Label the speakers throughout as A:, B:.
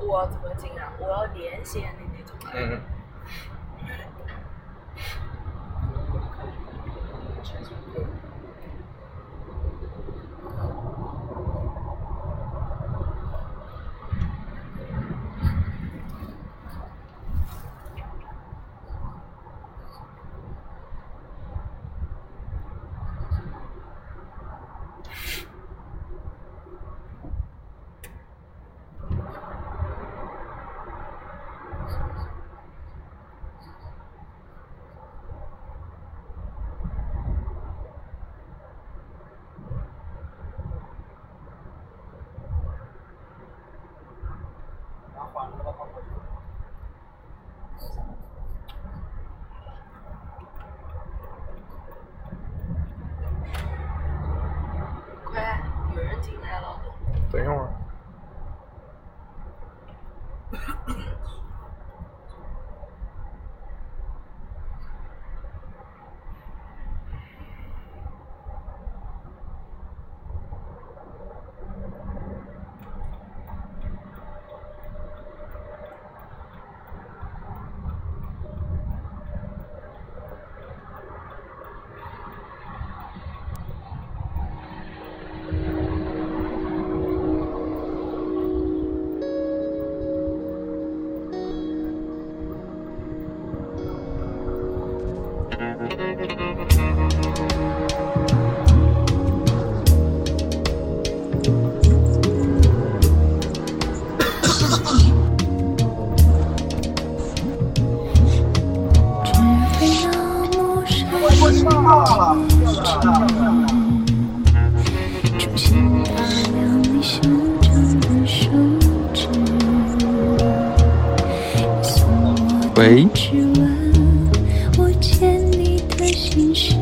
A: 我要怎么进啊？我要连线的那
B: 啊
A: 种。
C: 嗯，
A: 快，有人进来了。
C: 等一会儿。
D: 我知道了，
E: 重新打量你手中的手指，送我
F: 喂，
E: 指纹，我欠你的心事，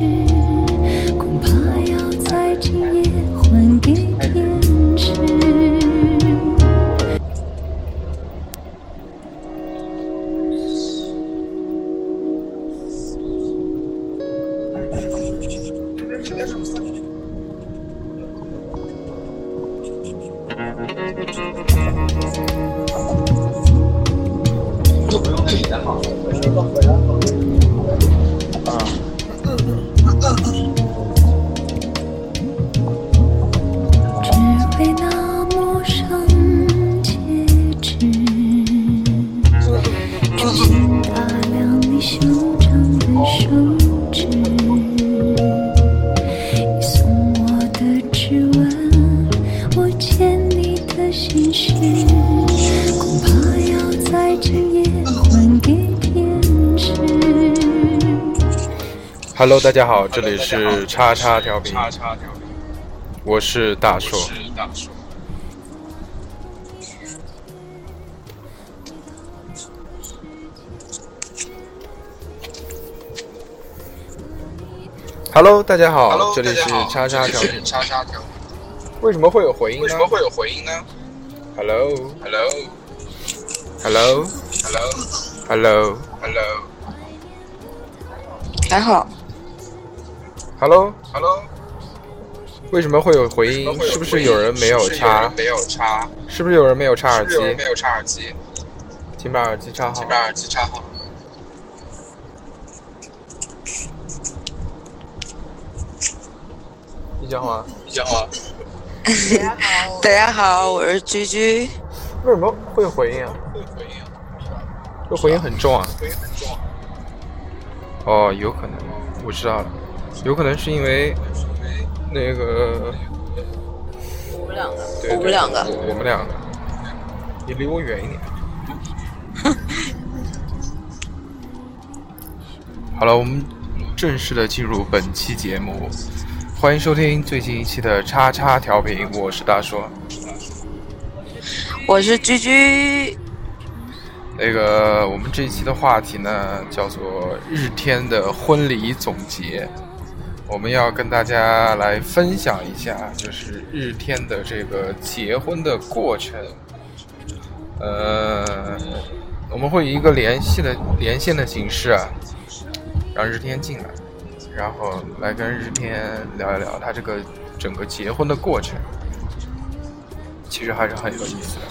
E: 恐怕要在今夜还给天使。
D: 就不用跟你再好了。
E: 只为那陌生戒指，重新打量你修长的手指，你送我的指纹，我欠你的心事，恐怕要在今夜还给天使。
C: Hello，大家好，这里是叉叉调频，
D: 叉叉调频，
C: 我是大硕。
D: 是大叔。
C: Hello，大家好，
D: Hello，
C: 这里是
D: 大家好
C: 叉叉调
D: 这
C: 频
D: 里是。叉叉调频。
C: 为什么会有回音
D: 为
C: 呢
D: 什么会有回音呢
C: ？Hello，Hello，Hello，Hello。
D: ？Hello，Hello，Hello
C: Hello
D: Hello
A: 还好，
C: Hello，
D: Hello，
C: 为什么会有回音？是不是有人没有插？
D: 没有插
C: 是不是有人没有插耳
D: 是不是有人
C: 机
D: 没？有插耳机，
C: 请把耳机插好
D: 请。把耳机插好。
C: 你讲话。
D: 你讲话。
A: 大家好，
B: 大家好，我是居居。
C: 为什么会有回音啊？
D: 会回音啊，
C: 这回音很重啊。
D: 回音很重啊。
C: 哦，有可能，我知道了，有可能是因为
D: 是因为
C: 那个，
A: 我们两个
C: 对对
B: 我们两个
C: 我我们两个，你离我远一 点。好了，我们正式的进入本期节目，欢迎收听最新一期的叉叉调频，我是大叔。
B: 我是居居。
C: 那个，我们这一期的话题呢，叫做“日天的婚礼总结”。我们要跟大家来分享一下，就是日天的这个结婚的过程。呃，我们会以一个联系的连线的形式啊，让日天进来，然后来跟日天聊一聊他这个整个结婚的过程，其实还是很有意思的。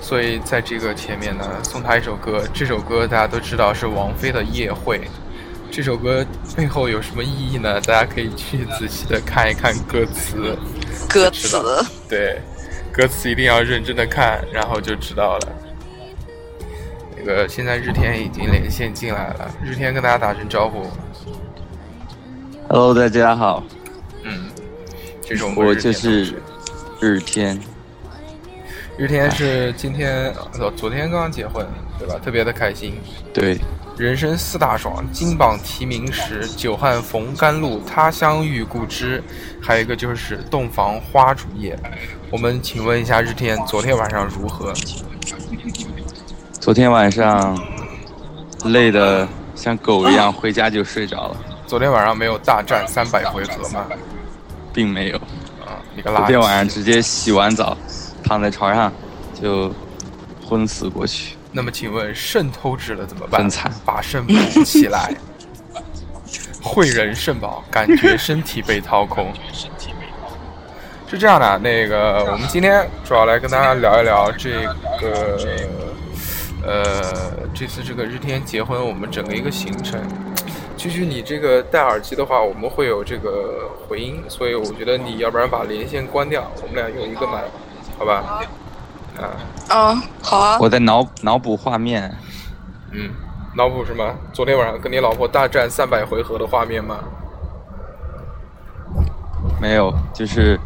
C: 所以在这个前面呢，送他一首歌。这首歌大家都知道是王菲的《夜会》。这首歌背后有什么意义呢？大家可以去仔细的看一看歌词。
B: 歌
C: 知道
B: 词，
C: 对，歌词一定要认真的看，然后就知道了。那个现在日天已经连线进来了，日天跟大家打声招呼。
F: Hello，大家好，
C: 嗯，这种
F: 我就是日天，
C: 日天
F: 哎
C: 是今天呃昨天刚刚结婚，对吧？特别的开心，
F: 对，
C: 人生四大爽，金榜题名时，久旱逢甘露，他乡遇故知，还有一个就是洞房花烛夜。我们请问一下日天，昨天晚上如何？
F: 昨天晚上累得像狗一样，回家就睡着了，
C: 昨天晚上没有大战三百回合吗？
F: 并没有。
C: 啊，你个垃圾！
F: 昨天晚上直接洗完澡，躺在床上就昏死过去。
C: 那么请问肾透支了怎么办？
F: 真惨
C: 把肾补起来。汇仁肾宝，感觉身体被掏空。是这样的，啊那个我们今天主要来跟大家聊一聊这个，呃，这次这个日天结婚我们整个一个行程。居居，你这个戴耳机的话，我们会有这个回音，所以我觉得你要不然把连线关掉，我们俩用一个麦，好吧？啊，
B: 啊，好啊，
F: 我在脑脑补画面，
C: 嗯，脑补什么？昨天晚上跟你老婆大战三百回合的画面吗？
F: 没有，就是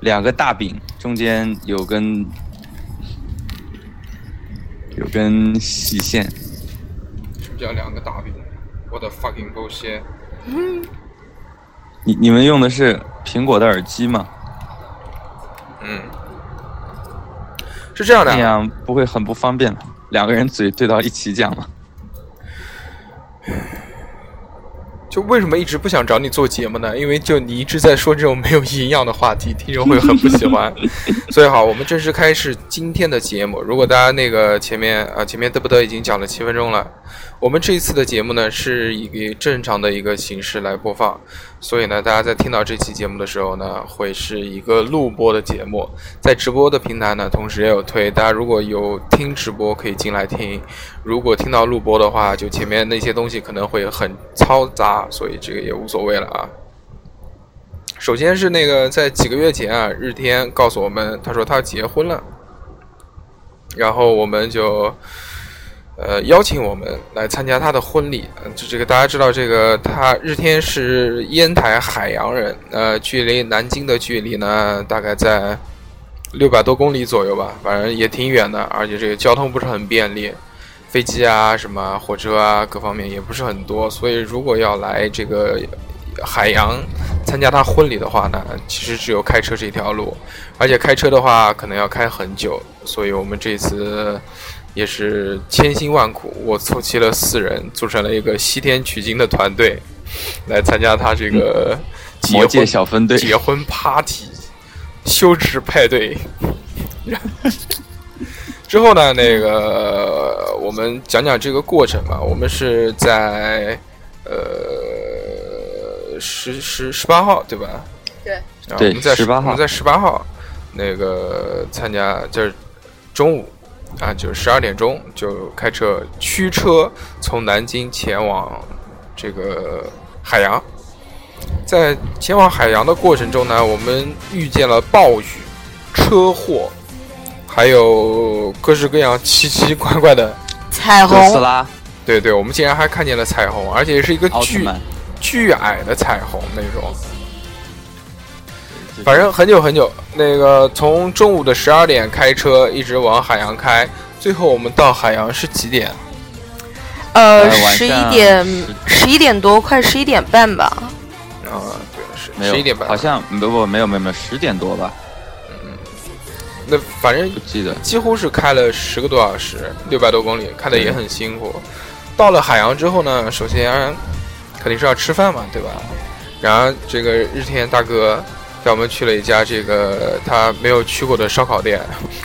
F: 两个大饼，中间有根有根细线，
C: 什么叫两个大饼？我的 fucking bullshit！
F: 你你们用的是苹果的耳机吗？
C: 嗯，是这样的啊
F: 那，样不会很不方便吗？两个人嘴对到一起讲吗？
C: 就为什么一直不想找你做节目呢？因为就你一直在说这种没有营养的话题，听众会很不喜欢。所以好，我们正式开始今天的节目。如果大家那个前面啊，前面嘚不嘚已经讲了七分钟了，我们这一次的节目呢是以一个正常的一个形式来播放，所以呢，大家在听到这期节目的时候呢，会是一个录播的节目，在直播的平台呢，同时也有推。大家如果有听直播，可以进来听；如果听到录播的话，就前面那些东西可能会很嘈杂，所以这个也无所谓了啊。首先是那个在几个月前啊，日天告诉我们，他说他结婚了，然后我们就呃邀请我们来参加他的婚礼。嗯就这个大家知道，这个他日天是烟台海洋人，呃，距离南京的距离呢，大概在六百多公里左右吧，反正也挺远的，而且这个交通不是很便利。飞机啊，什么火车啊，各方面也不是很多，所以如果要来这个海洋参加他婚礼的话呢，其实只有开车这条路，而且开车的话可能要开很久，所以我们这次也是千辛万苦，我凑齐了四人，组成了一个西天取经的团队，来参加他这个结
F: 魔界
C: 婚
F: 小分队，
C: 结婚 party 羞耻派对。 之后呢，那个呃我们讲讲这个过程吧。我们是在呃十十十八号对吧？
A: 对
C: 然后
F: 对
C: 我们在
F: 18号
C: 我们在十八号那个参加就是中午啊，就是十二点钟就开车驱车从南京前往这个海洋。在前往海洋的过程中呢，我们遇见了暴雨、车祸，还有各式各样奇奇怪怪的。
B: 彩
F: 哥斯
B: 虹，
F: 拉、
C: 对对，我们竟然还看见了彩虹，而且是一个
F: 奥特
C: 巨
F: 曼，
C: 巨矮的彩虹那种。反正很久很久，那个从中午的十二点开车一直往海洋开，最后我们到海洋是几点？
B: 呃，
F: 呃晚
B: 十一
F: 上
B: 点，十一点多，快十一点半吧。
C: 啊，对，
F: 没
C: 是
F: 有，
C: 十一点半。
F: 好像不不没有没有没有十点多吧，
C: 那反正
F: 不记得。
C: 几乎是开了十个多小时，六百多公里，开的也很辛苦。到了海洋之后呢，首先肯定是要吃饭嘛，对吧？然后这个日天大哥带我们去了一家这个他没有去过的烧烤店，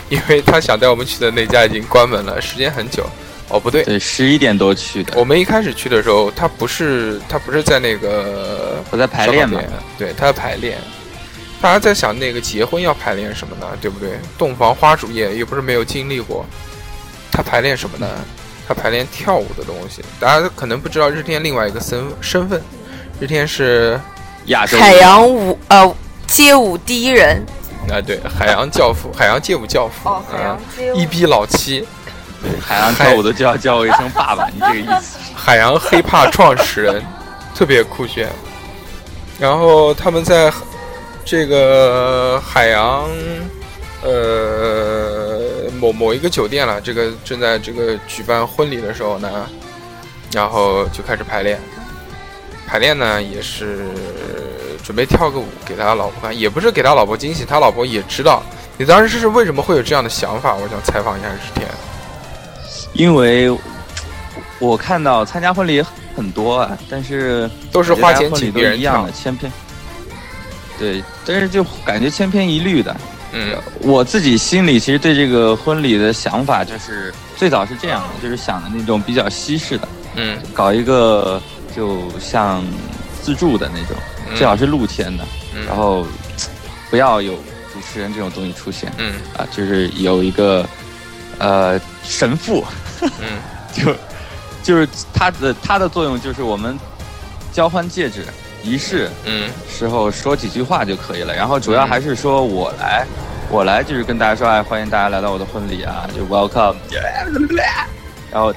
C: 因为他想带我们去的那家已经关门了，时间很久。哦，不对，
F: 对，十一点多去的，
C: 我们一开始去的时候，他不是他不是在那个
F: 我在排练嘛
C: 烧烤店，对，他在排练。大家在想那个结婚要排练什么呢？对不对？洞房花烛夜又不是没有经历过，他排练什么呢？
F: 嗯
C: 他排练跳舞的东西。大家可能不知道日天另外一个身身份，日天是
F: 亚洲
B: 海洋舞呃街舞第一人，
C: 啊，对，海洋教父，海洋街舞教父，啊
A: 哦海洋街舞
C: 一逼老七，
F: 海洋跳舞的就要叫我一声 爸爸，你这个意思？
C: 海洋黑怕创始人，特别酷炫。然后他们在这个海洋呃某某一个酒店了，这个正在这个举办婚礼的时候呢，然后就开始排练。排练呢也是准备跳个舞给他老婆看，也不是给他老婆惊喜，他老婆也知道。你当时是为什么会有这样的想法？我想采访一下日天。
F: 因为我看到参加婚礼很多啊，但是
C: 都是花钱请别
F: 人
C: 人
F: 一样
C: 跳
F: 的，千篇。对，但是就感觉千篇一律的。
C: 嗯
F: 我自己心里其实对这个婚礼的想法，就是最早是这样的，就是想的那种比较西式的，
C: 嗯
F: 搞一个就像自助的那种，
C: 嗯
F: 最好是露天的，
C: 嗯
F: 然后不要有主持人这种东西出现
C: 嗯
F: 啊，就是有一个呃神父，
C: 嗯
F: 就就是它的它的作用就是我们交换戒指仪式
C: 嗯
F: 时候说几句话就可以了，然后主要还是说我来，我来就是跟大家说，哎，欢迎大家来到我的婚礼啊，就 welcome，然后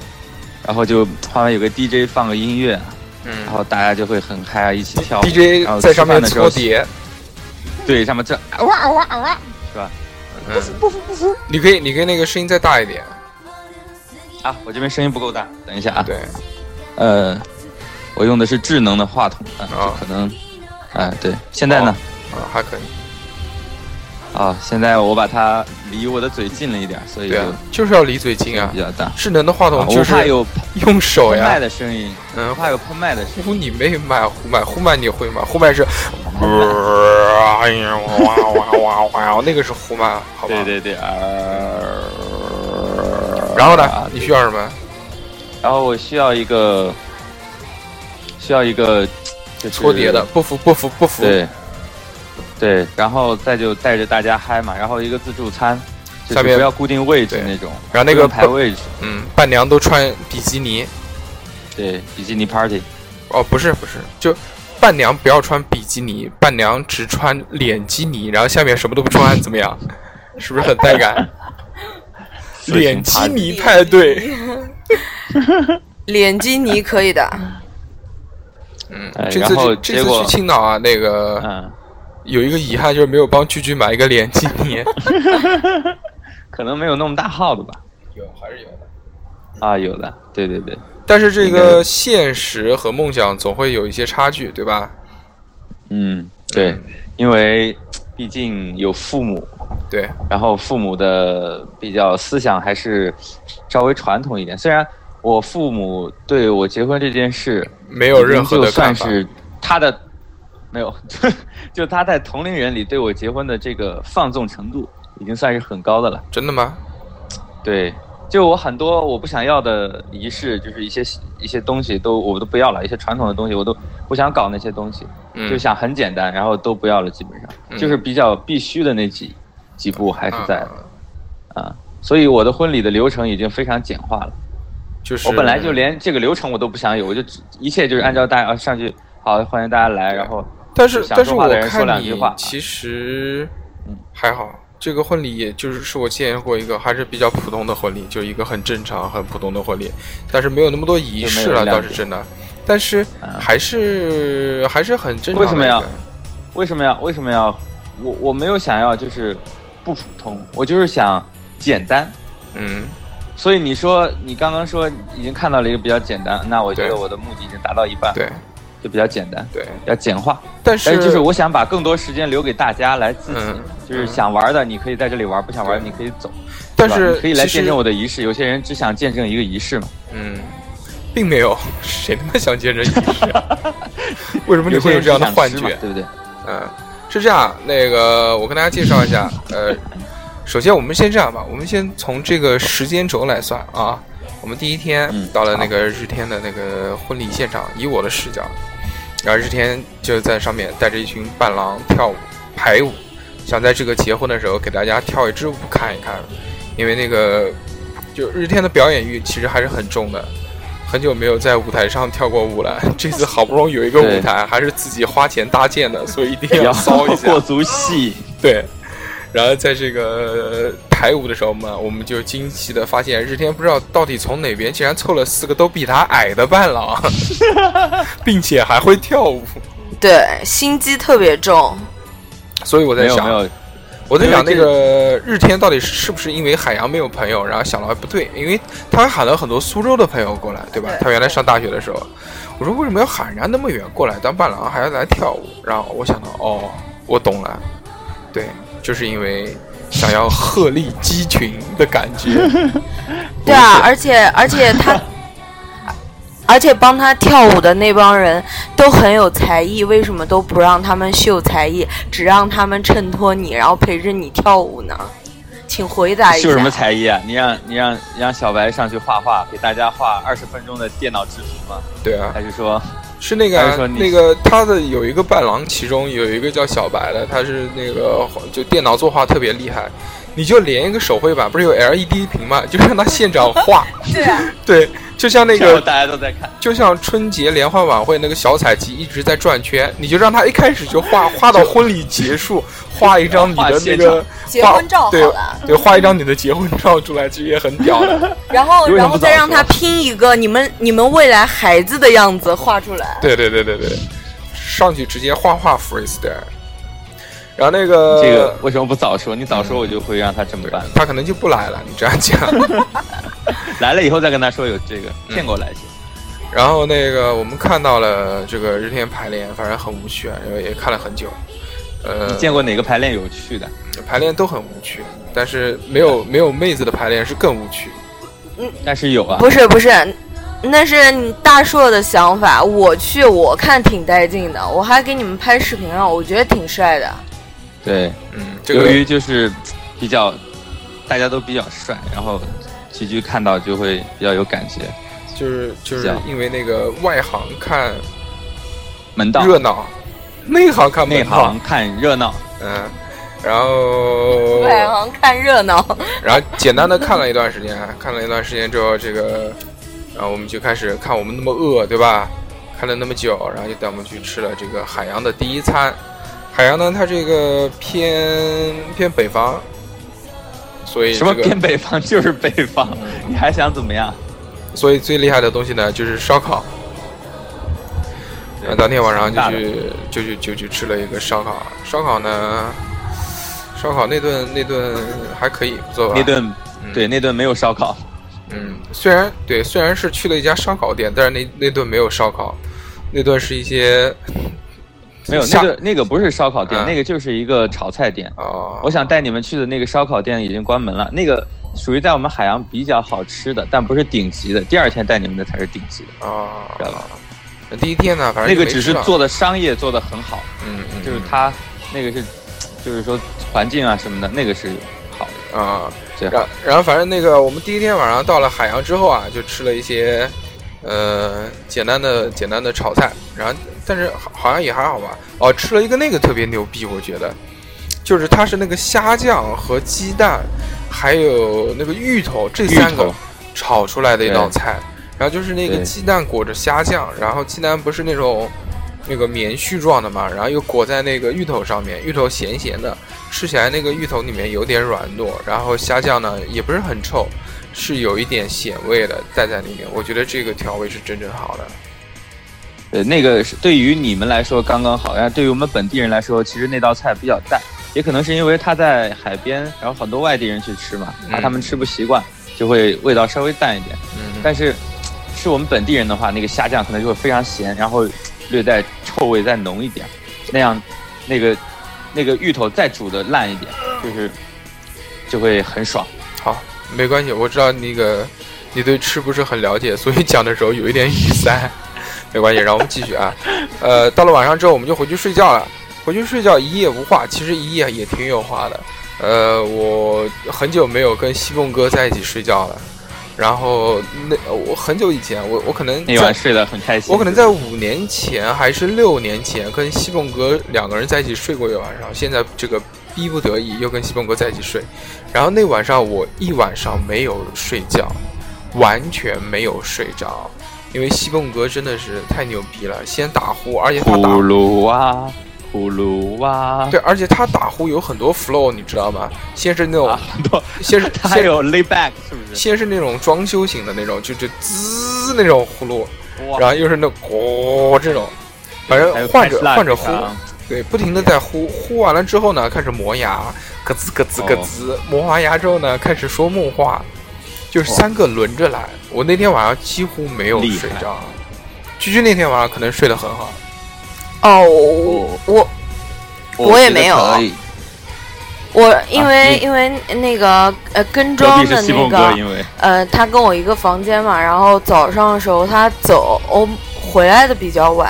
F: 然后就旁边有个 DJ 放个音乐，
C: 嗯
F: 然后大家就会很嗨啊，一起跳舞
C: ，DJ
F: 然后
C: 在上面
F: 吃饭的时
C: 搓
F: 候，
C: 碟，
F: 对，上面这哇哇哇哇，是吧？
C: 嗯，你可以，你可以那个声音再大一点，
F: 啊，我这边声音不够大，等一下啊，
C: 对，
F: 呃，我用的是智能的话筒，啊，
C: 哦
F: 就可能，啊，对，现在呢？
C: 啊，还可以，
F: 啊，现在我把它离我的嘴近了一点，所以
C: 哦对
F: 就
C: 啊，就是要离嘴近啊
F: 比。较大。
C: 智能的话筒
F: 啊
C: 就
F: 我
C: 是
F: 怕有
C: 用手
F: 喷麦
C: 呀，
F: 的声音，我
C: 嗯，
F: 怕有喷麦的声
C: 呼你没买呼麦，呼麦你会吗？呼麦是，哎呀哇哇哇哇，那个是呼麦，好吧？
F: 音。对。对对，啊。
C: 然后呢
F: 啊？
C: 你需要什么？
F: 然后我需要一个，需要一个，就是
C: 搓碟的，，不服不服不服，
F: 对，对，然后再就带着大家嗨嘛，然后一个自助餐，就
C: 下
F: 是
C: 面
F: 不要固定位置
C: 对
F: 那种，
C: 然后那
F: 不
C: 个
F: 用排位置，
C: 嗯，伴娘都穿比基尼，
F: 对，比基尼 party，
C: 哦，不是不是，就伴娘不要穿比基尼，伴娘只穿脸基尼，然后下面什么都不穿，怎么 样？是不是很带 感？
F: 色情
C: 脸基
F: 派对
C: 尼派对，
B: 脸基尼可以的，
C: 嗯
F: 哎，
C: 这
F: 然
C: 次
F: 后
C: 去这
F: 结
C: 次
F: 果
C: 去青岛啊，那个
F: 嗯，
C: 有一个遗憾就是没有帮居居买一个脸基 尼，
F: 可能没有那么大号的吧，
C: 有还是有的。
F: 啊，有的，对对对，
C: 但是这
F: 应
C: 个
F: 该
C: 现实和梦想总会有一些差距，对吧？
F: 嗯，对，因为毕竟有父母，
C: 对，
F: 然后父母的比较思想还是稍微传统一点。虽然我父母对我结婚这件事
C: 没有任何
F: 已
C: 的
F: 经就算
C: 看法。
F: 是他的没有， 就他在同龄人里对我结婚的这个放纵程度已经算是很高的了。
C: 真的吗？
F: 对，就我很多我不想要的仪式，就是一些一些东西都我都不要了，一些传统的东西我都不想搞那些东西，
C: 嗯
F: 就想很简单，然后都不要了，基本上、
C: 嗯
F: 就是比较必须的那几几步还是在的。
C: 啊
F: 啊，所以我的婚礼的流程已经非常简化了。
C: 就是
F: 我本来就连这个流程我都不想有，我就只一切就是按照大家啊上去，好欢迎大家来，然后
C: 但是
F: 想
C: 但是
F: 说
C: 我
F: 话的人说
C: 看
F: 两句
C: 你
F: 话嗯
C: 其实还好，这个婚礼也就是是我见过一个还是比较普通的婚礼，就一个很正常、很普通的婚礼，但是没有那么多仪式了，
F: 就没有
C: 倒
F: 亮点
C: 是真的。但是
F: 啊
C: 还是、还是很正常的一个。
F: 为什么呀为什么要为什么要我我没有想要就是不普通，我就是想简单。
C: 嗯，
F: 所以你说你刚刚说已经看到了一个比较简单，那我觉得
C: 对
F: 我的目的已经达到一半，
C: 对
F: 就比较简单，
C: 对，
F: 要简化。
C: 但是
F: 但哎是就是我想把更多时间留给大家来自己，
C: 嗯
F: 就是想玩的你可以在这里玩，不想玩
C: 对
F: 你可以走。
C: 但
F: 对吧
C: 是
F: 你可以来
C: 其实
F: 见证我的仪式。有些人只想见证一个仪式嘛，
C: 嗯，并没有， 谁他妈想见这仪式啊？ 为什么你会有这样的幻
F: 有些
C: 觉
F: 人只想吃嘛？对不对？
C: 嗯，是这样，那个我跟大家介绍一下，呃，首先我们先这样吧，我们先从这个时间轴来算啊。我们第一天
F: 嗯
C: 到了那个日天的那个婚礼现场，以我的视角，然后日天就在上面带着一群伴郎跳舞，排舞，想在这个结婚的时候给大家跳一支舞看一看，因为那个就日天的表演欲其实还是很重的，很久没有在舞台上跳过舞了， 这次好不容易有一个
F: 对
C: 舞台，还是自己花钱搭建的，所以一定要
F: 要
C: 骚一下。
F: 过足戏，
C: 对，然后在这个呃排舞的时候嘛，我们就惊奇的发现，日天不知道到底从哪边竟然凑了四个都比他矮的伴郎， 并且还会跳舞。
B: 对，心机特别重。
C: 所以我在
F: 没有没
C: 想，
F: 有，
C: 我在想
F: 因为
C: 那
F: 这个
C: 个日天到底是是不是因为海洋没有朋友，然后想到哎不对，因为他喊了很多苏州的朋友过来，对吧？
B: 对
C: 他原来上大学的时候，我说为什么要喊人家那么远过来当伴郎，还要来跳舞？然后我想到哦，我懂了，对，就是因为想要鹤立鸡群的感觉。
B: 对啊，而且而且他，而且帮他跳舞的那帮人都很有才艺，为什么都不让他们秀才艺，只让他们衬托你，然后陪着你跳舞呢？请回答一下。
F: 秀什么才艺啊？你让你让你让小白上去画画，给大家画二十分钟的电脑制服吗？
C: 对啊，
F: 还是说
C: 是那个
F: 还
C: 啊
F: 是说你
C: 那个他的有一个伴郎，其中有一个叫小白的，他是那个就电脑作画特别厉害，你就连一个手绘板，不是有 LED 屏嘛， 就让他现场 画，
A: 对啊，
C: 对，就像那
F: 然后
C: 个
F: 大家都在看？
C: 就像春节联欢晚会那个小彩旗一直在转圈，你就让他一开始就 画，画到婚礼结束，画一张你
F: 画
C: 的那
F: 现场
C: 个
B: 结
C: 画
B: 婚照好
C: 对
B: 了
C: 对，画一张你的结婚照出来，这也很屌的，
B: 然后，
F: 为什么
B: 然后
F: 不早
B: 再让
F: 说
B: 他拼一个你们你们未来孩子的样子画出来。
C: 对对对对对，上去直接画画 freestyle，然后那个
F: 这个为什么不早说？你早说我就会让他这么
C: 呃对
F: 办。
C: 他可能就不来了，你这样讲。
F: 来了以后再跟他说有这个，
C: 嗯
F: 骗过来行。
C: 然后那个我们看到了这个日天排练，反正很无趣啊，因为也看了很久。呃
F: 你，见过哪个排练有趣的？
C: 排练都很无趣，但是没有没有妹子的排练是更无趣。
F: 但是有啊，
B: 不是不是，那是你大硕的想法。我去，我看挺带劲的，我还给你们拍视频了，我觉得挺帅的。
F: 对，
C: 嗯，这
F: 由
C: 个
F: 于就是比较大家都比较帅，然后齐聚看到就会比较有感觉。
C: 就是就是
F: 讲
C: 因为那个外行看
F: 门道
C: 热闹，内行看
F: 内
C: 门道
F: 行。看热闹，
C: 嗯，然后
B: 外行看热闹，
C: 然后简单的看了一段时间，看了一段时间之后，这个，然后我们就开始看我们那么饿，对吧？看了那么久，然后就带我们去吃了这个海洋的第一餐。海洋呢，它这个偏偏北方，所以、
F: 什
C: 这
F: 么
C: 个、
F: 偏北方 就是北方，你还想怎么样？
C: 所以最厉害的东西呢就是烧烤。然后当天晚上就
F: 大的
C: 去就去就去吃了一个烧烤，烧烤呢，烧烤那顿那顿还可以，不错吧？
F: 那顿
C: 嗯
F: 对那顿没有烧烤，
C: 嗯，虽然对，虽然是去了一家烧烤店，但是那那顿没有烧烤，那顿是一些
F: 没有
C: 下
F: 那个那个不是烧烤店，
C: 嗯
F: 那个就是一个炒菜店。
C: 哦，
F: 我想带你们去的那个烧烤店已经关门了，那个属于在我们海洋比较好吃的，但不是顶级的。第二天带你们的才是顶级的，
C: 啊
F: 知道吧？
C: 那第一天呢，反正
F: 那个
C: 就没
F: 只是
C: 吃到
F: 做的商业做的很好，
C: 嗯嗯，
F: 就是它那个是，就是说环境啊什么的，那个是好的。
C: 嗯啊，
F: 最
C: 然
F: 好
C: 然后反正那个我们第一天晚上到了海洋之后啊，就吃了一些呃简单的简单的炒菜，然后但是好好像也还好吧。哦，吃了一个那个特别牛逼，我觉得就是它是那个虾酱和鸡蛋，还有那个芋头这三
F: 芋
C: 个
F: 头
C: 炒出来的一道菜，然后就是那个
F: 对
C: 鸡蛋裹着虾酱，然后鸡蛋不是那种。那个棉絮状的嘛，然后又裹在那个芋头上面，芋头咸咸的，吃起来那个芋头里面有点软糯，然后虾酱呢也不是很臭，是有一点咸味的带在里面。我觉得这个调味是真正好的。
F: 对，呃那个是对于你们来说刚刚好，但是对于我们本地人来说，其实那道菜比较淡，也可能是因为它在海边，然后很多外地人去吃嘛，怕他们吃不习惯，就会味道稍微淡一点。
C: 嗯，
F: 但是是我们本地人的话，那个虾酱可能就会非常咸，然后略带臭味再浓一点，那样那个那个芋头再煮的烂一点，就是就会很爽。
C: 好，没关系，我知道那个你对吃不是很了解， 所以讲的时候有一点语塞。 没关系，让我们继续啊。呃，到了晚上之后，我们就回去睡觉了。回去睡觉一夜无话，其实一夜也挺有话的。呃，我很久没有跟西凤哥在一起睡觉了。然后那我很久以前，我我可能
F: 那
C: 在
F: 晚睡得很开心。
C: 我可能在五年前还是六年前跟西凤哥两个人在一起睡过一晚上，现在这个逼不得已又跟西凤哥在一起睡，然后那晚上我一晚上没有睡觉，完全没有睡着，因为西凤哥真的是太牛逼了，先打呼，而且他打
F: 葫芦娃，葫芦娃，
C: 对，而且他打呼有很多 flow，你知道吗？先是那种，
F: 啊，很多。
C: 先是
F: 他还
C: 先
F: 有 lay back 是不是？
C: 先是那种装修型的那种，就就滋那种呼噜，然
F: 哇，
C: 后又是那咕这种，反
F: 还
C: 正
F: 有
C: 呃换着
F: Tesla
C: 换着
F: 这
C: 呼，
F: 个啊
C: 对，不停的在呼，呼完了之后呢，开始磨牙，咯吱咯吱
F: 哦
C: 咯吱，磨完牙之后呢，开始说梦话，就是
F: 哇
C: 三个轮着来。我那天晚上几乎没有
F: 厉
C: 睡
F: 害
C: 着，居居那天晚上可能睡得很好，
B: 哦，我我我也没有
F: 觉得可以
B: 我因为、
F: 啊你
B: 因为那个呃跟
F: 隔
B: 妆
F: 壁
B: 的
F: 是西
B: 那
F: 凤
B: 个
F: 哥，因为
B: 呃，他跟我一个房间嘛，然后早上的时候他走，我回来的比较晚，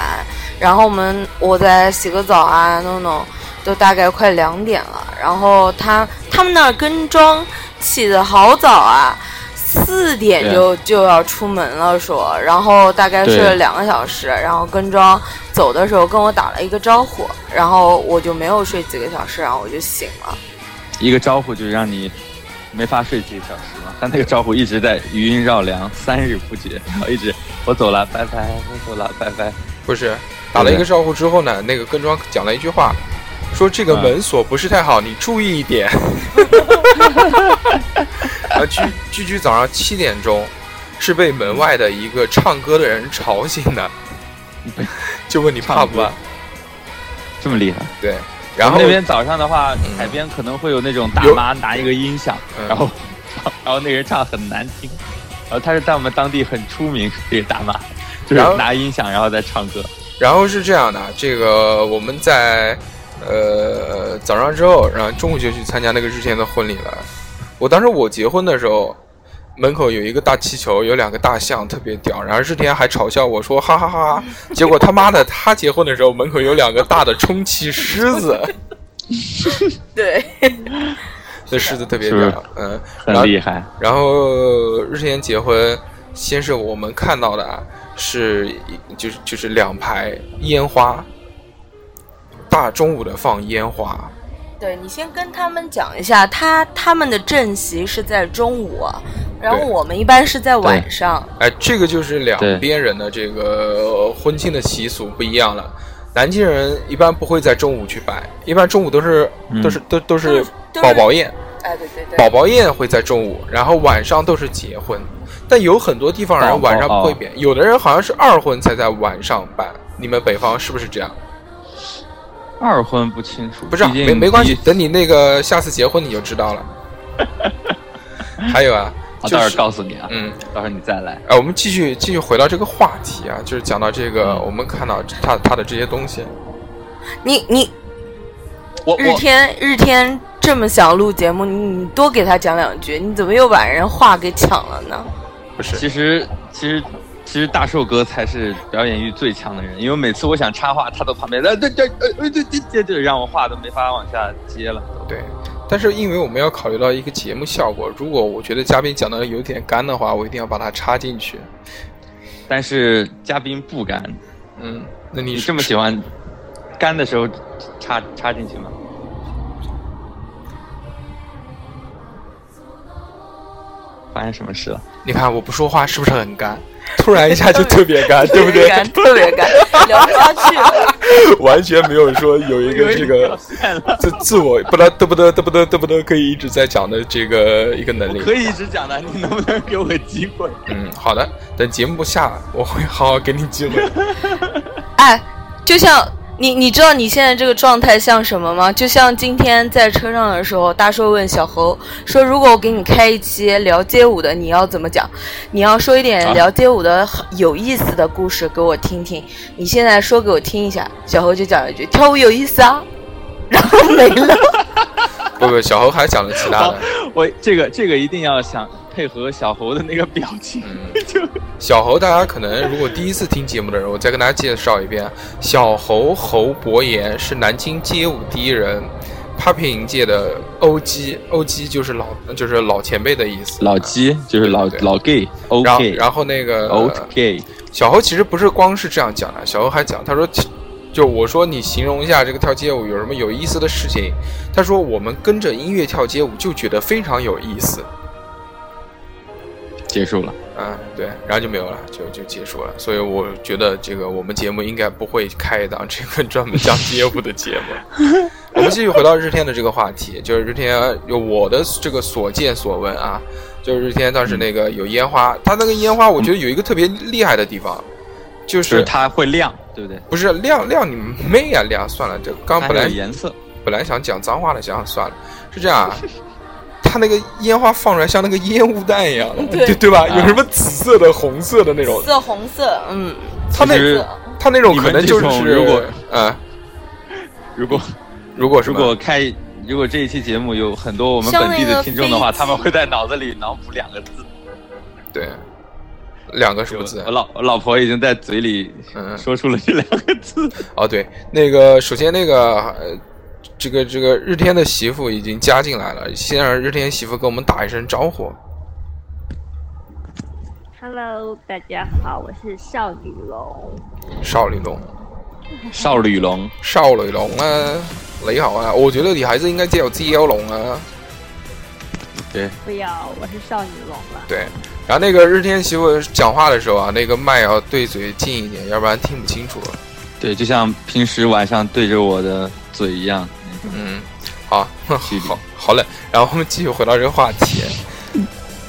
B: 然后我们我在洗个澡啊，弄弄，都大概快两点了。然后他他们那儿跟妆起的好早啊，四点
F: 对
B: 就就要出门了说，然后大概睡了
F: 对
B: 两个小时，然后跟妆走的时候跟我打了一个招呼，然后我就没有睡几个小时，然后我就醒了。
F: 一个招呼就让你没法睡几个小时嘛。他那个招呼一直在余音绕梁，三日不绝，然后一直我走了，拜拜，我走了，拜拜。
C: 不是打了一个招呼之后呢，那个跟妆讲了一句话，说这个
F: 嗯
C: 门锁不是太好，你注意一 点。然后居居居早上七点钟是被门外的一个唱歌的人吵醒的，
F: 嗯
C: 就问你怕不怕？
F: 这么厉害！
C: 对，然后
F: 我们那边早上的话，
C: 嗯
F: 海边可能会有那种大
C: 有
F: 妈拿一个音响，
C: 嗯
F: 然后然后那个人唱很难听，然后他是在我们当地很出名这个大妈，就是
C: 然后
F: 拿音响然后再唱歌。
C: 然后是这样的，这个我们在呃早上之后，然后中午就去参加那个日天的婚礼了。我当时我结婚的时候，门口有一个大气球，有两个大象，特别屌。然后日天还嘲笑我说哈哈哈 哈，结果他妈的他结婚的时候门口有两个大的充气狮 子，
B: 对，
C: 那狮子特别
F: 是
C: 屌，嗯，然
F: 很
C: 后
F: 厉害，
C: 然后日天结婚，先是我们看到的啊是一就是就是两排烟花，大中午的放烟花，
B: 对你先跟他们讲一下，他他们的阵席是在中午，然后
C: 对
B: 我们一般是在晚上。
C: 哎，这个就是两
F: 对
C: 边人的这个呃婚庆的习俗不一样了。南京人一般不会在中午去摆，一般中午都是、
F: 嗯
C: 都是都都是
B: 都是
C: 宝宝宴，
B: 哎，对对对，
C: 宝宝宴会在中午，然后晚上都是结婚。但有很多地方
F: 宝
C: 人
F: 宝
C: 晚上不会
F: 哦
C: 变，有的人好像是二婚才在晚上办。你们北方是不是这样？
F: 二婚不清楚，
C: 不是啊、
F: 毕竟
C: 没没关系
F: 第，一
C: 等你那个下次结婚你就知道 了。还有啊，
F: 我
C: 就
F: 到时
C: 是
F: 候告诉你啊，
C: 嗯，
F: 到时候你再来。
C: 哎、我们继续继续回到这个话题啊，就是讲到这个，
F: 嗯
C: 我们看到他他的这些东西，
B: 你你
F: 我
B: 日
F: 我
B: 天日天这么想录节目，你你多给他讲两句，你怎么又把人话给抢了呢？
C: 不是
F: 其实其实其实大寿哥才是表演欲最强的人，因为每次我想插话，他都旁边呃对对呃呃对对对对，让我话都没法往下接了。
C: 对。但是因为我们要考虑到一个节目效果，如果我觉得嘉宾讲的有点干的话，我一定要把它插进去。
F: 但是嘉宾不干，
C: 嗯，那你
F: 你这么喜欢干的时候插插进去吗？发生什么事了？
C: 你看我不说话是不是很干？突然一下 就特别干，对不对？
B: 特别干，聊不下去了。
C: 完全没有说有一个这个
F: 变了，
C: 自自我不得嘚不得嘚不得嘚不得可以一直在讲的这个一个能力。
F: 可以一直讲的，你能不能给我机会？
C: 嗯，好的，等节目下我会好好给你机会。
B: 哎，就像你你知道你现在这个状态像什么吗？就像今天在车上的时候，大硕问小侯说：“如果我给你开一期聊街舞的，你要怎么讲？你要说一点
F: 啊
B: 聊街舞的好有意思的故事给我听听。你现在说给我听一下。”小侯就讲了一句：“跳舞有意思啊。” 然后没了。
C: 不不，小侯还讲了其他的。
F: 我这个这个一定要想配合小猴的那个表情，就
C: 嗯小侯，大家可能如果第一次听节目的人，我再跟大家介绍一遍，小侯侯伯言是南京街舞第一人， popping 界的 OG，OG 就是老就是老前辈的意思。
F: 老鸡就是老
C: 啊对对
F: 老 gay
C: 然后
F: OK，
C: 然后那个
F: old gay，
C: 小侯其实不是光是这样讲啊的，小侯还讲，他说，就我说你形容一下这个跳街舞有什么有意思的事情，他说我们跟着音乐跳街舞就觉得非常有意思，呃
F: 结束了。
C: 啊，对，然后就没有了，就就结束了。所以我觉得这个我们节目应该不会开一档这个专门讲街舞的节目。 我们继续回到日天的这个话题，就是日天有我的这个所见所闻啊，就是日天当时那个有烟花，他那个烟花我觉得有一个特别厉害的地方，就
F: 就是
C: 是
F: 它会亮，对不对？
C: 不是亮亮你妹啊亮，算了，这刚
F: 它
C: 本来
F: 有颜色，
C: 本来想讲脏话的，想想算了，是这样啊。 它那个烟花放出来像那个烟雾弹 一样，
B: 对
C: 对吧？
F: 啊
C: 有什么紫色的、红色的那种，
B: 色红色，嗯，
C: 他那
F: 其实
C: 他那种可能就
F: 你们这
C: 是
F: 种如果
C: 呃，
F: 如果
C: 如果什
F: 如
C: 么
F: 果开，如果这一期节目有很多我们本地
B: 像那个
F: 的听众的话，
B: 飞机
F: 他们会在脑子里脑补两个字。
C: 对两个数
F: 我
C: 字
F: 我老我老婆已经在嘴里
C: 嗯
F: 说出了这两个 字。
C: 哦，对，那个首先那个呃，这个这个日天的媳妇已经加进来了，先让日天媳妇跟我们打一声招呼。
G: Hello，大家好，我是少女龙。
C: 少女龙，
F: 少女龙，
C: 少女龙啊，你好啊！我觉得女孩子应该叫 G L 龙啊。
G: 不要，我是少女龙了。
C: 对，然后那个日天媳妇讲话的时候啊，那个麦要对嘴近一点，要不然听不清楚。
F: 对，就像平时晚上对着我的嘴一样。
C: 嗯，好，
F: 距离
C: 好，好嘞。然后我们继续回到这个话题，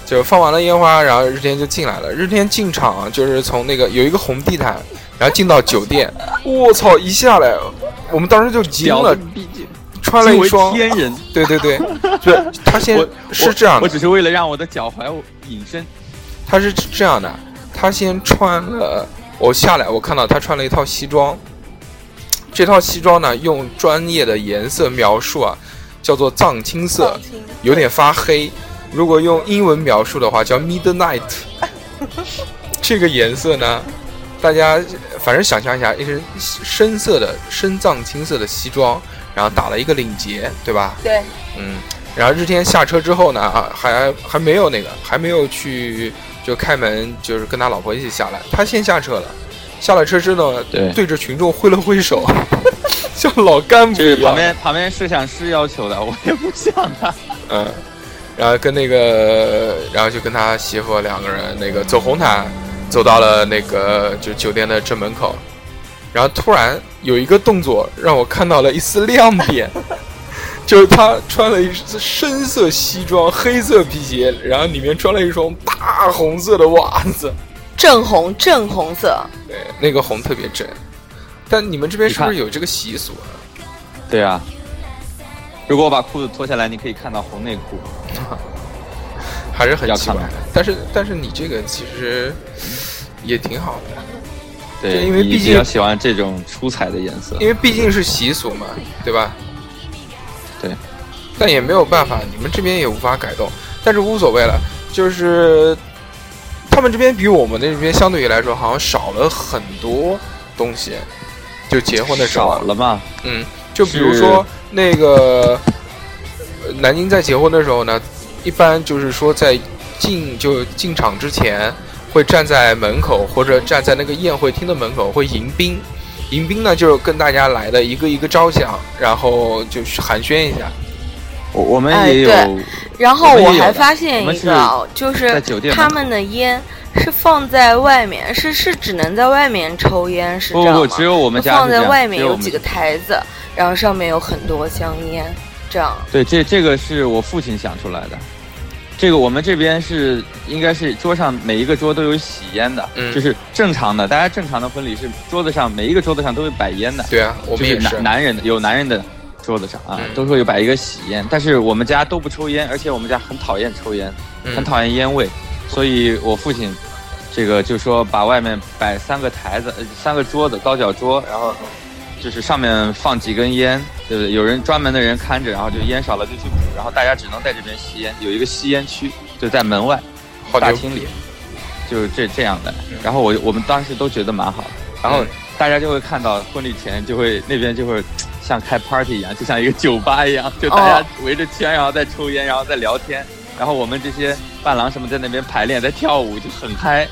C: 就放完了烟花，然后日天就进来了。日天进场就是从那个有一个红地毯，然后进到酒店，我操，一下来，我们当时就惊
F: 屌
C: 了
F: 丝，毕竟
C: 穿了
F: 惊
C: 一
F: 为
C: 双，
F: 天人。
C: 对对对，就是他先
F: 我
C: 是这样的
F: 我只，是为了让我的脚踝隐身。
C: 他是这样的，他先穿了，我下来我看到他穿了一套西装，这套西装呢用专业的颜色描述啊，叫做藏青色。
B: 放青
C: 有点发黑。如果用英文描述的话，叫 midnight。这个颜色呢，大家反正想象一下，一身深色的深藏青色的西装，然后打了一个领结，对吧？
B: 对，
C: 嗯。然后日天下车之后呢，啊还还没有那个，还没有去就开门，就是跟他老婆一起下来，他先下车了。下了车之后呢，
F: 对
C: 对着群众挥了挥手，像老干部
F: 这是
C: 一样。
F: 旁边旁边摄像师要求的，我也不想啊。
C: 嗯，然后跟那个，然后就跟他媳妇两个人那个走红毯，走到了那个就酒店的正门口，然后突然有一个动作让我看到了一丝亮 点，就是他穿了一身深色西装、黑色皮鞋，然后里面穿了一双大红色的袜子，
B: 正红正红色，
C: 对，那个红特别正。但你们这边是不是
F: 你
C: 有这个习俗啊？
F: 对啊，如果我把裤子脱下来，你可以看到红内裤。
C: 还是很
F: 要
C: 奇怪
F: 看
C: 的
F: 吗？
C: 但是但是你这个其实也挺好的。
F: 嗯对，
C: 因为
F: 你
C: 毕
F: 比
C: 竟
F: 较喜欢这种出彩的颜色
C: 因。为毕竟是习俗嘛，对吧？
F: 对，
C: 但也没有办法，你们这边也无法改动，但是无所谓了，就是他们这边比我们那边相对于来说好像少了很多东西，就结婚的时候
B: 啊
F: 少，了嘛？
C: 嗯，就比如说那个呃南京在结婚的时候呢，一般就是说在进就进场之前，会站在门口或者站在那个宴会厅的门口会迎宾。迎宾呢，就是跟大家来的一个一个招响，然后就是寒暄一下。
F: 我我们
B: 哎
F: 也有、
B: 对然后
F: 我们也有
B: 还
F: 的
B: 发现
F: 我们
B: 一
F: 是
B: 个啊，就是
F: 在酒店
B: 他
F: 门口
B: 们的烟是放在外面，是是只能在外面抽烟，是这
F: 不
B: 样吗？
F: 不不，只有我
B: 我
F: 们家
B: 放
F: 是这
B: 在
F: 样
B: 外面
F: 只有
B: 有
F: 我们
B: 几个
F: 家
B: 台子，然后上面有很多香烟，这样
F: 对，这这个是我父亲想出来的。这个我们这边是应该是桌上每一个桌都有喜烟的，
C: 嗯
F: 就是正常的，大家正常的婚礼是桌子上每一个桌子上都会摆烟的。
C: 对啊，我
F: 就
C: 们也是
F: 男。男人的有男人的桌子上啊，
C: 嗯
F: 都说有摆一个喜烟，但是我们家都不抽烟，而且我们家很讨厌抽烟，
C: 嗯
F: 很讨厌烟味，所以我父亲这个就说把外面摆三个台子、呃三个桌子、高脚桌，然后就是上面放几根烟，对不对？有人专门的人看着，然后就烟少了就去补，然后大家只能在这边吸烟，有一个吸烟区就在门外
C: 好
F: 大
C: 牛
F: 厅里，就是这这样的。然后我我们当时都觉得蛮好的，然后
C: 嗯
F: 大家就会看到婚礼前就会那边就会像开 party 一样，就像一个酒吧一样，就大家围着圈，然后再抽烟，然后再聊天，然后我们这些伴郎什么在那边排练，在跳舞，就很嗨。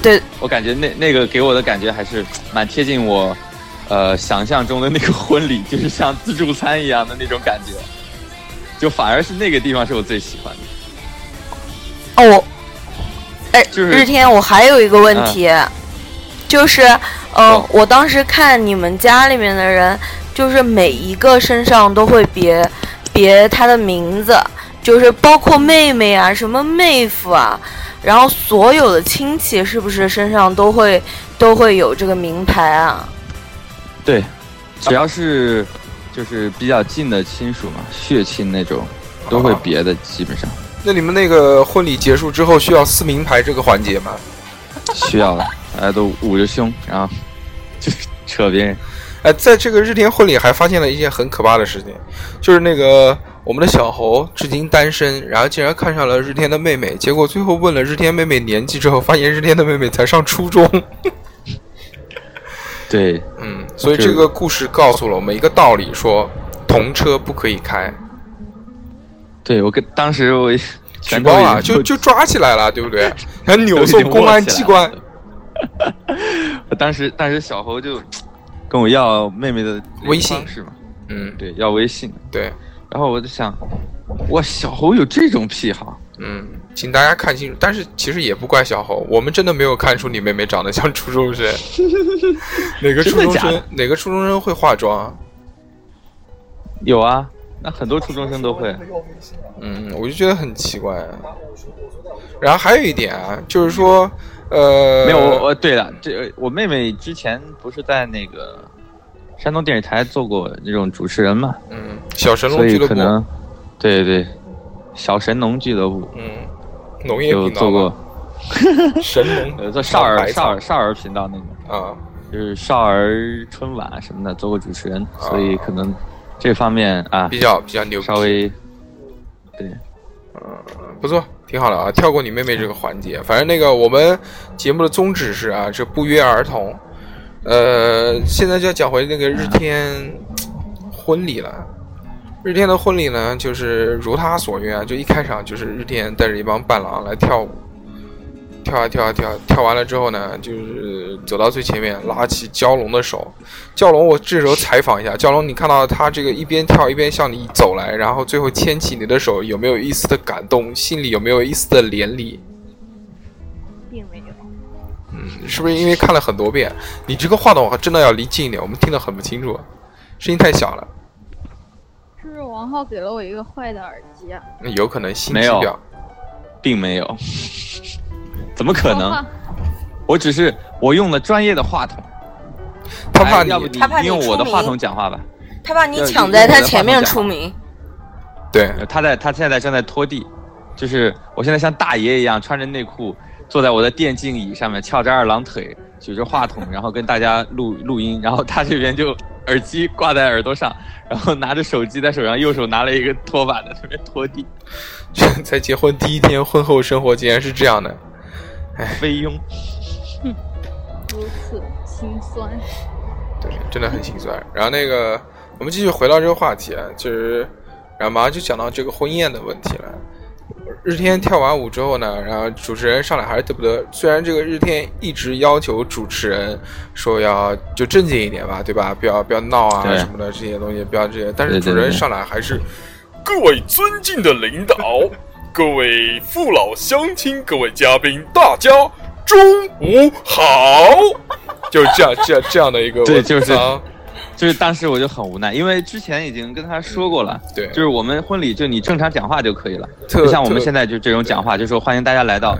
B: 对，
F: 我感觉那那个给我的感觉还是蛮贴近我，呃，想象中的那个婚礼，就是像自助餐一样的那种感觉，就反而是那个地方是我最喜欢的。
B: 哦，我，哎，
F: 就是嗯
B: 日天，我还有一个问题，就是，呃，
F: 哦
B: 我当时看你们家里面的人，就是每一个身上都会别别他的名字，就是包括妹妹啊，什么妹夫啊，然后所有的亲戚是不是身上都会都会有这个名牌啊？
F: 对，只要是就是比较近的亲属嘛，血亲那种，
C: 啊
F: 都会别的，基本上
C: 那你们那个婚礼结束之后需要撕名牌这个环节吗？
F: 需要了，大家都捂着胸，然后就是扯别人。
C: 哎，在这个日天婚礼还发现了一件很可怕的事情，就是那个我们的小猴至今单身，然后竟然看上了日天的妹妹，结果最后问了日天妹妹年纪之后，发现日天的妹妹才上初中。
F: 对，
C: 嗯，所以
F: 这
C: 这个故事告诉了我们一个道理，说同车不可以开，
F: 对我跟当时我
C: 举
F: 全
C: 报
F: 都已
C: 啊，
F: 经
C: 就就抓起来了，对不对？然后
F: 都
C: 扭
F: 已经
C: 送公安
F: 握起来
C: 机关
F: 了。我当时当时小猴就跟我要妹妹的
C: 微信
F: 是吗？
C: 嗯，
F: 对，要微信。
C: 对，
F: 然后我就想，哇，小猴有这种癖好，
C: 嗯，请大家看清楚。但是其实也不怪小猴，我们真的没有看出你妹妹长得像初中 生。哪个初中
F: 真的假
C: 生
F: 的？
C: 哪个初中生会化妆啊？
F: 有啊，那很多初中生都会。
C: 嗯，我就觉得很奇怪。然后还有一点啊，就是说，呃，
F: 没有，我我对了，这呃我妹妹之前不是在那个山东电视台做过那种主持人嘛，
C: 嗯，小神
F: 所
C: 龙俱
F: 以
C: 乐
F: 可
C: 部，
F: 能，对对，小神农俱乐部
C: 嗯，农业
F: 就
C: 频道
F: 做过
C: 嘛，神龙，
F: 呃做少儿
C: 白
F: 少
C: 草
F: 儿少儿频道那种，
C: 啊，
F: 就是少儿春晚什么的做过主持人，所以
C: 啊
F: 可能这方面啊
C: 比较比较牛逼，
F: 稍微对
C: 不错，挺好的啊。跳过你妹妹这个环节，反正那个我们节目的宗旨是啊，这不约儿童。呃，现在就要讲回那个日天婚礼了。日天的婚礼呢，就是如他所愿啊，就一开场就是日天带着一帮伴郎来跳舞，跳啊跳啊跳啊，跳完了之后呢，就是走到最前面，拉起蛟龙的手。蛟龙，我这时候采访一下，蛟龙，你看到他这个一边跳一边向你走来，然后最后牵起你的手，有没有一丝的感动？心里有没有一丝的怜悯？
G: 并没有。
C: 嗯，是不是因为看了很多遍？你这个话筒真的要离近一点，我们听得很不清楚，声音太小了，
G: 是王浩给了我一个坏的耳机，啊
C: 嗯有可能心
F: 没
C: 机
F: 有
C: 婊。
F: 并没有， 怎么可
G: 王
F: 能？
G: 浩
F: 我只是我用了专业的话筒，
C: 他怕
F: 哎
C: 你
F: 要不
B: 他怕你
F: 用我的
B: 出
F: 话
B: 名
F: 筒讲话吧。
B: 他把你
F: 对
B: 抢
F: 你
B: 在
F: 你
B: 他
F: 的
B: 前
F: 话筒
B: 面
F: 讲
B: 出
F: 话
B: 名，
C: 对，
F: 呃他在他现在正在拖地，就是我现在像大爷一样穿着内裤，坐在我的电竞椅上面，翘着二郎腿，举着话筒，然后跟大家录录音，然后他这边就耳机挂在耳朵上，然后拿着手机在手上，右手拿了一个拖把在那边拖地，
C: 才结婚第一天，婚后生活竟然是这样的。
F: 菲佣。
G: 如此心酸，
C: 对，真的很心酸。然后那个，我们继续回到这个话题啊，就是，然后马上就讲到这个婚宴的问题了。日天跳完舞之后呢，然后主持人上来还是得不得。虽然这个日天一直要求主持人说要就正经一点吧，对吧？不要不要闹啊
F: 对
C: 什么的这些东西，不要这些。但是
F: 对对
C: 主持人
F: 对
C: 上来还是
H: 各位尊敬的领导，各位父老乡亲，各位嘉宾，大家中午好。
C: 就这样这样这样的一个
F: 对就是
C: 文章
F: 就是当时我就很无奈，因为之前已经跟他说过了，
C: 对
F: 就是我们婚礼就你正常讲话就可以了，
C: 特
F: 就像我们
C: 特
F: 现在就这种讲话，就说欢迎大家来到，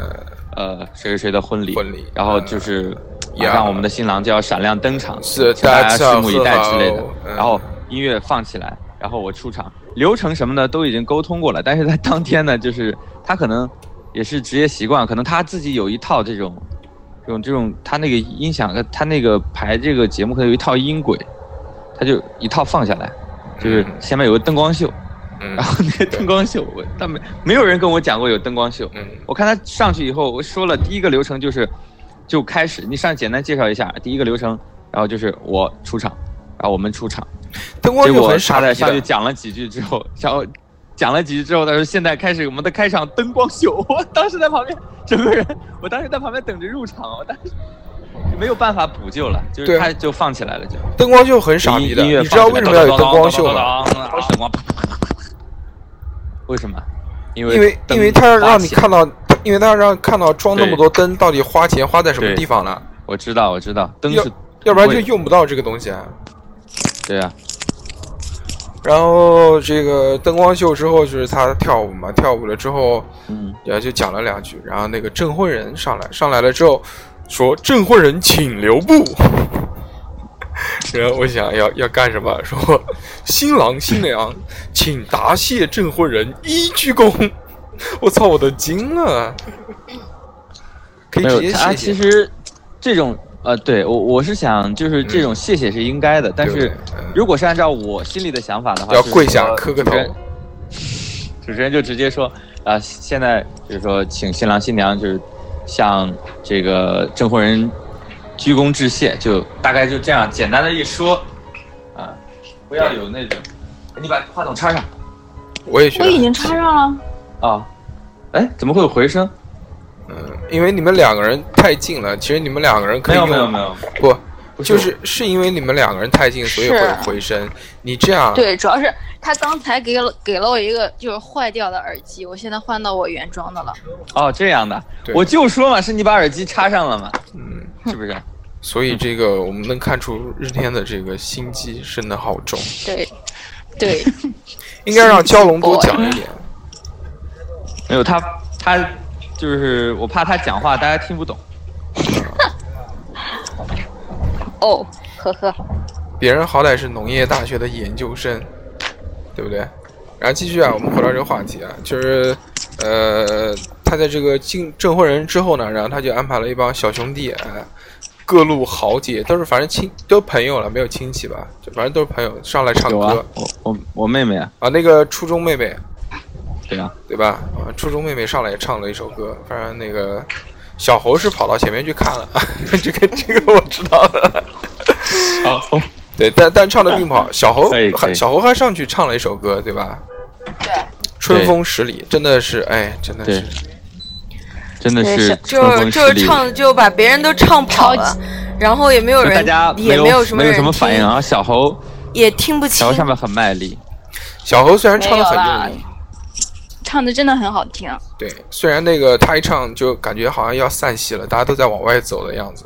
F: 呃，谁谁谁的婚礼，
C: 婚礼
F: 然后就是
C: 呃
F: 马上我们的新郎就要闪亮登场，
C: 是
F: 请大家
C: 大家
F: 拭目以待之类的
C: 好，嗯
F: 然后音乐放起来，然后我出场，流程什么的都已经沟通过了，但是在当天呢，就是他可能也是职业习惯，可能他自己有一套这种。这种这种，他那个音响，他那个排这个节目可能有一套音轨，他就一套放下来，就是
C: 嗯
F: 前面有个灯光秀，
C: 嗯
F: 然后那个灯光秀，我他没没有人跟我讲过有灯光秀，
C: 嗯
F: 我看他上去以后，我说了第一个流程就是，就开始，你上去简单介绍一下第一个流程，然后就是我出场，然后我们出场，
C: 灯光
F: 结
C: 就
F: 果
C: 很
F: 他
C: 傻
F: 在
C: 逼
F: 上去
C: 的，
F: 讲了几句之后，然后讲了几句之后，他说现在开始我们的开场灯光秀， 我当时在旁边整个人，我当时在旁边等着入场，我当时没有办法补救了，就
C: 对
F: 是他就放起来了就。
C: 灯光就很傻逼的。
F: 音乐
C: 你知道
F: 放
C: 为
F: 起
C: 什
F: 来
C: 么要有灯光秀吗？
F: 当当当当当当灯光啪啪啪啪啪 为什么？因为
C: 因为
F: 灯
C: 因为他要让
F: 花
C: 你
F: 钱
C: 看到，因为他要让看到装那么
F: 对
C: 多灯到底花钱花在什么
F: 对
C: 地方了，
F: 我知道，我知道，灯
C: 要
F: 是
C: 要不然
F: 很
C: 就
F: 贵
C: 用不到这个东西啊。
F: 对啊，
C: 然后这个灯光秀之后就是他跳舞嘛，跳舞了之后，
F: 嗯，
C: 然后就讲了两句，然后那个证婚人上来，上来了之后说：“证婚人请留步。” 然后我想要要干什么？说新郎新娘请答谢证婚人一鞠躬。我操，我都惊了，可以
F: 没
C: 直
F: 有
C: 接
F: 他
C: 谢
F: 其
C: 谢。
F: 实这种呃，对我我是想就是这种谢谢是应该的，但
C: 嗯对不对
F: 是
C: 嗯
F: 如果是按照我心里的想法的话，
C: 要
F: 就是
C: 跪下
F: 说
C: 磕个
F: 主持人
C: 头
F: 主持人就直接说啊、现在就是说请新郎新娘就是向这个证婚人鞠躬致谢，就大概就这样简单的一说啊、不要有那种哎你把话筒插上
C: 我也觉
G: 我
C: 得
G: 已，经插上了，
F: 啊，哎、怎么会有回声？
C: 嗯，因为你们两个人太近了，其实你们两个人可以
F: 没有
C: 用啊
F: 没有没有，
C: 不，
F: 不是
C: 就
F: 我
C: 是是因为你们两个人太近，所以
I: 是
C: 会回声。你这样，
I: 对，主要是他刚才给了给了我一个就是坏掉的耳机，我现在换到我原装的了。
F: 哦，这样的
C: 对，
F: 我就说嘛，是你把耳机插上了嘛，
C: 嗯，
F: 是不是？
C: 所
F: 嗯
C: 以这个我们能看出日天的这个心机深的好重，
I: 对，对，
C: 应该让蛟龙多讲一点。
F: 没有他，他就是我怕他讲话大家听不懂。
I: 哦，呵呵，
C: 别人好歹是农业大学的研究生，对不对？然后继续啊，我们回到这个话题啊，就是，呃，他在这个进证婚人之后呢，然后他就安排了一帮小兄弟，哎，各路豪杰，都是反正亲都朋友了，没有亲戚吧，就反正都是朋友，上来唱
F: 有啊
C: 歌，
F: 我我我妹妹啊，
C: 啊，那个初中妹妹，
F: 对啊，
C: 对吧？啊，初中妹妹上来也唱了一首歌，反正那个小猴是跑到前面去看了， 这个这个我知道的。
F: 好、
C: 对，但但唱的并不 好。小猴
F: 可以可
C: 还
F: 以
C: 小猴还上去唱了一首歌，对吧？
A: 对，
C: 春风十里，真的是，哎，真的是
F: 对，真的是春
B: 就是
F: 风
B: 就
F: 十
B: 是
F: 里。
B: 唱就把别人都唱跑了，然后也没有
F: 就
B: 人，
F: 大家
B: 也
F: 没
B: 有
F: 有
B: 什么
F: 没有
B: 人
F: 什么反应
B: 听，
F: 啊，小猴
B: 也听不
F: 小
B: 清。
F: 猴上面很卖力，
C: 小猴虽然
I: 没
C: 唱
I: 有
C: 的很
I: 啦
C: 用力，，
I: 唱的真的很好听。
C: 对，虽然那个他一唱就感觉好像要散戏了，大家都在往外走的样 子。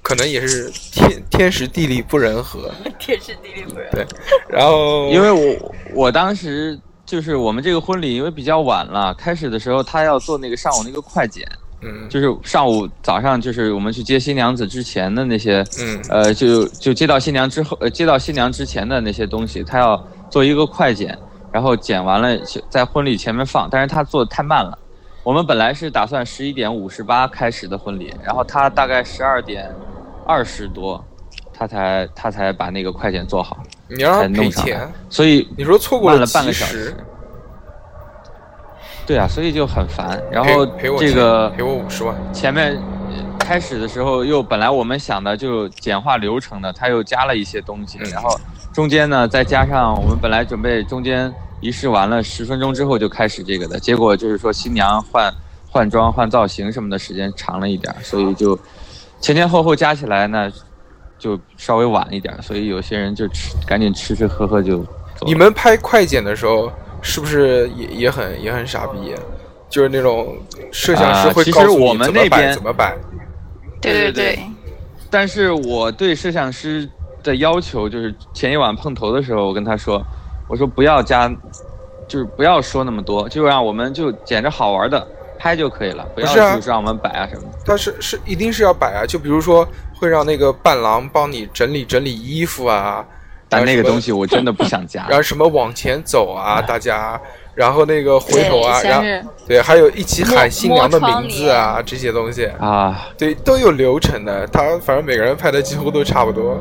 C: 可能也是天天时地利不人 和，
A: 天时地利不仁。
C: 对。然后
F: 因为我我当时就是我们这个婚礼因为比较晚了，开始的时候他要做那个上午那个快剪，
C: 嗯
F: 就是上午早上，就是我们去接新娘子之前的那些，
C: 嗯
F: 呃，就就接到新娘之后，呃，接到新娘之前的那些东西，他要做一个快剪，然后剪完了在婚礼前面放，但是他做的太慢了。我们本来是打算十一点五十八开始的婚礼，然后他大概十二点二十多，他才他才把那个快剪做好，
C: 你让
F: 才
C: 他赔
F: 弄上
C: 钱
F: 来，。所以
C: 你说错过
F: 慢了半
C: 及
F: 个小
C: 时
F: 时，，对啊，所以就很烦。然后
C: 赔赔我
F: 这
C: 钱
F: 个
C: 赔我五十万，
F: 前面呃开始的时候又本来我们想的就简化流程的，他又加了一些东西，
C: 嗯
F: 然后中间呢再加上我们本来准备中间仪式完了十分钟之后就开始这个的，结果就是说新娘换换装、换造型什么的时间长了一点儿，所以就前前后后加起来呢就稍微晚一点儿，所以有些人就吃赶紧吃吃喝喝就走了
C: 你们拍快剪的时候是不是也也很也很傻逼？啊就是那种摄像师
F: 啊
C: 会
F: 其
C: 告
F: 实
C: 诉你
F: 我们
C: 怎么
F: 那
C: 摆
F: 边
C: 怎么摆，
I: 对
F: 对对
I: 对，
F: 但是我对摄像师的要求就是，前一晚碰头的时候，我跟他说，我说不要加，就是不要说那么多，就让我们就捡着好玩的拍就可以了，不要
C: 不是啊
F: 就是让我们摆啊什么的。
C: 但是是一定是要摆啊。就比如说会让那个伴郎帮你整理整理衣服啊，
F: 但那个东
C: 西，
F: 西我哎真的不想加
C: 然。后什么往前走啊，大家，然后那个回头啊，然
I: 对像
C: 后
I: 是
C: 对，还有一起喊新娘的
I: 摸窗
C: 名字啊，这些东西，
F: 啊，
C: 对，都有流程的。他反正每个人拍的几乎都差不多，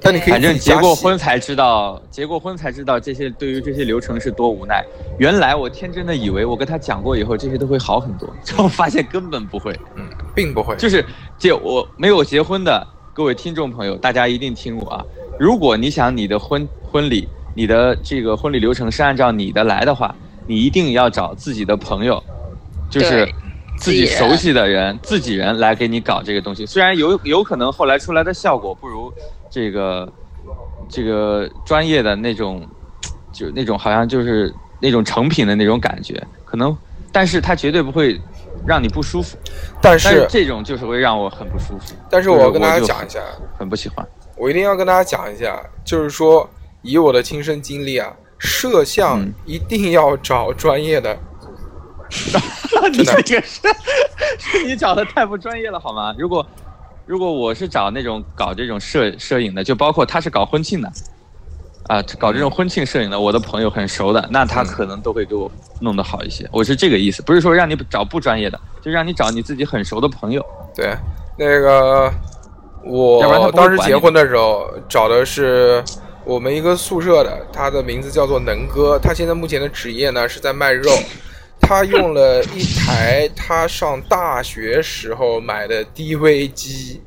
C: 但你可以
F: 反正
C: 自己加
F: 结过
C: 戏
F: 婚才知道，结过婚才知道这些对于这些流程是多无奈。原来我天真的以为我跟他讲过以后，这些都会好很多，结果发现根本不会。
C: 嗯，并不会。
F: 就是结我没有结婚的，各位听众朋友，大家一定听我啊！如果你想你的婚婚礼，你的这个婚礼流程是按照你的来的话，你一定要找自己的朋友，就是
I: 对
F: 自己熟悉的人、自己人来给你搞这个东西。虽然有有可能后来出来的效果不如这个这个专业的那种，就那种好像就是那种成品的那种感觉，可能，但是它绝对不会让你不舒服。
C: 但
F: 但
C: 是，
F: 这种就是会让我很不舒服。
C: 但是
F: 就是
C: 我要跟大家
F: 就
C: 讲一下，
F: 很不喜 欢。
C: 我一定要跟大家讲一下，就是说，以我的亲身经历啊，摄像
F: 嗯
C: 一定要找专业的。
F: 你
C: 的
F: 这个是，是 你找的太不专业了好吗？如果如果我是找那种搞这种摄摄影的，就包括他是搞婚庆的，啊，搞这种婚庆摄影的，我的朋友很熟的，那他可能都会给我弄得好一些。我是这个意思，不是说让你找不专业的，就让你找你自己很熟的朋友。
C: 对，那个
F: 要不然他
C: 我
F: 不会
C: 当时
F: 管
C: 结
F: 你
C: 婚的时候找的是我们一个宿舍的，他的名字叫做能哥，他现在目前的职业呢是在卖肉。他用了一台他上大学时候买的 DV 机，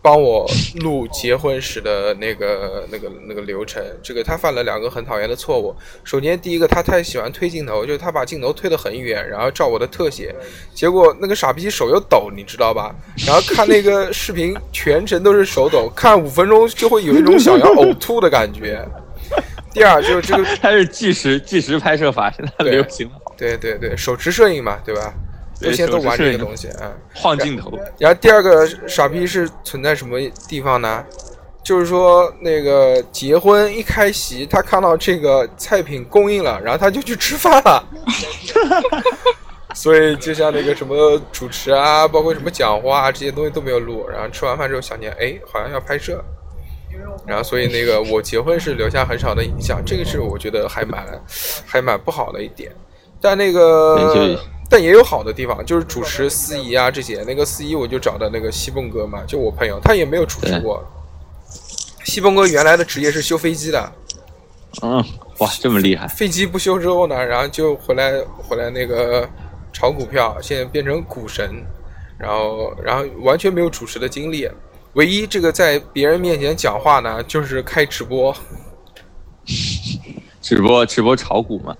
C: 帮我录结婚时的那个、那个、那个流程。这个他犯了两个很讨厌的错误。首先，第一个，他太喜欢推镜头，就是他把镜头推得很远，然后照我的特写，结果那个傻逼手又抖，你知道吧？然后看那个视频，全程都是手抖，看五分钟就会有一种想要呕吐的感觉。第二，就是这个，
F: 他是纪实纪实拍摄法，现在
C: 对
F: 流行了
C: 对对对，手持摄影嘛，对吧？
F: 对
C: 都现在都
F: 手持
C: 玩
F: 摄
C: 这个
F: 影
C: 东西啊。嗯
F: 晃镜头，
C: 然后第二个傻逼是存在什么地方呢？就是说，那个结婚一开席，他看到这个菜品供应了，然后他就去吃饭了。所以，就像那个什么主持啊，包括什么讲话啊，这些东西都没有录。然后吃完饭之后想起来，哎，好像要拍摄。然后，所以那个我结婚是留下很少的影像，这个是我觉得还蛮还蛮不好的一点。但那
F: 对
C: 个
F: 就，
C: 但也有好的地方，就是主持司仪啊这些。那个司仪我就找的那个西蹦哥嘛，就我朋友，他也没有主持
F: 对
C: 过。西蹦哥原来的职业是修飞机的，
F: 嗯，哇，这么厉害，
C: 飞机不修之后呢， 然后就回来回来那个炒股票，现在变成股神，然后然后完全没有主持的经历，唯一这个在别人面前讲话呢，就是开直播，
F: 直播直播炒股嘛，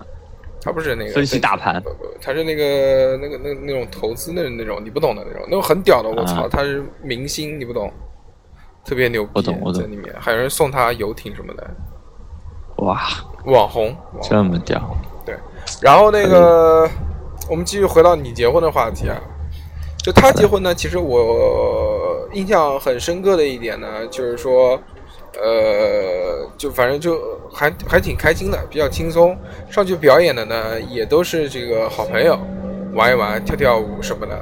C: 他不是那个
F: 分析大盘
C: 不不，他是那个那个那那种投资的那种，你不懂的那种，那种很屌的，我操，
F: 啊
C: 他是明星，你不懂，特别牛逼，
F: 我懂我懂
C: 在里面还有人送他游艇什么的，
F: 哇，
C: 网红，网红
F: 这么屌，
C: 然后那个，我们继续回到你结婚的话题啊。就他结婚呢，其实我印象很深刻的一点呢，就是说，呃，就反正就还还挺开心的，比较轻松。上去表演的呢，也都是这个好朋友，玩一玩，跳跳舞什么的。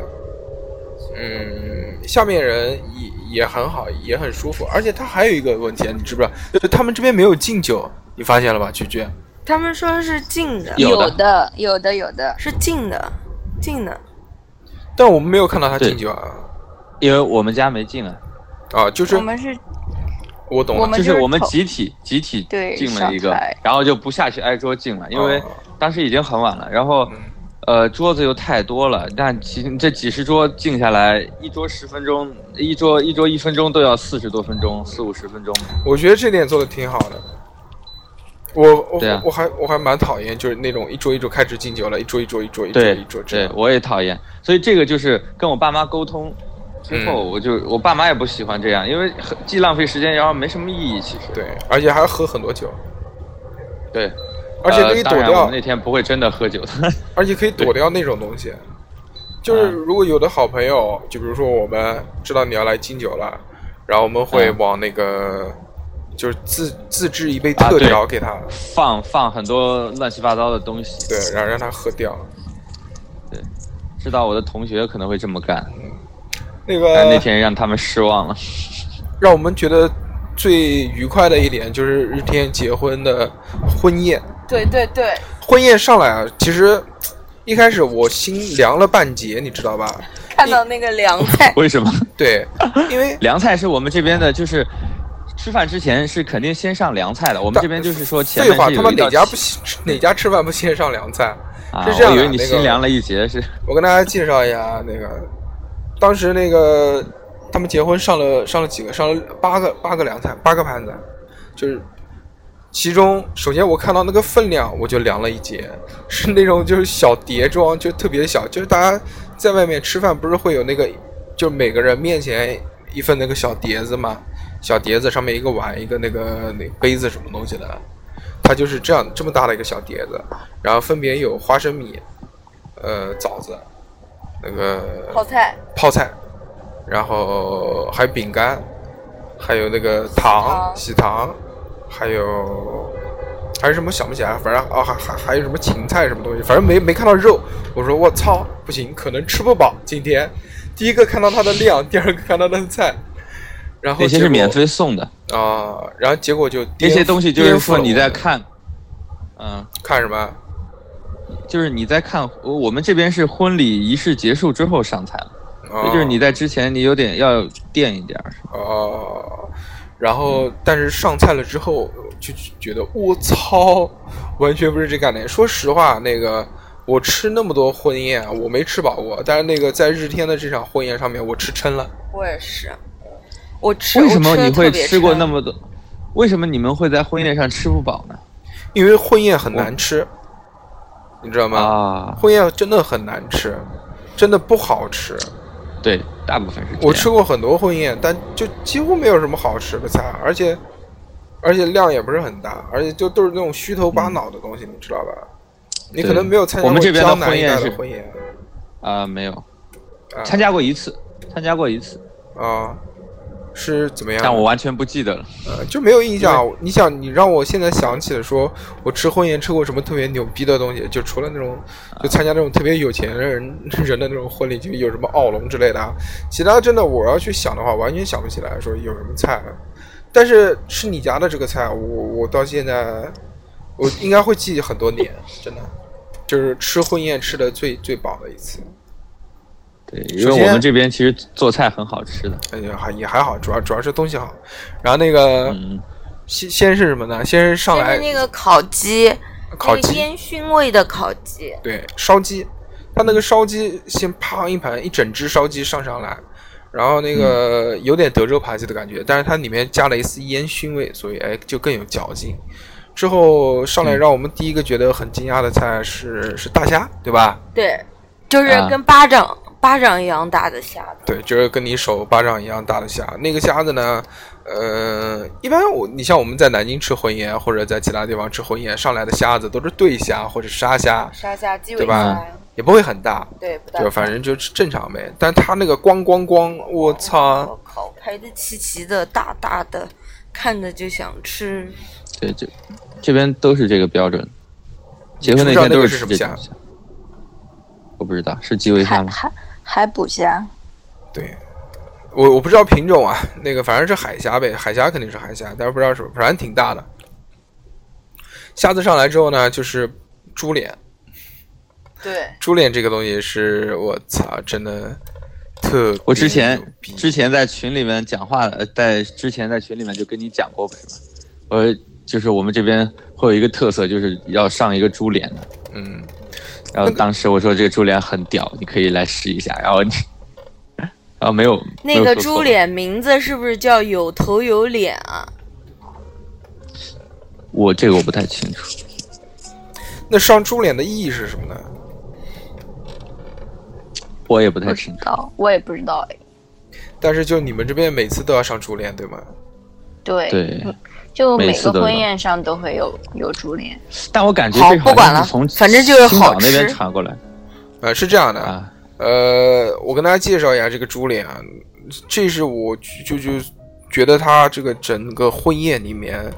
C: 嗯，下面人也也很好，也很舒服。而且他还有一个问题，你知不知道？就他们这边没有敬酒，你发现了吧，菊菊？
B: 他们说是近的，
F: 有的
I: 的有的有的，
B: 是近的，近的。
C: 但我们没有看到他
F: 对
C: 敬酒啊。
F: 因为我们家没进啊。
C: 啊，就是
I: 我们是
C: 我懂了，
I: 我们
F: 就
I: 就是
F: 我们
I: 投
F: 集体集体
I: 对
F: 进了
I: 上
F: 一个
I: 台，
F: 然后就不下去挨桌进了，因为
C: 哦嗯
F: 当时已经很晚了。然后，呃，桌子又太多了，但其这几十桌进下来，一桌十分钟，一桌一桌一分钟都要四十多分钟，四五十分钟。
C: 我觉得这点做的挺好的。我我、
F: 对啊
C: 我还我还蛮讨厌，就是那种一桌一桌开始敬酒了，一桌一桌一桌一桌
F: 对
C: 一桌这
F: 对
C: 样，。
F: 我也讨厌。所以这个就是跟我爸妈沟通之后，
C: 嗯
F: 我就我爸妈也不喜欢这样，因为很既浪费时间，然后没什么意义。其实
C: 对，而且还要喝很多酒，
F: 对，
C: 而且可以
F: 呃、
C: 躲
F: 当然我
C: 掉，
F: 们那天不会真的喝酒的。
C: 而且可以躲掉那种东西。
F: 嗯
C: 就是如果有的好朋友，就比如说我们知道你要来敬酒了，然后我们会
F: 嗯
C: 往那个、就是自自制一杯
F: 啊
C: 特
F: 对
C: 调给他，
F: 放放很多乱七八糟的东西。
C: 对，然后让他喝掉。
F: 知道我的同学可能会这么干，
C: 那
F: 但
C: 个
F: 啊那天让他们失望了。，
C: 让我们觉得最愉快的一点就是日天结婚的婚宴。
A: 对对对，
C: 婚宴上来啊，其实嘖一开始我心凉了半截，你知道吧？
B: 看到那个凉菜
F: 为什么？
C: 对，因为
F: 凉菜是我们这边的，就是吃饭之前是肯定先上凉菜的。我们这边就是说前
C: 废
F: 面
C: 话，
F: 是
C: 他
F: 有
C: 妈
F: 一道
C: 哪家不喜哪家吃饭不先上凉菜？
F: 啊，
C: 是这样
F: 我
C: 的
F: 以为你
C: 那个
F: 心凉了一截是。
C: 我跟大家介绍一下那个，当时那个他们结婚上了上了几个，上了八个八个凉菜，八个盘子，就是其中首先我看到那个分量我就量了一截， 是那种就是小碟装，就特别小，就是大家在外面吃饭不是会有那个，就是每个人面前一份那个小碟子嘛，小碟子上面一个碗，一个那个那杯子什么东西的，它就是这样这么大的一个小碟子，然后分别有花生米，呃枣子，那个
A: 泡菜，
C: 泡菜，然后还有饼干，还有那个糖、喜糖，还有还有什么想不起来，反正啊还还还有什么芹菜什么东西，反正没没看到肉。我说我操，不行，可能吃不饱今天。第一个看到它的量，第二个看到它的菜，然后
F: 那些
C: 结
F: 是
C: 果
F: 免费送的，
C: 啊，然后结果就
F: 那
C: 颠
F: 些东西就是
C: 颠覆
F: 说
C: 了
F: 你
C: 我
F: 在
C: 们
F: 看，嗯，
C: 看什么？
F: 就是你在看，我我们这边是婚礼仪式结束之后上菜了，
C: 啊
F: 就是你在之前你有点要垫一点儿，
C: 哦，然后但是上菜了之后就觉得我操，完全不是这概念。说实话，那个我吃那么多婚宴，啊我没吃饱过，但是那个在日天的这场婚宴上面，我吃撑了。
B: 我也是，我吃
F: 为什么
B: 我得
F: 你会
B: 特别
F: 吃过那
B: 撑
F: 么多？为什么你们会在婚宴上吃不饱呢？
C: 因为婚宴很难吃，你知道吗？
F: 啊，
C: 婚宴真的很难吃，真的不好吃。
F: 对，大部分是这样
C: 我吃过很多婚宴，但就几乎没有什么好吃的菜，而且而且量也不是很大，而且就都是那种虚头巴脑的东西，你知道吧？你可能没有参加过
F: 我们这边的
C: 江南
F: 婚
C: 一
F: 宴
C: 带的
F: 是
C: 婚宴
F: 啊、没有
C: 啊
F: 参加过一次，参加过一次，
C: 啊，是怎么样？
F: 但我完全不记得了。
C: 呃就没有印象。你想，你让我现在想起了说，我吃婚宴吃过什么特别牛逼的东西？就除了那种，就参加那种特别有钱人 人的那种婚礼，就有什么奥龙之类的啊。其他真的我要去想的话，完全想不起来说有什么菜。但是吃你家的这个菜，我我到现在，我应该会记很多年，真的，就是吃婚宴吃的最最饱的一次。
F: 对，因为
C: 首先
F: 我们这边其实做菜很好吃的。
C: 哎呀，还也还好，主要主要是东西好。然后那个、
F: 嗯，
C: 先先是什么呢？先是上
B: 就是
C: 来
B: 那个烤鸡，
C: 烤
B: 那个
C: 鸡。
B: 烟熏味的烤鸡，
F: 嗯
C: 对，烧鸡，它那个烧鸡先啪一盘一整只烧鸡上上来，然后那个有点德州扒鸡的感觉，但是它里面加了一丝烟熏味，所以哎就更有嚼劲。之后上来让我们第一个觉得很惊讶的菜是是大虾，对吧？
B: 对，就是
F: 啊
B: 跟巴掌、巴掌一样大的虾子。
C: 对，就是跟你手巴掌一样大的虾。那个虾子呢，呃，一般我你像我们在南京吃婚宴啊或者在其他地方吃婚宴，上来的虾子都是对虾或者沙虾，
B: 沙虾、鸡
C: 对
B: 尾
C: 吧
B: 虾，
C: 也不会很大。
B: 对，不大
C: 就反正就是正常呗。但他那个咣咣咣，我
B: 我
C: 操！
B: 靠，排的齐齐的，大大的，看着就想吃。
F: 对，这这边都是这个标准。结婚
C: 你知不知道
F: 天都
C: 那个是
F: 吃
C: 什么
F: 这
C: 虾
F: 种虾。我不知道是鸡尾虾
I: 海
F: 吗？
I: 海海捕虾，
C: 对，我我不知道品种啊，那个反正是海虾呗，海虾肯定是海虾，但是不知道什么，反正挺大的。虾子上来之后呢，就是猪脸，
A: 对，
C: 猪脸这个东西是我操，真的特别
F: 我之前
C: 牛逼
F: 之前在群里面讲话，呃，在之前在群里面就跟你讲过，不是吗？我就是我们这边会有一个特色，就是要上一个猪脸的。
C: 嗯，
F: 然后当时我说这个猪脸很屌，你可以来试一下。然后你，然后没有
B: 那个
F: 猪
B: 猪，脸名字是不是叫有头有脸啊？
F: 我这个我不太清楚。
C: 那上猪脸的意义是什么呢？
F: 我也不太
I: 不
F: 清
I: 知
F: 楚，
I: 道，我也不知道哎。
C: 但是就你们这边每次都要上猪脸对吗？
I: 对，
F: 对，
I: 就
F: 每
I: 每
F: 次
I: 个
F: 都有
I: 婚宴上都会有有猪脸，
F: 但我感觉
B: 好
F: 这个
B: 不管
F: 像
B: 了
F: 是从
B: 反正就是
F: 青
B: 好
F: 岛那边
B: 吃
F: 传过来
C: 呃，是这样的，
F: 啊，
C: 呃，我跟大家介绍一下这个猪脸啊，这是我就就就觉得它这个整个婚宴里面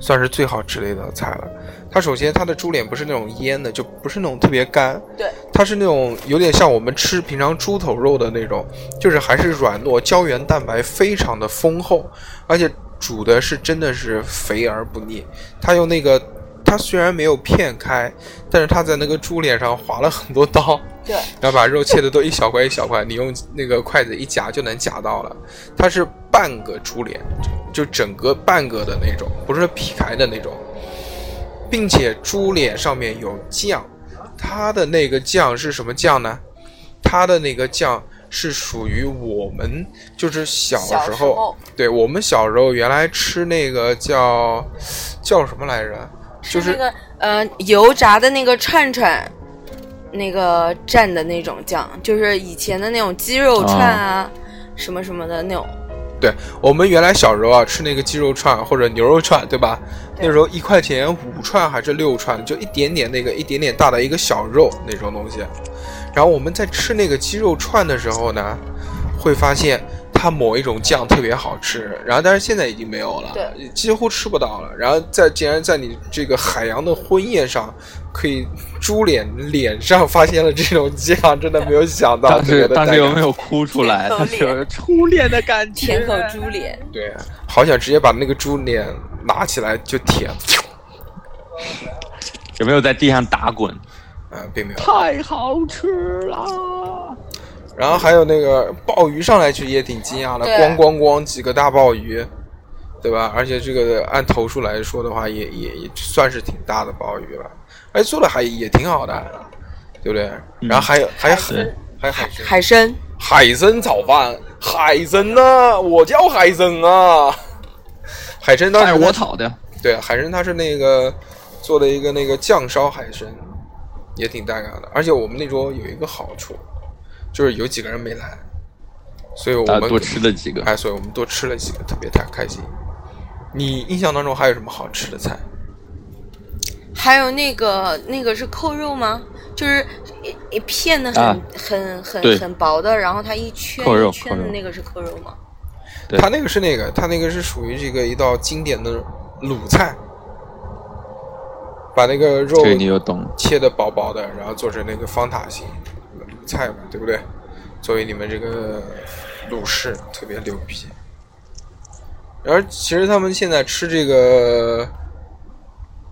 C: 算是最好吃的一道菜了。它首先它的猪脸不是那种腌的，就不是那种特别干，
B: 对，
C: 它是那种有点像我们吃平常猪头肉的那种，就是还是软糯，胶原蛋白非常的丰厚，而且煮的是真的是肥而不腻。它用那个，它虽然没有片开，但是它在那个猪脸上划了很多刀。
B: 对，
C: 然后把肉切的都一小块一小块，你用那个筷子一夹就能夹到了。它是半个猪脸，就整个半个的那种，不是劈开的那种，并且猪脸上面有酱，它的那个酱是什么酱呢？它的那个酱是属于我们就是小时候，
A: 小时候
C: 对我们小时候原来吃那个叫叫什么来着？就是
B: 那个呃油炸的那个串串，那个蘸的那种酱，就是以前的那种鸡
F: 哦
B: 肉串啊，什么什么的那种。
C: 对我们原来小时候啊，吃那个鸡肉串或者牛肉串，对吧？那时候一块钱五串还是六串，就一点点那个一点点大的一个小肉那种东西。然后我们在吃那个鸡肉串的时候呢，会发现它某一种酱特别好吃，然后但是现在已经没有了，
A: 对
C: 几乎吃不到了。然后在竟然在你这个海洋的婚宴上，可以猪脸脸上发现了这种酱，真的没有想到
F: 当
C: 这
F: 时
C: 个的
F: 当时
C: 代
F: 有
C: 价
F: 没有哭出来？
B: 舔口
F: 当时有
B: 脸
F: 初恋的感觉，
B: 甜口猪 脸，
C: 对，啊好想直接把那个猪脸拿起来就舔，
F: 有没有在地上打滚？
C: 啊、并没有。
F: 太好吃了！
C: 然后还有那个鲍鱼上来其实也挺惊讶的，
A: 对
C: 咣咣咣几个大鲍鱼，对吧？而且这个按头数来说的话，也也也算是挺大的鲍鱼了，而且做的还也挺好的，对不对？然后还有还有嗯海
F: 参
C: 还有海参
B: 海参，
C: 海参炒饭，海参呢、我叫海参啊，海参当
F: 但
C: 时
F: 是我炒的，
C: 对，啊海参它是那个做的一个那个酱烧海参，也挺带感的。而且我们那桌有一个好处，就是有几个人没来，所以我
F: 大
C: 们
F: 家啊多吃了几个。
C: 哎，所以我们多吃了几个，特别开开心。你印象当中还有什么好吃的菜？
B: 还有那个那个是扣肉吗？就是一一片的很、
F: 啊
B: 很很
F: 对
B: 很薄的，然后它一圈
F: 扣肉
B: 一圈的
F: 扣肉
B: 那个是扣肉吗？
F: 对
C: 它那个是那个，它那个是属于这个一道经典的鲁菜，把那个肉
F: 这个你又懂了。
C: 切的薄薄的，然后做成那个方塔形卤菜嘛，对不对？作为你们这个鲁式特别牛逼。然后其实他们现在吃这个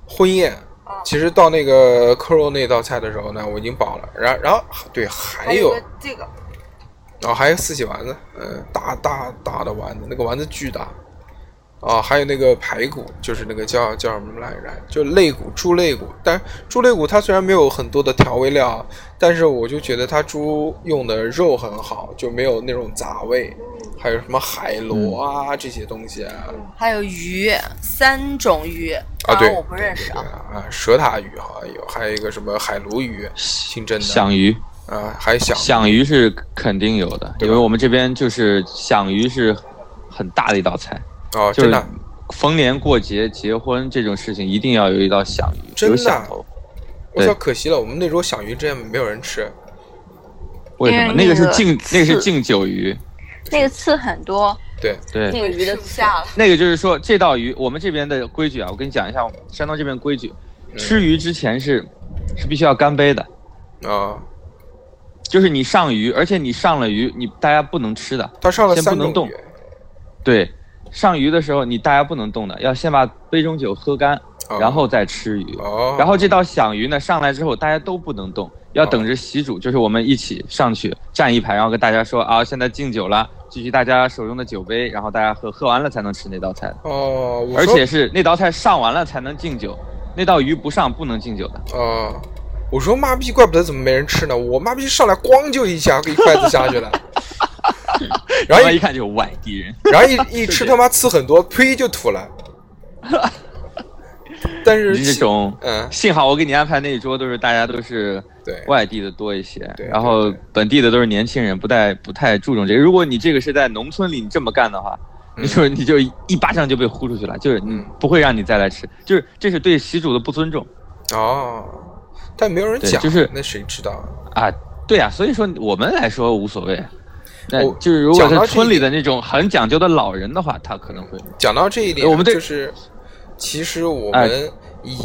C: 婚宴，
A: 啊
C: 其实到那个扣肉那道菜的时候呢，我已经饱了。然然后对，还有
A: 一个这个
C: 哦，还有四喜丸子，嗯，大大大的丸子，那个丸子巨大。哦，还有那个排骨，就是那个叫叫什么来着？就肋骨，猪肋骨。但猪肋骨它虽然没有很多的调味料，但是我就觉得它猪用的肉很好，就没有那种杂味。还有什么海螺
F: 嗯
C: 啊、这些东西啊，
B: 还有鱼，三种鱼，
C: 啊
B: 当
C: 对
B: 然我不认识啊
C: 对。啊，舌塔鱼好像有，还有一个什么海鲈鱼，清蒸的
F: 响鱼，
C: 啊，还有响
F: 响鱼是肯定有的，
C: 对
F: 因
C: 吧
F: 为我们这边就是响鱼是很大的一道菜，
C: 哦，
F: 就
C: 真
F: 是
C: 的
F: 逢年过节、结婚这种事情一定要有一道响鱼，
C: 真的啊
F: 有响头。
C: 我操，可惜了，我们那桌响鱼真的没有人吃。
F: 为什么？
I: 因为
F: 那个是
I: 那个
F: 敬，那个是
I: 刺
F: 敬酒鱼。
I: 那个刺很多，
C: 对，
F: 对，
I: 那个鱼的
B: 吃不下了，
F: 那个就是说，这道鱼我们这边的规矩啊，我跟你讲一下，山东这边规矩，
C: 嗯
F: 吃鱼之前是是必须要干杯的，
C: 啊、
F: 就是你上鱼，而且你上了鱼，你大家不能吃的。
C: 他上了
F: 先不
C: 三
F: 能
C: 种
F: 动
C: 鱼，
F: 对，上鱼的时候你大家不能动的，要先把杯中酒喝干，
C: 哦
F: 然后再吃鱼。
C: 哦，
F: 然后这道响鱼呢上来之后，大家都不能动，要等着席主，就是我们一起上去站一排，然后跟大家说啊，现在敬酒了，举起大家手中的酒杯，然后大家喝，喝完了才能吃那道菜。
C: 哦，我
F: 而
C: 说
F: 且是那道菜上完了才能敬酒，那道鱼不上不能敬酒的。
C: 哦，我说妈逼，怪不得怎么没人吃呢？我妈逼上来咣就一下一筷子下 去了，然后
F: 后一
C: 一
F: 看就是外地人，
C: 然 后一一吃他妈吃很多，呸就吐 了。但是
F: 你这种
C: 嗯
F: 幸好我给你安排那一桌都是大家都是
C: 对
F: 外地的多一些，
C: 对
F: 然后本地的都是年轻人，不太不太注重这个。如果你这个是在农村里你这么干的话，
C: 嗯
F: 你就是你就一巴掌就被呼出去了，就是你
C: 嗯
F: 不会让你再来吃，就是这是对习主的不尊重
C: 哦，但没有人
F: 对
C: 讲，
F: 就是
C: 那谁知道啊？
F: 啊。对啊，所以说我们来说无所谓。那
C: 我
F: 就是如果
C: 讲到
F: 是
C: 这一
F: 村里的那种很讲究的老人的话，他可能会
C: 讲到这一点，
F: 我们对哎
C: 就是，其实我们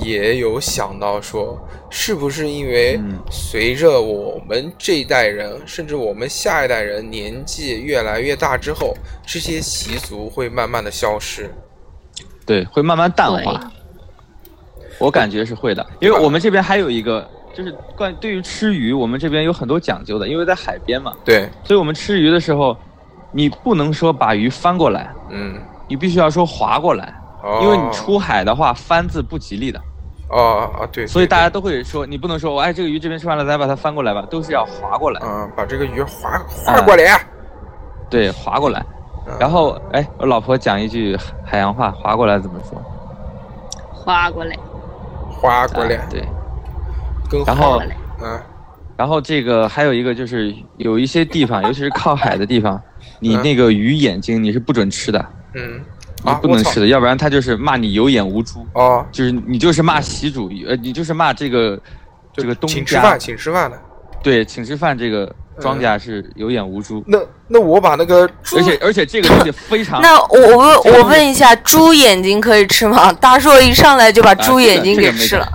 C: 也有想到说，是不是因为
F: 嗯
C: 随着我们这一代人，甚至我们下一代人年纪越来越大之后，这些习俗会慢慢的消失。
F: 对，会慢慢淡化。我感觉是会的，因为我们这边还有一个，就是关对于吃鱼，我们这边有很多讲究的，因为在海边嘛，
C: 对，
F: 所以我们吃鱼的时候，你不能说把鱼翻过来，
C: 嗯，
F: 你必须要说划过来，
C: 哦，
F: 因为你出海的话翻字不吉利的。
C: 哦啊，对，
F: 所以
C: 对
F: 大家都会说，你不能说我哎这个鱼这边吃完了，咱把它翻过来吧，都是要划过来，
C: 嗯，把这个鱼划
F: 哎
C: 划过来。
F: 对，划过来。
C: 嗯
F: 然后哎，我老婆讲一句海洋话，划过来怎么说？
I: 划过来，
C: 划过来，
F: 啊对。
C: 跟
F: 然
C: 划
F: 后
C: 过来嗯
F: 然后这个还有一个就是有一些地方，尤其是靠海的地方，你
C: 嗯
F: 那个鱼眼睛你是不准吃的，
C: 嗯，
F: 你
C: 啊，
F: 不能
C: 我操
F: 吃的，要不然他就是骂你有眼无珠，
C: 哦，
F: 就是你就是骂习主义，呃，你就是骂这个
C: 就
F: 这个东
C: 请吃
F: 家
C: 饭，，嗯请吃饭的。
F: 对，请吃饭这个庄家是有眼无珠，
C: 那那我把那个猪
F: 而且而且这个东西非 常。
B: 那我我问我问一下，猪眼睛可以吃吗？ 大硕一上来就把
F: 啊
B: 猪眼睛给吃。
F: 这个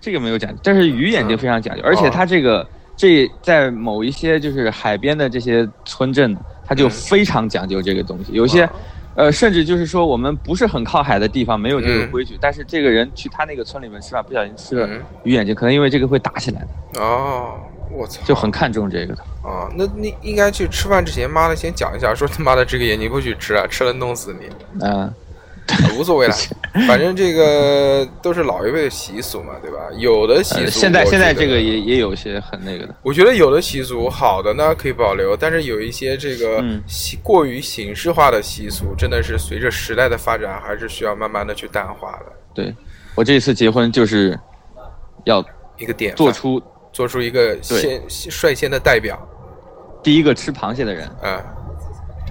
F: 这个
B: 了
F: 没讲。这个没有讲究，但是鱼眼睛非常讲究，而
C: 哦
F: 且它这个这在某一些就是海边的这些村镇，它
C: 嗯
F: 就非常讲究这个东西。有些，呃，甚至就是说我们不是很靠海的地方没有这个
C: 嗯
F: 规矩，但是这个人去他那个村里面吃饭，不小心吃了
C: 嗯
F: 鱼眼睛，可能因为这个会打起来的，
C: 哦，我操，
F: 就很看重这个的。
C: 啊，那你应该去吃饭之前，妈的先讲一下，说他妈的这个眼睛不许吃啊，吃了弄死你，
F: 嗯、
C: 无所谓了，反正这个都是老一辈的习俗嘛，对吧？有的习
F: 呃
C: 俗，
F: 现在现在这个
C: 也。
F: 也也有些很那个的，
C: 我觉得有的习俗好的呢可以保留，但是有一些这个
F: 嗯
C: 习过于形式化的习俗，真的是随着时代的发展，还是需要慢慢的去淡化的
F: 对我这次结婚就是要
C: 一个典范，
F: 做出
C: 做出一个先率先的代表，
F: 第一个吃螃蟹的人，
C: 嗯，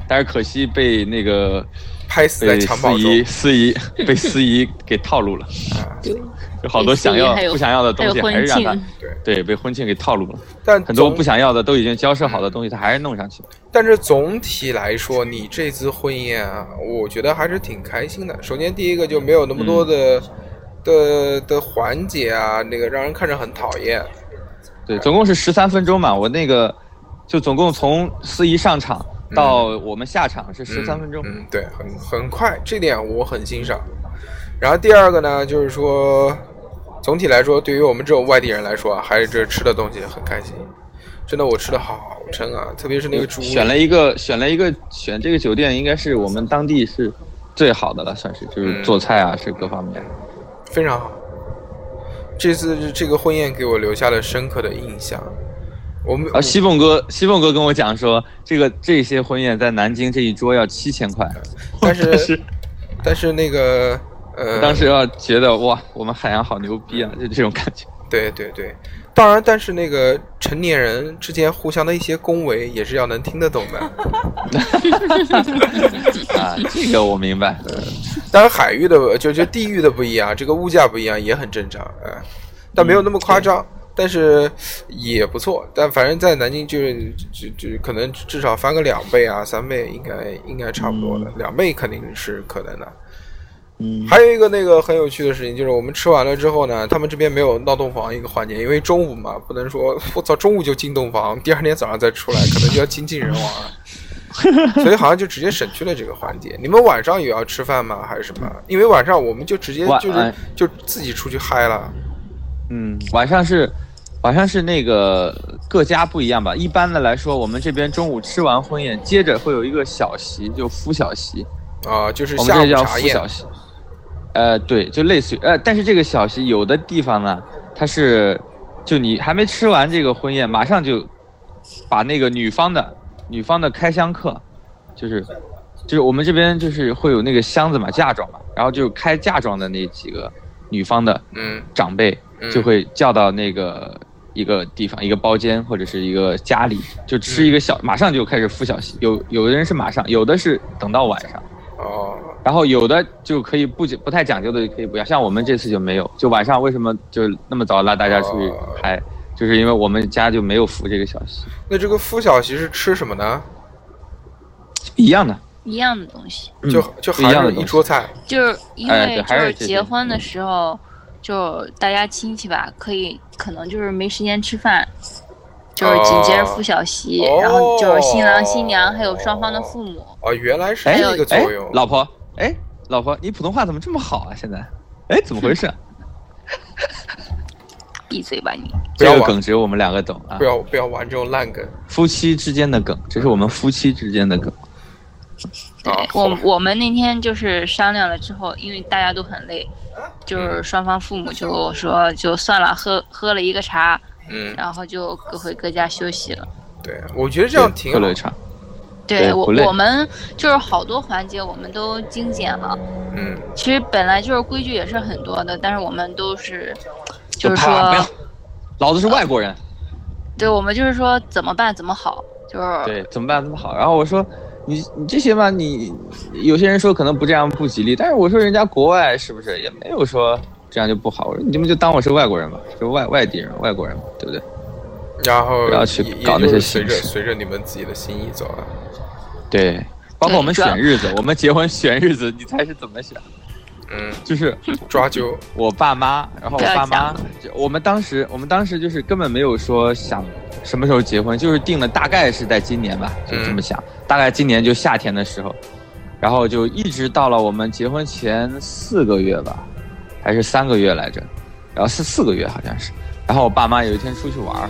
F: 但是可惜被那个
C: 拍死在
F: 被
C: 襁褓
F: 司仪
C: 中，啊
F: 司仪被司仪给套路了，有好多想要
I: 还有
F: 不想要的
I: 还
F: 东
I: 有
F: 西还是让
I: 婚
F: 他
I: 庆，
F: 对被婚庆给套路了，
C: 但
F: 很多
C: 总
F: 不想要的都已经交涉好的东西，他还是弄上去了。
C: 但是总体来说，你这次婚宴啊，我觉得还是挺开心的。首先，第一个就没有那么
F: 嗯
C: 多的、的的环节啊，那个让人看着很讨厌。
F: 对，总共是十三分钟嘛，我那个就总共从司仪上场到
C: 嗯
F: 我们下场是十三分钟，
C: 嗯，嗯对，很很快，这点我很欣赏。然后第二个呢，就是说，总体来说，对于我们这种外地人来说啊，还是这吃的东西很开心。真的，我吃的好撑啊，特别是那个猪。
F: 选了一个选了一个选这个酒店应该是我们当地是最好的了，算是就是
C: 嗯
F: 做菜啊是各方面。
C: 非常好。这次这个婚宴给我留下了深刻的印象。我们
F: 然后啊西凤哥，西凤哥跟我讲说，这个这些婚宴在南京这一桌要七千块，
C: 但是但是那个呃，
F: 当时要觉得哇，我们海洋好牛逼啊，就这种感觉。
C: 对对对，当然，但是那个成年人之间互相的一些恭维也是要能听得懂的。
F: 啊，这个我明白。
C: 当然，海域的就就地域的不一样，这个物价不一样也很正常，嗯，但没有那么夸张，但是也不错。但反正在南京就是就就可能至少翻个两倍啊，三倍应该应该差不多的，两倍肯定是可能的。
F: 嗯，
C: 还有一个那个很有趣的事情，就是我们吃完了之后呢，他们这边没有闹洞房一个环节，因为中午嘛，不能说我操中午就进洞房，第二天早上再出来，可能就要精尽人亡了。所以好像就直接省去了这个环节。你们晚上也要吃饭吗？还是什么？因为晚上我们就直接
F: 晚
C: 就是
F: 哎
C: 就自己出去嗨了。
F: 嗯，晚上是晚上是那个各家不一样吧。一般的来说，我们这边中午吃完婚宴，接着会有一个小席，就夫小席，
C: 啊，就是
F: 我们
C: 下
F: 这
C: 午
F: 叫
C: 茶
F: 夫
C: 宴
F: 小席。呃，对，就类似于呃，但是这个小席有的地方呢，它是就你还没吃完这个婚宴，马上就把那个女方的女方的开箱客，就是就是我们这边就是会有那个箱子嘛，嫁妆嘛，然后就开嫁妆的那几个女方的
C: 嗯
F: 长辈
C: 嗯
F: 就会叫到那个一个地方，一个包间或者是一个家里，就吃一个小，马上就开始付小席。有有的人是马上，有的是等到晚上，
C: 哦，
F: 然后有的就可以不讲不太讲究的可以不要，像我们这次就没有，就晚上为什么就那么早拉大家出去
C: 哦
F: 嗨，就是因为我们家就没有服这个小席，
C: 那这个夫小席是吃什么呢？
F: 一样的，
I: 一样的东西，
F: 嗯
C: 就就
F: 不一
C: 还
F: 样
C: 是
F: 的
C: 一
F: 东西
C: 桌菜。
I: 就是因
F: 哎
I: 为
F: 对
I: 就
F: 还是
I: 是
F: 这些
I: 结婚的时候，就大家亲戚吧，可以可能就是没时间吃饭，就是紧接着
C: 哦
I: 付小席，
C: 哦
I: 然后就是新郎新娘还有双方的父母。
C: 哦，原来是
F: 哎
C: 这个作
F: 哎
C: 用，。
F: 老婆，哎，老婆，你普通话怎么这么好啊？现在，哎，怎么回事
C: 嗯
F: 啊？
I: 闭嘴吧你！
C: 不
F: 这
C: 要
F: 个
C: 玩
F: 梗只有我们两个懂啊
C: 不，要不要玩这种烂梗
F: 夫妻之间的梗，这是我们夫妻之间的梗。
I: 对
C: 啊！好
F: 哦
I: 我我们那天就是商量了之后，因为大家都很累，
F: 嗯
I: 就是双方父母就说就算了，喝喝了一个茶，
C: 嗯，
I: 然后就各回各家休息了。
C: 对，我觉得这样挺
F: 喝
C: 好
F: 了一。场，对
I: 对我
F: 不累
I: 我们就是好多环节我们都精简了，
C: 嗯，
I: 其实本来就是规矩也是很多的，但是我们都是
F: 就
I: 就是
F: 怕不要
I: 说，
F: 老子是外国人，
I: 对我们就是说怎么办怎么好，就是
F: 对，怎么办？怎么好？然后我说，你你这些吧，你有些人说可能不这样不吉利，但是我说人家国外是不是也没有说这样就不好？我说你们就当我是外国人吧，就外外地人、外国人嘛，对不对？
C: 然后
F: 不要去
C: 也也
F: 搞那
C: 就是
F: 些
C: 随
F: 形
C: 着
F: 式
C: 随着你们自己的心意走啊了。
F: 对，包括我们
I: 对主要
F: 选日子，我们结婚选日子，你猜是怎么选？
C: 嗯，
F: 就是
C: 抓阄，
F: 我爸妈，然后
I: 不
F: 我
I: 要
F: 爸妈
I: 讲，
F: 就我们当时我们当时就是根本没有说想什么时候结婚，就是定了大概是在今年吧，就这么想，大概今年就夏天的时候，然后就一直到了我们结婚前四个月吧，还是三个月来着，然后是四个月好像是，然后我爸妈有一天出去玩儿，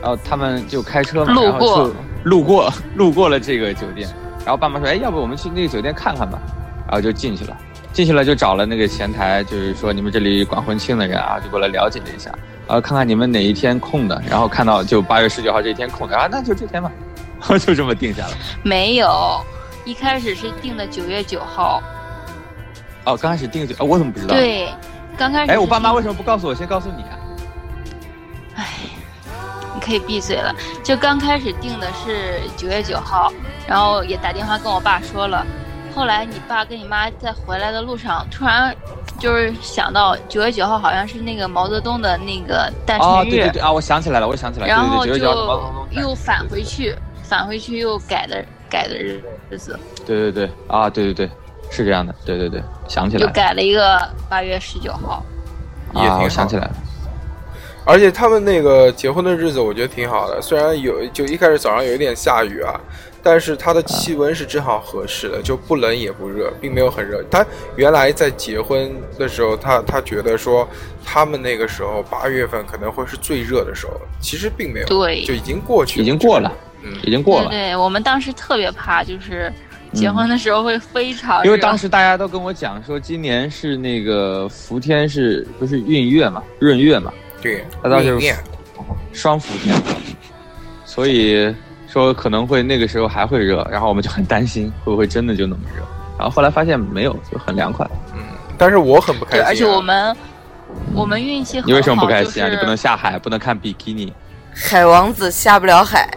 F: 然后他们就开车嘛，
I: 路
F: 然后
I: 过
F: 就路过路过了这个酒店，然后爸妈说，哎，要不我们去那个酒店看看吧，然后就进去了。进去了就找了那个前台，就是说你们这里管婚庆的人啊，就过来了解了一下，然后看看你们哪一天空的，然后看到就八月十九号这一天空的，啊，那就这天吧， 然后就这么定下了。
I: 没有。一开始是定的九月九号，
F: 哦，刚开始定就，哦，我怎么不知道？，
I: 对，刚开始
F: 哎，我
I: 是
F: 爸妈
I: 定
F: 为什么不告诉我？先告诉你啊。
I: 你可以闭嘴了。就刚开始定的是九月九号，然后也打电话跟我爸说了。后来你爸跟你妈在回来的路上，突然就是想到九月九号好像是那个毛泽东的那个诞
F: 哦
I: 辰，
F: 对
I: 日，
F: 对对，啊，我想起来了，我想起来了，
I: 然
F: 对
I: 后
F: 对对，九月九号毛
I: 就
F: 泽
I: 又
F: 东
I: 返回去，返回去又改的改的日子，
F: 对对对，啊，对对对，是这样的，对对对，想起来
I: 又
F: 了，
I: 改了一个八月十九号。
C: 也挺
F: 啊，
C: 好
F: 我想起来了，
C: 而且他们那个结婚的日子，我觉得挺好的。虽然有就一开始早上有一点下雨啊，但是它的气温是正好合适的，就不冷也不热，并没有很热。他原来在结婚的时候，他他觉得说他们那个时候八月份可能会是最热的时候，其实并没有，
I: 对
C: 就已经过去，
F: 已经过了，
C: 嗯，
F: 已经过了嗯
I: 对。对，我们当时特别怕，就是结婚的时候会非常热、
F: 因为当时大家都跟我讲说，今年是那个福天是不是闰月嘛，闰月嘛，
C: 对，
F: 那到时候
C: 明年
F: 双伏天，所以说可能会那个时候还会热，然后我们就很担心会不会真的就那么热，然后后来发现没有，就很凉快。
C: 嗯，但是我很不开
I: 对，
C: 心啊、
I: 而且我们我们运气很好，
F: 你为什么不开心啊？
I: 就
F: 你
I: 是
F: 不能下海，不能看比基尼。
B: 海王子下不了海，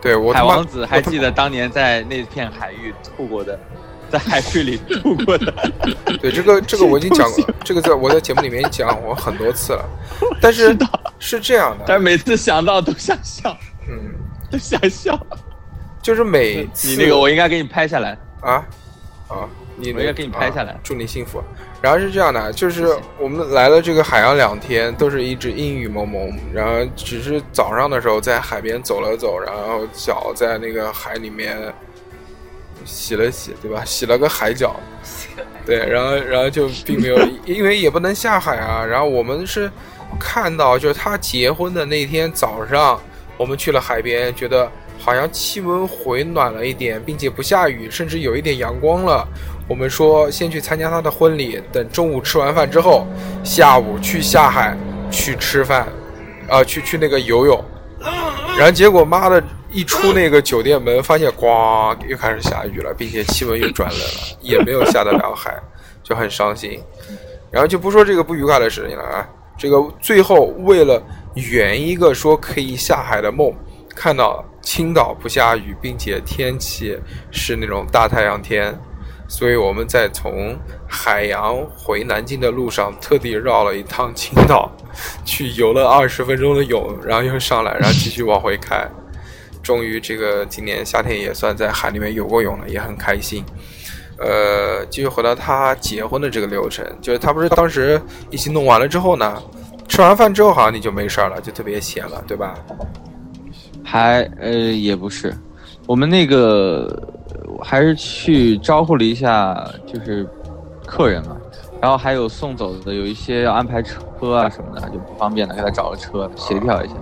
C: 对我
F: 海
C: 他妈
F: 王子还记得当年在那片海域吐过的， 在海水里吐过 的。
C: 对这个这个我已经讲过，这个在我在节目里面讲过很多次了，但是是这样的，
F: 但是每次想到都想 笑，
C: 嗯，
F: 都想笑。
C: 就是每次
F: 你那个我应该给你拍下来。
C: 啊啊，你
F: 我应该给你拍下来
C: 啊祝你幸福。然后是这样的，就是我们来了这个海洋两天，都是一直阴雨蒙蒙，然后只是早上的时候在海边走了走，然后脚在那个海里面洗了洗，对吧？洗了个海脚， 对，然后然后就并没有，因为也不能下海啊。然后我们是看到，就是他结婚的那天早上，我们去了海边，觉得好像气温回暖了一点，并且不下雨，甚至有一点阳光了。我们说先去参加他的婚礼，等中午吃完饭之后，下午去下海去吃饭，啊、去去那个游泳。然后结果妈的，一出那个酒店门，发现咣又开始下雨了，并且气温又转冷了，也没有下得了海，就很伤心。然后就不说这个不愉快的事情了啊，这个最后为了圆一个说可以下海的梦，看到青岛不下雨，并且天气是那种大太阳天，所以我们在从海洋回南京的路上，特地绕了一趟青岛，去游了二十分钟的泳，然后又上来，然后继续往回开。终于，这个今年夏天也算在海里面游过泳了，也很开心。呃，继续回到他结婚的这个流程，就是他不是当时一起弄完了之后呢，吃完饭之后好像你就没事儿了，就特别闲了，对吧？
F: 还呃也不是，我们那个呃还是去招呼了一下，就是客人嘛，然后还有送走的，有一些要安排车啊什么的，就不方便了，给他找个车协调一下，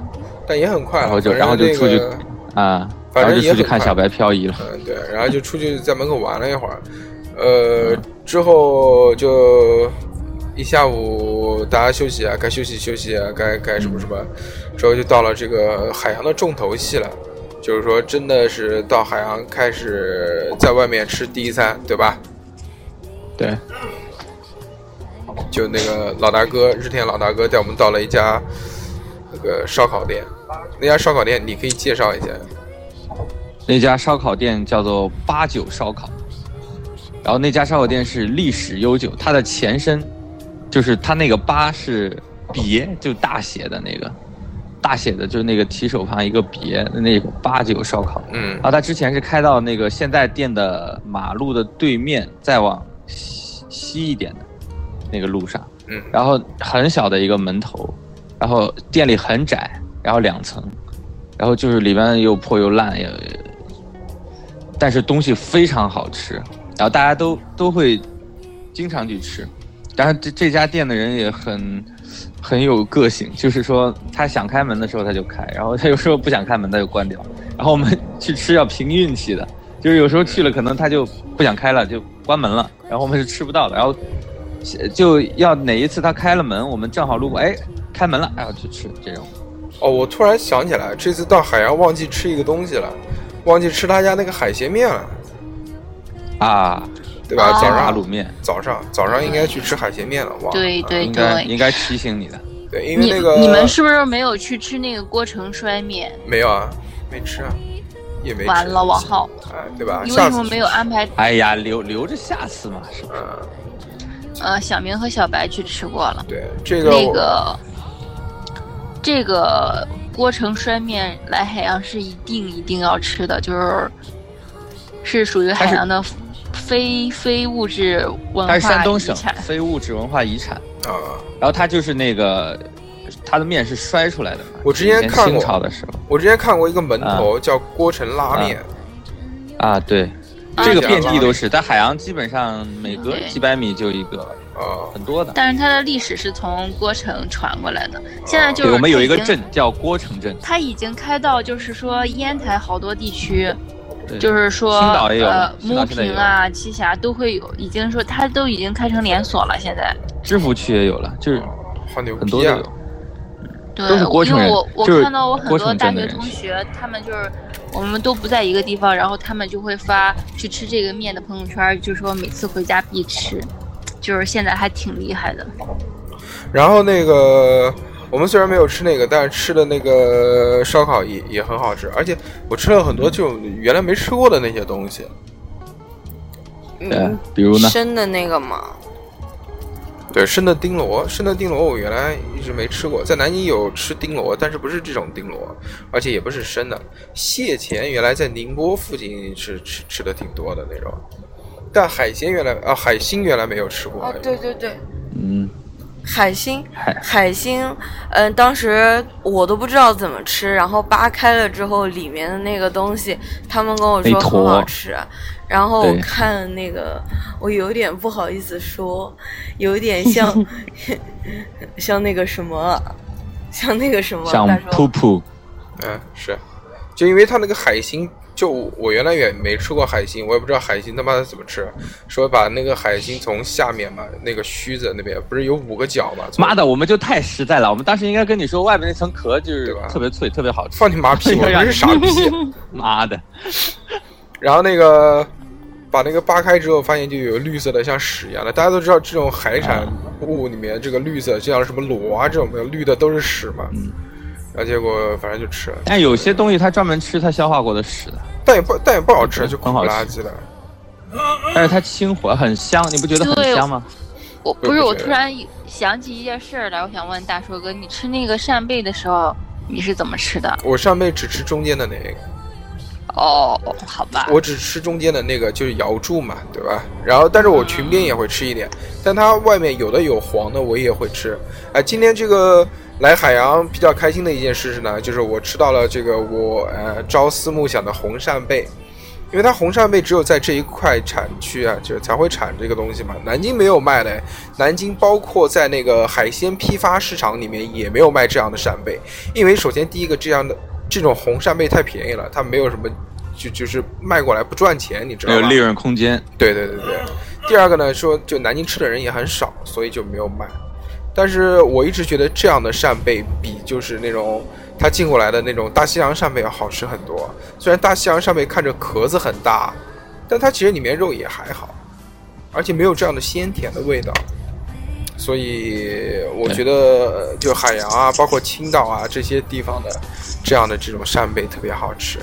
C: 但也很快了，
F: 然后就
C: 反正
F: 然后就
C: 那
F: 出去
C: 个
F: 啊，
C: 反正
F: 然后
C: 也
F: 就出去
C: 很
F: 看
C: 快
F: 小白漂移了。
C: 嗯，对，然后就出去在门口玩了一会儿，呃，之后就一下午大家休息啊，该休息休息啊，该该什么什么，之后就到了这个海洋的重头戏了，就是说真的是到海洋开始在外面吃第一餐，对吧？
F: 对，
C: 就那个老大哥日天老大哥带我们到了一家那个烧烤店，那家烧烤店你可以介绍一下，
F: 那家烧烤店叫做八九烧烤，然后那家烧烤店是历史悠久，它的前身就是它那个八是别，就大写的那个，大写的就是那个提手旁一个别，那个八九烧烤。
C: 嗯
F: 然后它之前是开到那个现在店的马路的对面，再往西西一点的那个路上，
C: 嗯
F: 然后很小的一个门头，然后店里很窄，然后两层，然后就是里边又破又烂，也，但是东西非常好吃，然后大家都都会经常去吃，然后这这家店的人也很很有个性，就是说他想开门的时候他就开，然后他有时候不想开门他就关掉，然后我们去吃要凭运气的，就是有时候去了可能他就不想开了就关门了，然后我们是吃不到的，然后就要哪一次他开了门，我们正好路过，哎，开门了，哎，我去吃这种。
C: 哦，我突然想起来，这次到海洋忘记吃一个东西了，忘记吃他家那个海鲜面了，
F: 啊，
C: 对吧？
I: 啊
C: 早
F: 拉
C: 上
F: 卤面
C: 早上早上应该去吃海鲜面了，忘了。啊
I: 对对
F: 应该
I: 对，
F: 啊应该提醒你的。
C: 对，因为
I: 你
C: 那个
I: 你们是不是没有去吃那个锅城摔面？
C: 没有啊，没吃啊，也没吃
I: 完了，王浩，
C: 哎，对
F: 啊
C: 吧？
I: 你为
C: 下
I: 什
C: 次
I: 么没有安排
F: 哎呀，留留着下次嘛，是吧？
C: 嗯，
I: 呃小明和小白去吃过了？
C: 对，这个
I: 那
C: 我
I: 个这个锅城摔面来海洋是一定一定要吃的，就是是属于海洋的非非物质嗯文
F: 它是
I: 化
F: 山东省
I: 遗产。
F: 非物质文化遗产，
C: 啊，
F: 然后它就是那个它的面是摔出来的嘛。
C: 我之前
F: 以
C: 看过
F: 清朝的时候
C: 我之前看过一个门头叫郭城拉面，
F: 啊，对，
I: 啊
F: 这个
C: 对
F: 遍地都是，在海洋基本上每隔
I: 对
F: 几百米就一个，
C: 啊，
F: 很多的。
I: 但是它的历史是从郭城传过来的，现在就是
F: 对，我们有一个
I: 它已经
F: 镇叫郭城镇，
I: 它已经开到就是说烟台好多地区，
F: 对
I: 就是说
F: 青岛也有
I: 呃
F: 青岛
I: 牟
F: 现在也有
I: 平啊、栖霞都会有，已经说它都已经开成连锁了。现在
F: 知府区也有了，就是
C: 好牛
F: 很多
C: 逼
F: 都
C: 啊！
F: 有。
I: 对，
F: 都是郭
I: 因
F: 城人
I: 为我我
F: 就是
I: 看到我很
F: 郭
I: 多
F: 城
I: 大
F: 镇的
I: 学
F: 人
I: 同
F: 是
I: 学，他们就是我们都不在一个地方，然后他们就会发去吃这个面的朋友圈，就说每次回家必吃，就是现在还挺厉害的。
C: 然后那个我们虽然没有吃那个，但是吃的那个烧烤也也很好吃，而且我吃了很多就原来没吃过的那些东西，
F: 对
B: 嗯，，
F: 比如呢？
B: 生的那个吗？
C: 对，生的丁螺，生的丁螺我原来一直没吃过，在南京有吃丁螺，但是不是这种丁螺，而且也不是生的。蟹钳原来在宁波附近是吃吃的挺多的那种，但海鲜原来啊海星原来没有吃过。
A: 啊
B: 哦，对对对，
F: 嗯，
B: 海星，
F: 海
B: 海星，嗯、当时我都不知道怎么吃，然后扒开了之后，里面的那个东西，他们跟我
F: 那
B: 说
F: 坨
B: 很好吃，然后我
F: 对
B: 看那个，我有点不好意思说，有点像像那个什么，像那个什么，
F: 像
B: 他说
F: 噗噗，
C: 嗯，是，就因为它那个海星，就我原来也没吃过海星，我也不知道海星他妈的怎么吃，说把那个海星从下面嘛那个须子那边不是有五个角嘛，从
F: 妈的，我们就太实在了。我们当时应该跟你说，外面那层壳就是
C: 对吧
F: 特别脆，特别好吃。
C: 放你妈屁，我不是傻逼。
F: 妈的，
C: 然后那个把那个扒开之后，发现就有绿色的像屎一样的。大家都知道，这种海产物里面这个绿色，就像什么螺啊这种没有绿的都是屎嘛。
F: 嗯
C: 然后结果反正就吃了，
F: 但有些东西它专门吃它消化过的屎的，
C: 但也不但也不好吃，就苦
F: 很好
C: 不
F: 吃
C: 拉几的。
F: 但是它清火很香，你不觉得很
I: 对
F: 香吗？
I: 我
C: 对
I: 不是
C: 不
I: 我
C: 是
I: 突然想起一件事儿来，我想问大硕哥，你吃那个扇贝的时候你是怎么吃的？
C: 我上辈只吃中间的那个，
I: 哦，好吧，
C: 我只吃中间的那个，就是瑶柱嘛，对吧？然后，但是我裙边也会吃一点，但它外面有的有黄的，我也会吃。哎，今天这个来海洋比较开心的一件事是呢，就是我吃到了这个我呃朝思暮想的红扇贝，因为它红扇贝只有在这一块产区啊，就是才会产这个东西嘛。南京没有卖的，南京包括在那个海鲜批发市场里面也没有卖这样的扇贝，因为首先第一个这样的这种红扇贝太便宜了，它没有什么。就就是卖过来不赚钱，你知
F: 没
C: 道
F: 有
C: 吗？
F: 利润空间。
C: 对对对对，第二个呢，说就南京吃的人也很少，所以就没有卖。但是我一直觉得这样的扇贝比就是那种它进过来的那种大西洋扇贝要好吃很多。虽然大西洋扇贝看着壳子很大，但它其实里面肉也还好，而且没有这样的鲜甜的味道。所以我觉得，就海洋啊，包括青岛啊这些地方的这样的这种扇贝特别好吃，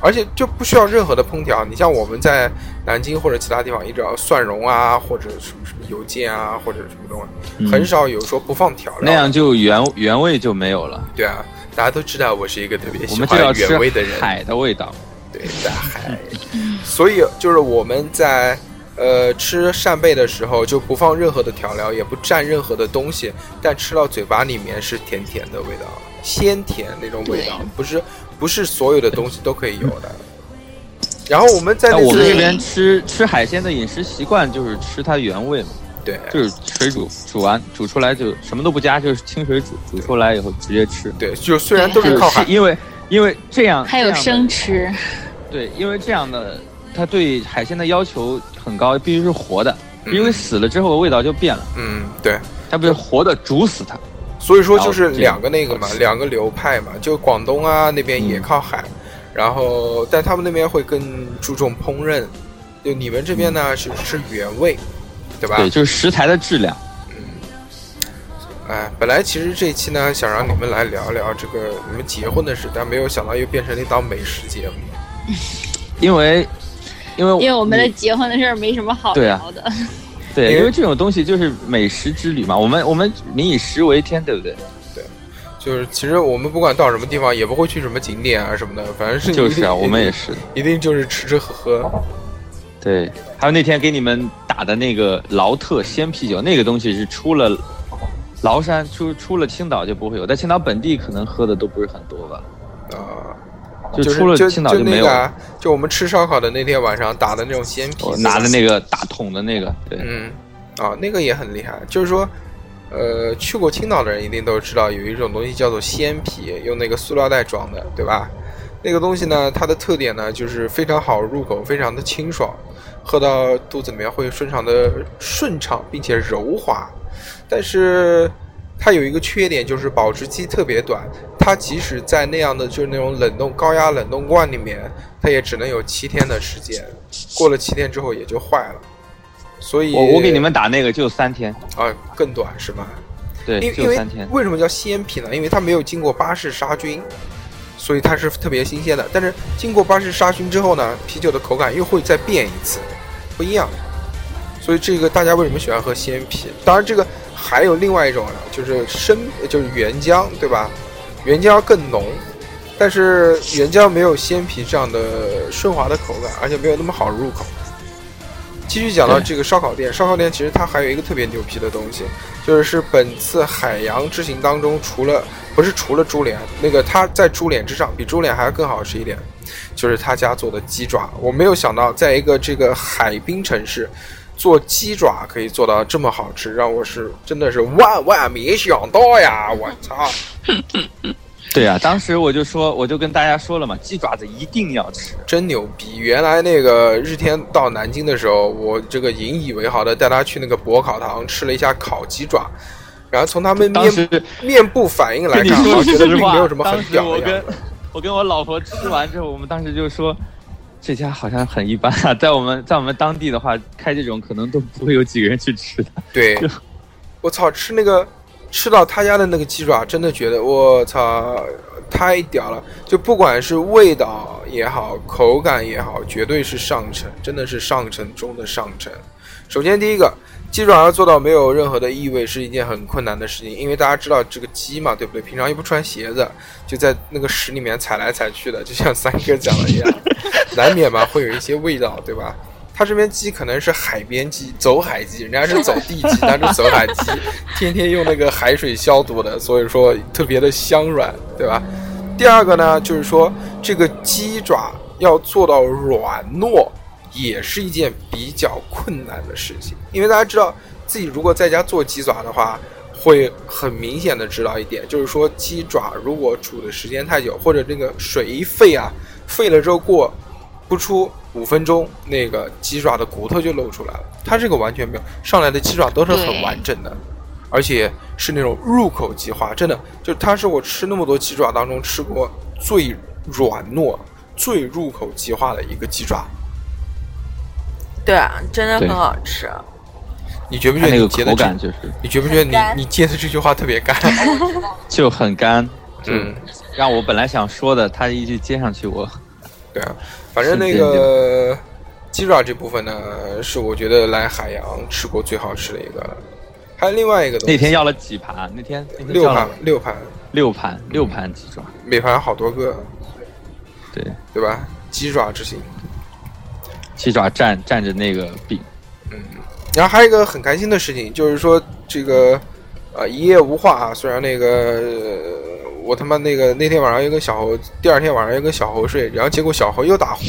C: 而且就不需要任何的烹调。你像我们在南京或者其他地方，一直要蒜蓉啊，或者什么什么油煎啊，或者什么东西，
F: 嗯
C: 很少有说不放调料。
F: 那样就原原味就没有了。
C: 对啊，大家都知道我是一个特别
F: 我
C: 喜
F: 们就要
C: 欢
F: 吃
C: 原味的人。
F: 海的味道。
C: 对，在海。所以就是我们在呃吃扇贝的时候，就不放任何的调料，也不蘸任何的东西，但吃到嘴巴里面是甜甜的味道，鲜甜那种味道，不是不是所有的东西都可以有的。然后我们在
F: 那
C: 那
F: 我们
C: 次
F: 这边吃吃海鲜的饮食习惯就是吃它原味嘛，
C: 对
F: 就是水煮，煮完煮出来就什么都不加，就是清水煮，煮出来以后直接吃。
C: 对，就虽然都
F: 就是
C: 靠海
F: 是，因为因为这样
I: 还有
F: 这样的
I: 生吃，
F: 对，因为这样的它对海鲜的要求很高，必须是活的，
C: 嗯
F: 因为死了之后味道就变了，
C: 嗯，对。
F: 它不是活的煮死它。
C: 所以说
F: 然
C: 就
F: 后
C: 是
F: 这
C: 两个那个嘛
F: 好，吃
C: 两个流派嘛，就广东啊那边也靠海，然后但他们那边会更注重烹饪，就你们这边呢是吃原味，对吧？
F: 嗯对，就是食材的质量。
C: 哎，本来其实这一期呢想让你们来聊聊这个你们结婚的事，但没有想到又变成了一档美食节目。
F: 因为因为
I: 因为我们的呃
F: 你
I: 结婚的事儿没什么好
F: 对啊
I: 聊的。
F: 对，
C: 因为
F: 因为这种东西就是美食之旅嘛，我们我们民以食为天，对不对？
C: 就是其实我们不管到什么地方，也不会去什么景点啊什么的，反正是
F: 就是啊，
C: 一定
F: 我们也是。
C: 一定就是吃吃喝喝。
F: 对，还有那天给你们打的那个劳特鲜啤酒，那个东西是出了崂山，出出了青岛就不会有，在青岛本地可能喝的都不是很多吧。
C: 啊，
F: 就
C: 就是
F: 出了
C: 就
F: 青岛
C: 就
F: 就没
C: 那
F: 有
C: 个啊，就我们吃烧烤的那天晚上打的那种鲜啤
F: 我，哦拿的那个大桶的那个，对，
C: 嗯，啊，那个也很厉害。就是说，呃，去过青岛的人一定都知道，有一种东西叫做鲜啤，用那个塑料袋装的，对吧？那个东西呢，它的特点呢，就是非常好入口，非常的清爽，喝到肚子里面会非常的顺畅，并且柔滑。但是它有一个缺点，就是保质期特别短。它即使在那样的就是那种冷冻高压冷冻罐里面，它也只能有七天的时间，过了七天之后也就坏了。所以
F: 我我给你们打那个就三天，
C: 啊，更短是吧？因
F: 对，
C: 为因
F: 就
C: 为
F: 三天。
C: 为什么叫鲜啤呢？因为它没有经过巴氏杀菌，所以它是特别新鲜的。但是经过巴氏杀菌之后呢，啤酒的口感又会再变一次，不一样。所以这个大家为什么喜欢喝鲜啤？当然，这个还有另外一种啊，就是生就是原浆，对吧？原浆更浓，但是原浆没有鲜啤这样的顺滑的口感，而且没有那么好入口。继续讲到
F: 对
C: 这个烧烤店，烧烤店其实它还有一个特别牛批的东西，就是是本次海洋之行当中，除了不是除了猪脸，那个它在猪脸之上，比猪脸还要更好吃一点，就是他家做的鸡爪。我没有想到，在一个这个海滨城市，做鸡爪可以做到这么好吃，让我是真的是万万没想到呀！我操，
F: 对啊，当时我就说，我就跟大家说了嘛，鸡爪子一定要吃。
C: 真牛逼！原来那个日天到南京的时候，我这个引以为豪的带他去那个博考堂吃了一下烤鸡爪，然后从他们
F: 当时
C: 面面部反应来
F: 跟你
C: 看，
F: 说
C: 我觉得并
F: 实话，
C: 没有什么很
F: 当时
C: 屌
F: 我
C: 的样
F: 跟
C: 子。
F: 我跟我老婆吃完之后，我们当时就说，这家好像很一般啊，在我们在我们当地的话，开这种可能都不会有几个人去吃的。
C: 对，我操，吃那个吃到他家的那个鸡爪，真的觉得我操太屌了！就不管是味道也好，口感也好，绝对是上乘，真的是上乘中的上乘。首先第一个，鸡爪要做到没有任何的异味是一件很困难的事情，因为大家知道这个鸡嘛，对不对？平常又不穿鞋子，就在那个屎里面踩来踩去的，就像三哥讲的一样，难免嘛会有一些味道，对吧？他这边鸡可能是海边鸡，走海鸡，人家是走地鸡，他是走海鸡，天天用那个海水消毒的，所以说特别的香软，对吧？第二个呢，就是说这个鸡爪要做到软糯，也是一件比较困难的事情，因为大家知道自己如果在家做鸡爪的话，会很明显的知道一点，就是说鸡爪如果煮的时间太久，或者那个水一沸啊，沸了之后过不出五分钟，那个鸡爪的骨头就露出来了。它这个完全没有，上来的鸡爪都是很
I: 对
C: 完整的，而且是那种入口即化，真的就它是我吃那么多鸡爪当中吃过最软糯、最入口即化的一个鸡爪。
B: 对啊，真的
F: 对
B: 很好吃。
C: 你觉不觉得
F: 它那
C: 你
F: 个
C: 接的
F: 口
C: 这
F: 感？就是
C: 你觉不觉
B: 很
C: 得
B: 干
C: 你你接的这句话特别 干？
F: 就很干，就
C: 嗯
F: 让我本来想说的，他一句接上去我，
C: 对啊，反正那个鸡爪这部分呢，是我觉得来海洋吃过最好吃的一个了。还有另外一个东西，
F: 那天要了几盘？啊那天那天
C: 六
F: 叫了
C: 盘嗯六盘，
F: 六盘六盘鸡爪，
C: 每盘好多个，
F: 对，
C: 对吧？鸡爪之行。
F: 鸡爪蘸蘸着那个饼，
C: 然后还有一个很开心的事情，就是说这个呃一夜无话啊，虽然那个、呃我他妈那个那天晚上又跟小猴，第二天晚上又跟小猴睡，然后结果小猴又打呼，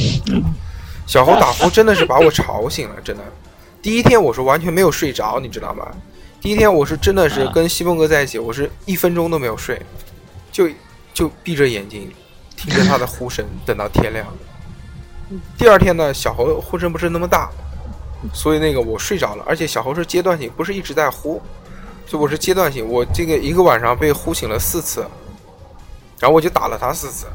C: 小猴打呼真的是把我吵醒了，真的。第一天我是完全没有睡着，你知道吗？第一天我是真的是
F: 啊
C: 跟西风哥在一起，我是一分钟都没有睡，就就闭着眼睛听着他的呼声，等到天亮。第二天呢，小猴呼声不是那么大，所以那个我睡着了，而且小猴是阶段性，不是一直在呼，所以我是阶段性，我这个一个晚上被呼醒了四次，然后我就打了他四次。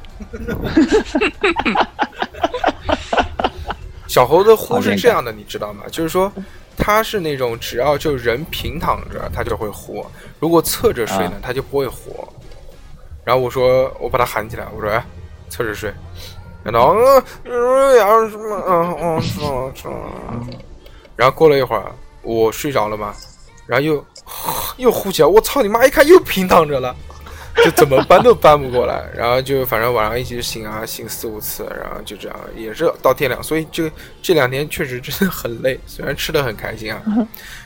C: 小猴的呼是这样的，你知道吗？就是说，它是那种只要就人平躺着，它就会呼；如果侧着睡呢，它就不会呼。然后我说，我把它喊起来，我说，哎，侧着睡。然后，嗯嗯，然后什么，嗯嗯嗯嗯。然后过了一会儿，我睡着了嘛，然后又又呼起来，我操你妈！一看又平躺着了。就怎么搬都搬不过来，然后就反正晚上一直醒啊，醒四五次，然后就这样，也是到天亮，所以就这两天确实真的很累，虽然吃的很开心啊。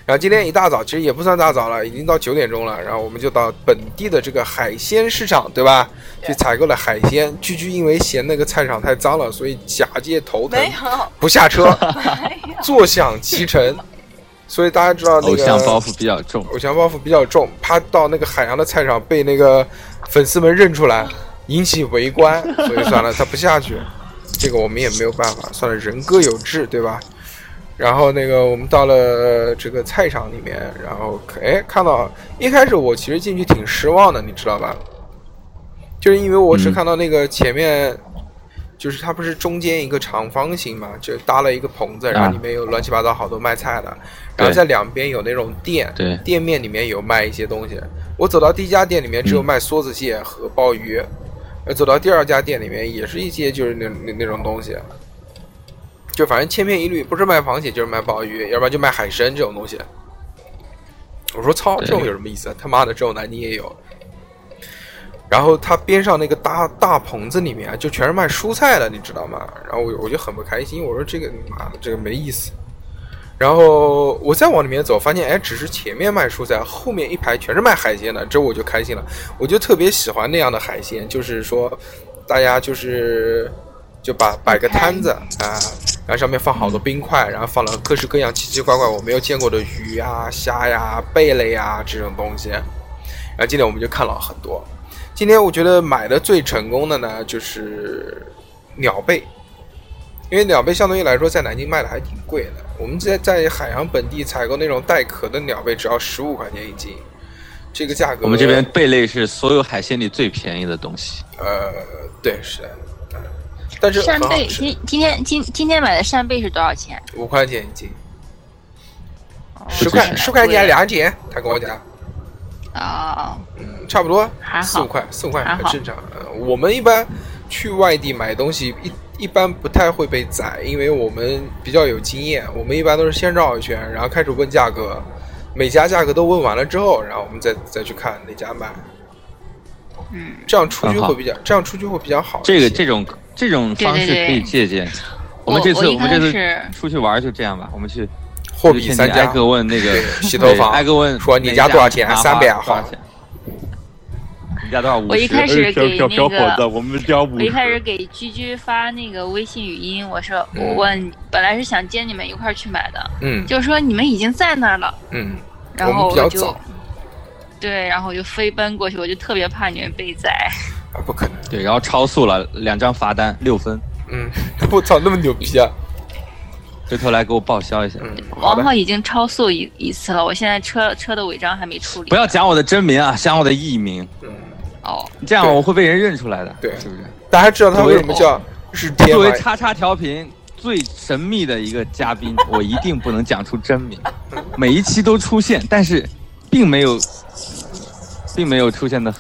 C: 然后今天一大早，其实也不算大早了，已经到九点钟了，然后我们就到本地的这个海鲜市场，对吧？去采购了海鲜。居居因为嫌那个菜市场太脏了，所以假借头疼
A: 没有，
C: 不下车，坐享其成。所以大家知道那个
F: 偶像包袱比较重，
C: 偶像包袱比较重，怕到那个海洋的菜场被那个粉丝们认出来，引起围观，所以算了，他不下去。这个我们也没有办法，算了，人各有志，对吧？然后那个我们到了这个菜场里面，然后哎看到一开始我其实进去挺失望的，你知道吧？就是因为我只
F: 嗯
C: 看到那个前面，就是它不是中间一个长方形嘛，就搭了一个棚子，然后
F: 啊
C: 里面有乱七八糟好多卖菜的，然后
F: 对
C: 在两边有那种店，
F: 对
C: 店面里面有卖一些东西。我走到第一家店里面，
F: 嗯
C: 只有卖梭子蟹和鲍鱼；呃走到第二家店里面，也是一些就是那那那种东西，就反正千篇一律，不是卖螃蟹就是卖鲍鱼，要不然就卖海参这种东西。我说操，这
F: 对
C: 种有什么意思啊？他妈的，这种南京也有。然后他边上那个大大棚子里面啊就全是卖蔬菜的，你知道吗？然后我我就很不开心，我说这个妈的这个没意思。然后我再往里面走，发现哎，只是前面卖蔬菜，后面一排全是卖海鲜的，这我就开心了。我就特别喜欢那样的海鲜，就是说，大家就是就把摆个摊子啊，然后上面放好多冰块，然后放了各式各样奇奇怪怪我没有见过的鱼啊、虾呀、贝类啊这种东西。然后今天我们就看了很多。今天我觉得买的最成功的呢，就是鸟贝。因为鸟贝相对于来说在南京卖的还挺贵的，我们在在海洋本地采购那种带壳的鸟贝只要十五块钱一斤，这个价格
F: 我们这边贝类是所有海鲜里最便宜的东西，
C: 呃对是的，嗯但是
I: 扇
C: 很好
I: 贝
C: 吃，
I: 今今天今今天买的扇贝是多少钱？
C: 五块钱一斤，
F: 不
C: 十
F: 止
C: 块十块钱
I: 贵
C: 两斤，他跟我讲，
I: 啊、
C: 嗯，差不多
I: 还好
C: 四五块四五块
I: 还
C: 很
I: 好
C: 正常。呃我们一般去外地买东西一。一般不太会被宰，因为我们比较有经验。我们一般都是先绕一圈，然后开始问价格，每家价格都问完了之后，然后我们再再去看哪家买。嗯，这样出去
F: 很好
C: 会比较，这样出去会比较好一些。
F: 这个这种这种方式
I: 对对对
F: 可以借鉴。我
I: 我
F: 们这次
I: 我
F: 我
I: 一
F: 们
I: 开
F: 这次
I: 始
F: 出去玩就这样吧，我们去
C: 货比三
F: 挨
C: 家，
F: 个问那 个
C: 洗头房
F: 对挨个问
C: 说你家多少钱300啊
F: 花钱， 你家多少？
I: 我一开始
F: 50
I: 给那个
F: 我们家五
I: 我一开始给居居发那个微信语音，我说我问，本来是想接你们一块儿去买的，
C: 嗯
I: 就说你们已经在那儿了，
C: 嗯，
I: 然
C: 我们
I: 后
C: 比较
I: 我就
C: 早，
I: 对，然后我就飞奔过去，我就特别怕你们被宰。
C: 啊，不可能，
F: 对，然后超速了，两张罚单，六分。
C: 嗯， 我操，那么牛逼啊！
F: 回头来给我报销一下。
C: 嗯，好
I: 王
C: 的
I: 浩，已经超速一一次了，我现在车车的违章还没处理。
F: 不要讲我的真名啊，讲我的艺名，
C: 嗯，
I: 哦，
F: 这样
C: 对
F: 我会被人认出来的，
C: 对
F: 是不是？
C: 大家知道他为什么叫日天
F: 作
C: 吗
F: 为？叉叉调频最神秘的一个嘉宾， 我一定不能讲出真名。每一期都出现，但是并没有，并没有出现的，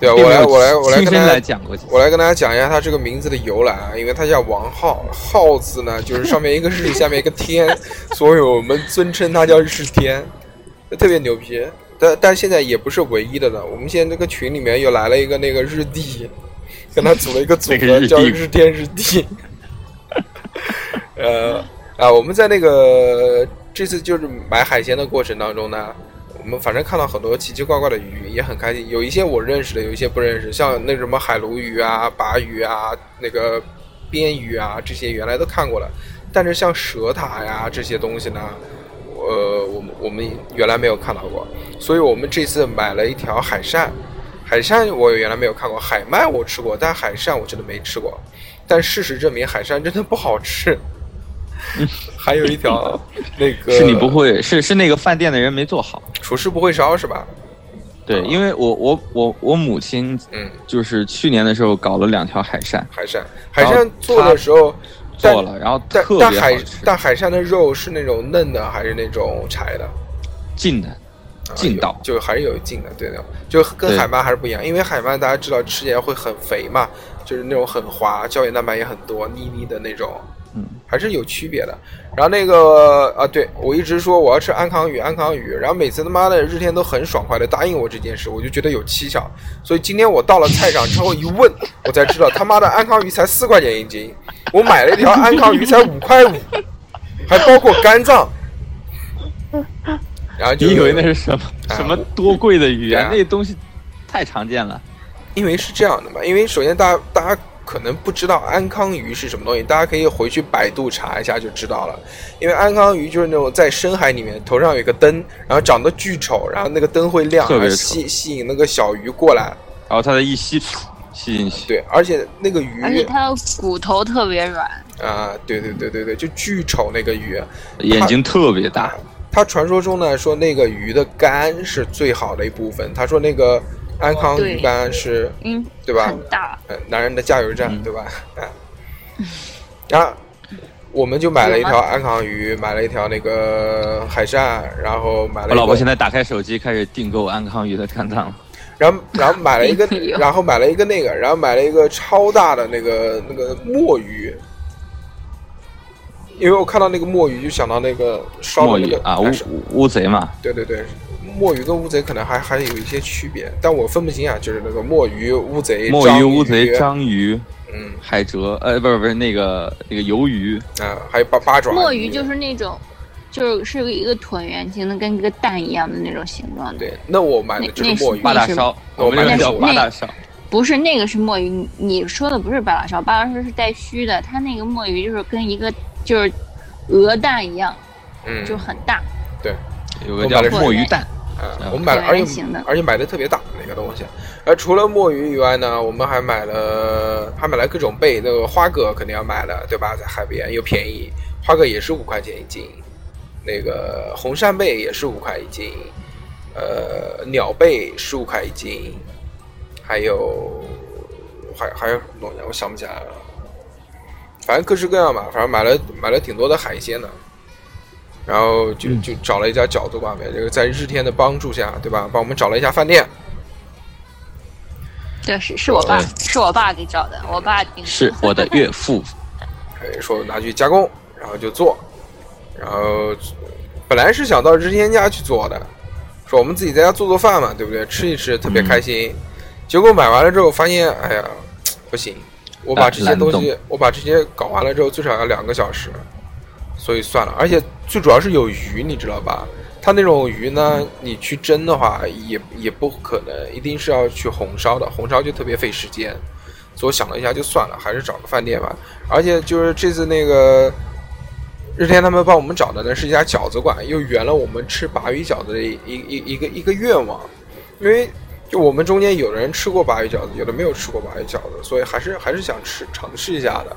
C: 对啊，
F: 并
C: 我
F: 没
C: 来，
F: 有
C: 我来，我来
F: 亲
C: 跟
F: 身
C: 大
F: 来
C: 家，
F: 讲过去。
C: 我来跟大家讲一下他这个名字的由来啊，因为他叫王浩，浩字呢就是上面一个日，下面一个 天，所以我们尊称他叫日天，特别牛逼。但但现在也不是唯一的了，我们现在这个群里面又来了一个那个日帝，跟他组了一个组
F: 那个日
C: 合
F: 帝
C: 叫日天日帝。 呃啊，我们在那个这次就是买海鲜的过程当中呢，我们反正看到很多奇奇怪怪的鱼，也很开心。有一些我认识的，有一些不认识，像那什么海鲈鱼啊、鲅鱼啊、那个鳊鱼啊，这些原来都看过了。但是像蛇塔呀这些东西呢，呃，我们我们原来没有看到过，所以我们这次买了一条海扇。海扇我原来没有看过，海鳗我吃过，但海扇我真的没吃过。但事实证明，海扇真的不好吃。还有一条，那个
F: 是你不会，是是那个饭店的人没做好。
C: 厨师不会烧是吧？
F: 对，因为我我我我母亲
C: 嗯，
F: 就是去年的时候搞了两条海扇，
C: 海扇，海扇做的时候，但
F: 做了，然后
C: 但
F: 特
C: 但
F: 别
C: 海
F: 好吃，
C: 但海扇的肉是那种嫩的还是那种柴的？
F: 劲的，
C: 啊
F: 劲
C: 有
F: 道
C: 就还是有劲的，对的，就跟
F: 对
C: 海鳗还是不一样，因为海鳗大家知道吃起来会很肥嘛，就是那种很滑，胶原蛋白也很多，腻腻的那种，
F: 嗯，
C: 还是有区别的。然后那个啊，对我一直说我要吃安康鱼，安康鱼，然后每次他妈的日天都很爽快的答应我这件事，我就觉得有蹊跷。所以今天我到了菜场之后一问，我才知道他妈的安康鱼才四块钱一斤，我买了一条安康鱼才五块五，还包括肝脏。然后就
F: 你以为那是什么
C: 啊
F: 什么多贵的语言？
C: 对啊
F: 那东西太常见了。
C: 因为是这样的嘛，因为首先大家大家可能不知道安康鱼是什么东西，大家可以回去百度查一下就知道了。因为安康鱼就是那种在深海里面头上有一个灯，然后长得巨丑，然后那个灯会亮，
F: 特
C: 然
F: 别
C: 后
F: 丑
C: 吸吸引那个小鱼过来。
F: 然后它的一吸吸进去，
C: 对，而且那个鱼
I: 而且它的骨头特别软，
C: 啊、对对对对对，就巨丑那个鱼。
F: 眼睛特别大，
C: 他传说中呢说那个鱼的肝是最好的一部分，他说那个安康鱼
I: 对
C: 肝是
I: 嗯，
C: 对吧
I: 很大，
C: 呃男人的加油站，
F: 嗯
C: 对吧？啊，然后我们就买了一条安康鱼，买了一条那个海扇，然后买了一
F: 我
C: 个
F: 哦老婆现在打开手机开始订购安康鱼的肝脏了。
C: 然后然后买了一 个
I: 哎呦，
C: 然后买了一个那个，然后买了一个超大的那个那个墨鱼，因为我看到那个墨鱼就想到那个烧的
F: 墨
C: 那
F: 鱼
C: 个
F: 啊，乌
C: 海参
F: 乌乌贼嘛，
C: 对对对，墨鱼跟乌贼可能还还有一些区别，但我分不清啊，就是那个墨鱼、乌贼、
F: 墨
C: 章
F: 鱼、
C: 鱼、
F: 乌贼、章鱼、
C: 嗯
F: 海蜇，呃，不是不是那个那个鱿鱼，
C: 啊，还有八八爪
I: 墨鱼就是那种，就是是一个椭圆形的，跟一个蛋一样的那种形状的。
C: 对，那我买的就是墨鱼
I: 那
F: 八
I: 那
F: 大
I: 是
F: 烧，
C: 那
F: 我们这
C: 那
F: 边
C: 是
F: 叫八
I: 那
F: 大烧，
I: 不是那个是墨鱼，你你说的不是巴拉烧，巴拉烧是带须的，它那个墨鱼就是跟一个就是鹅蛋一样，
C: 嗯，
I: 就很大。
F: 有个叫
C: 我买
I: 的是
F: 墨鱼蛋，
C: 啊
F: 嗯
C: 我们买了，
I: 椭圆
C: 而且
I: 形的
C: 而且买的特别大那个东西。而呃除了墨鱼以外呢，我们还买了还买了各种贝，那个花蛤肯定要买的，对吧？在海边又便宜，花蛤也是五块钱一斤，那个红扇贝也是五块一斤，呃，鸟贝十五块一斤，还有还还有什么东西啊我想不起来了，反正各式各样吧，反正买了买了挺多的海鲜呢。然后就就找了一家饺子馆呗，这个在日天的帮助下，对吧？帮我们找了一家饭店，
I: 对，是是我爸，
C: 嗯
F: 对
I: 是我爸给找的，我爸定的
F: 是我的岳父，
C: 哎说拿去加工，然后就做，然后本来是想到日天家去做的，说我们自己在家做做饭嘛，对不对？吃一吃特别开心。结果买完了之后发现，哎呀，不行，我把
F: 啊
C: 这些东
F: 懒
C: 西，我把这些搞完了之后最少要两个小时，所以算了。而且最主要是有鱼，你知道吧？它那种鱼呢，你去蒸的话也也不可能，一定是要去红烧的，红烧就特别费时间。所以我想了一下，就算了，还是找个饭店吧。而且就是这次那个日天他们帮我们找的呢是一家饺子馆，又圆了我们吃鲅鱼饺子的一一一一个一个愿望。因为就我们中间有的人吃过鲅鱼饺子，有的没有吃过鲅鱼饺子，所以还是还是想吃尝试一下的。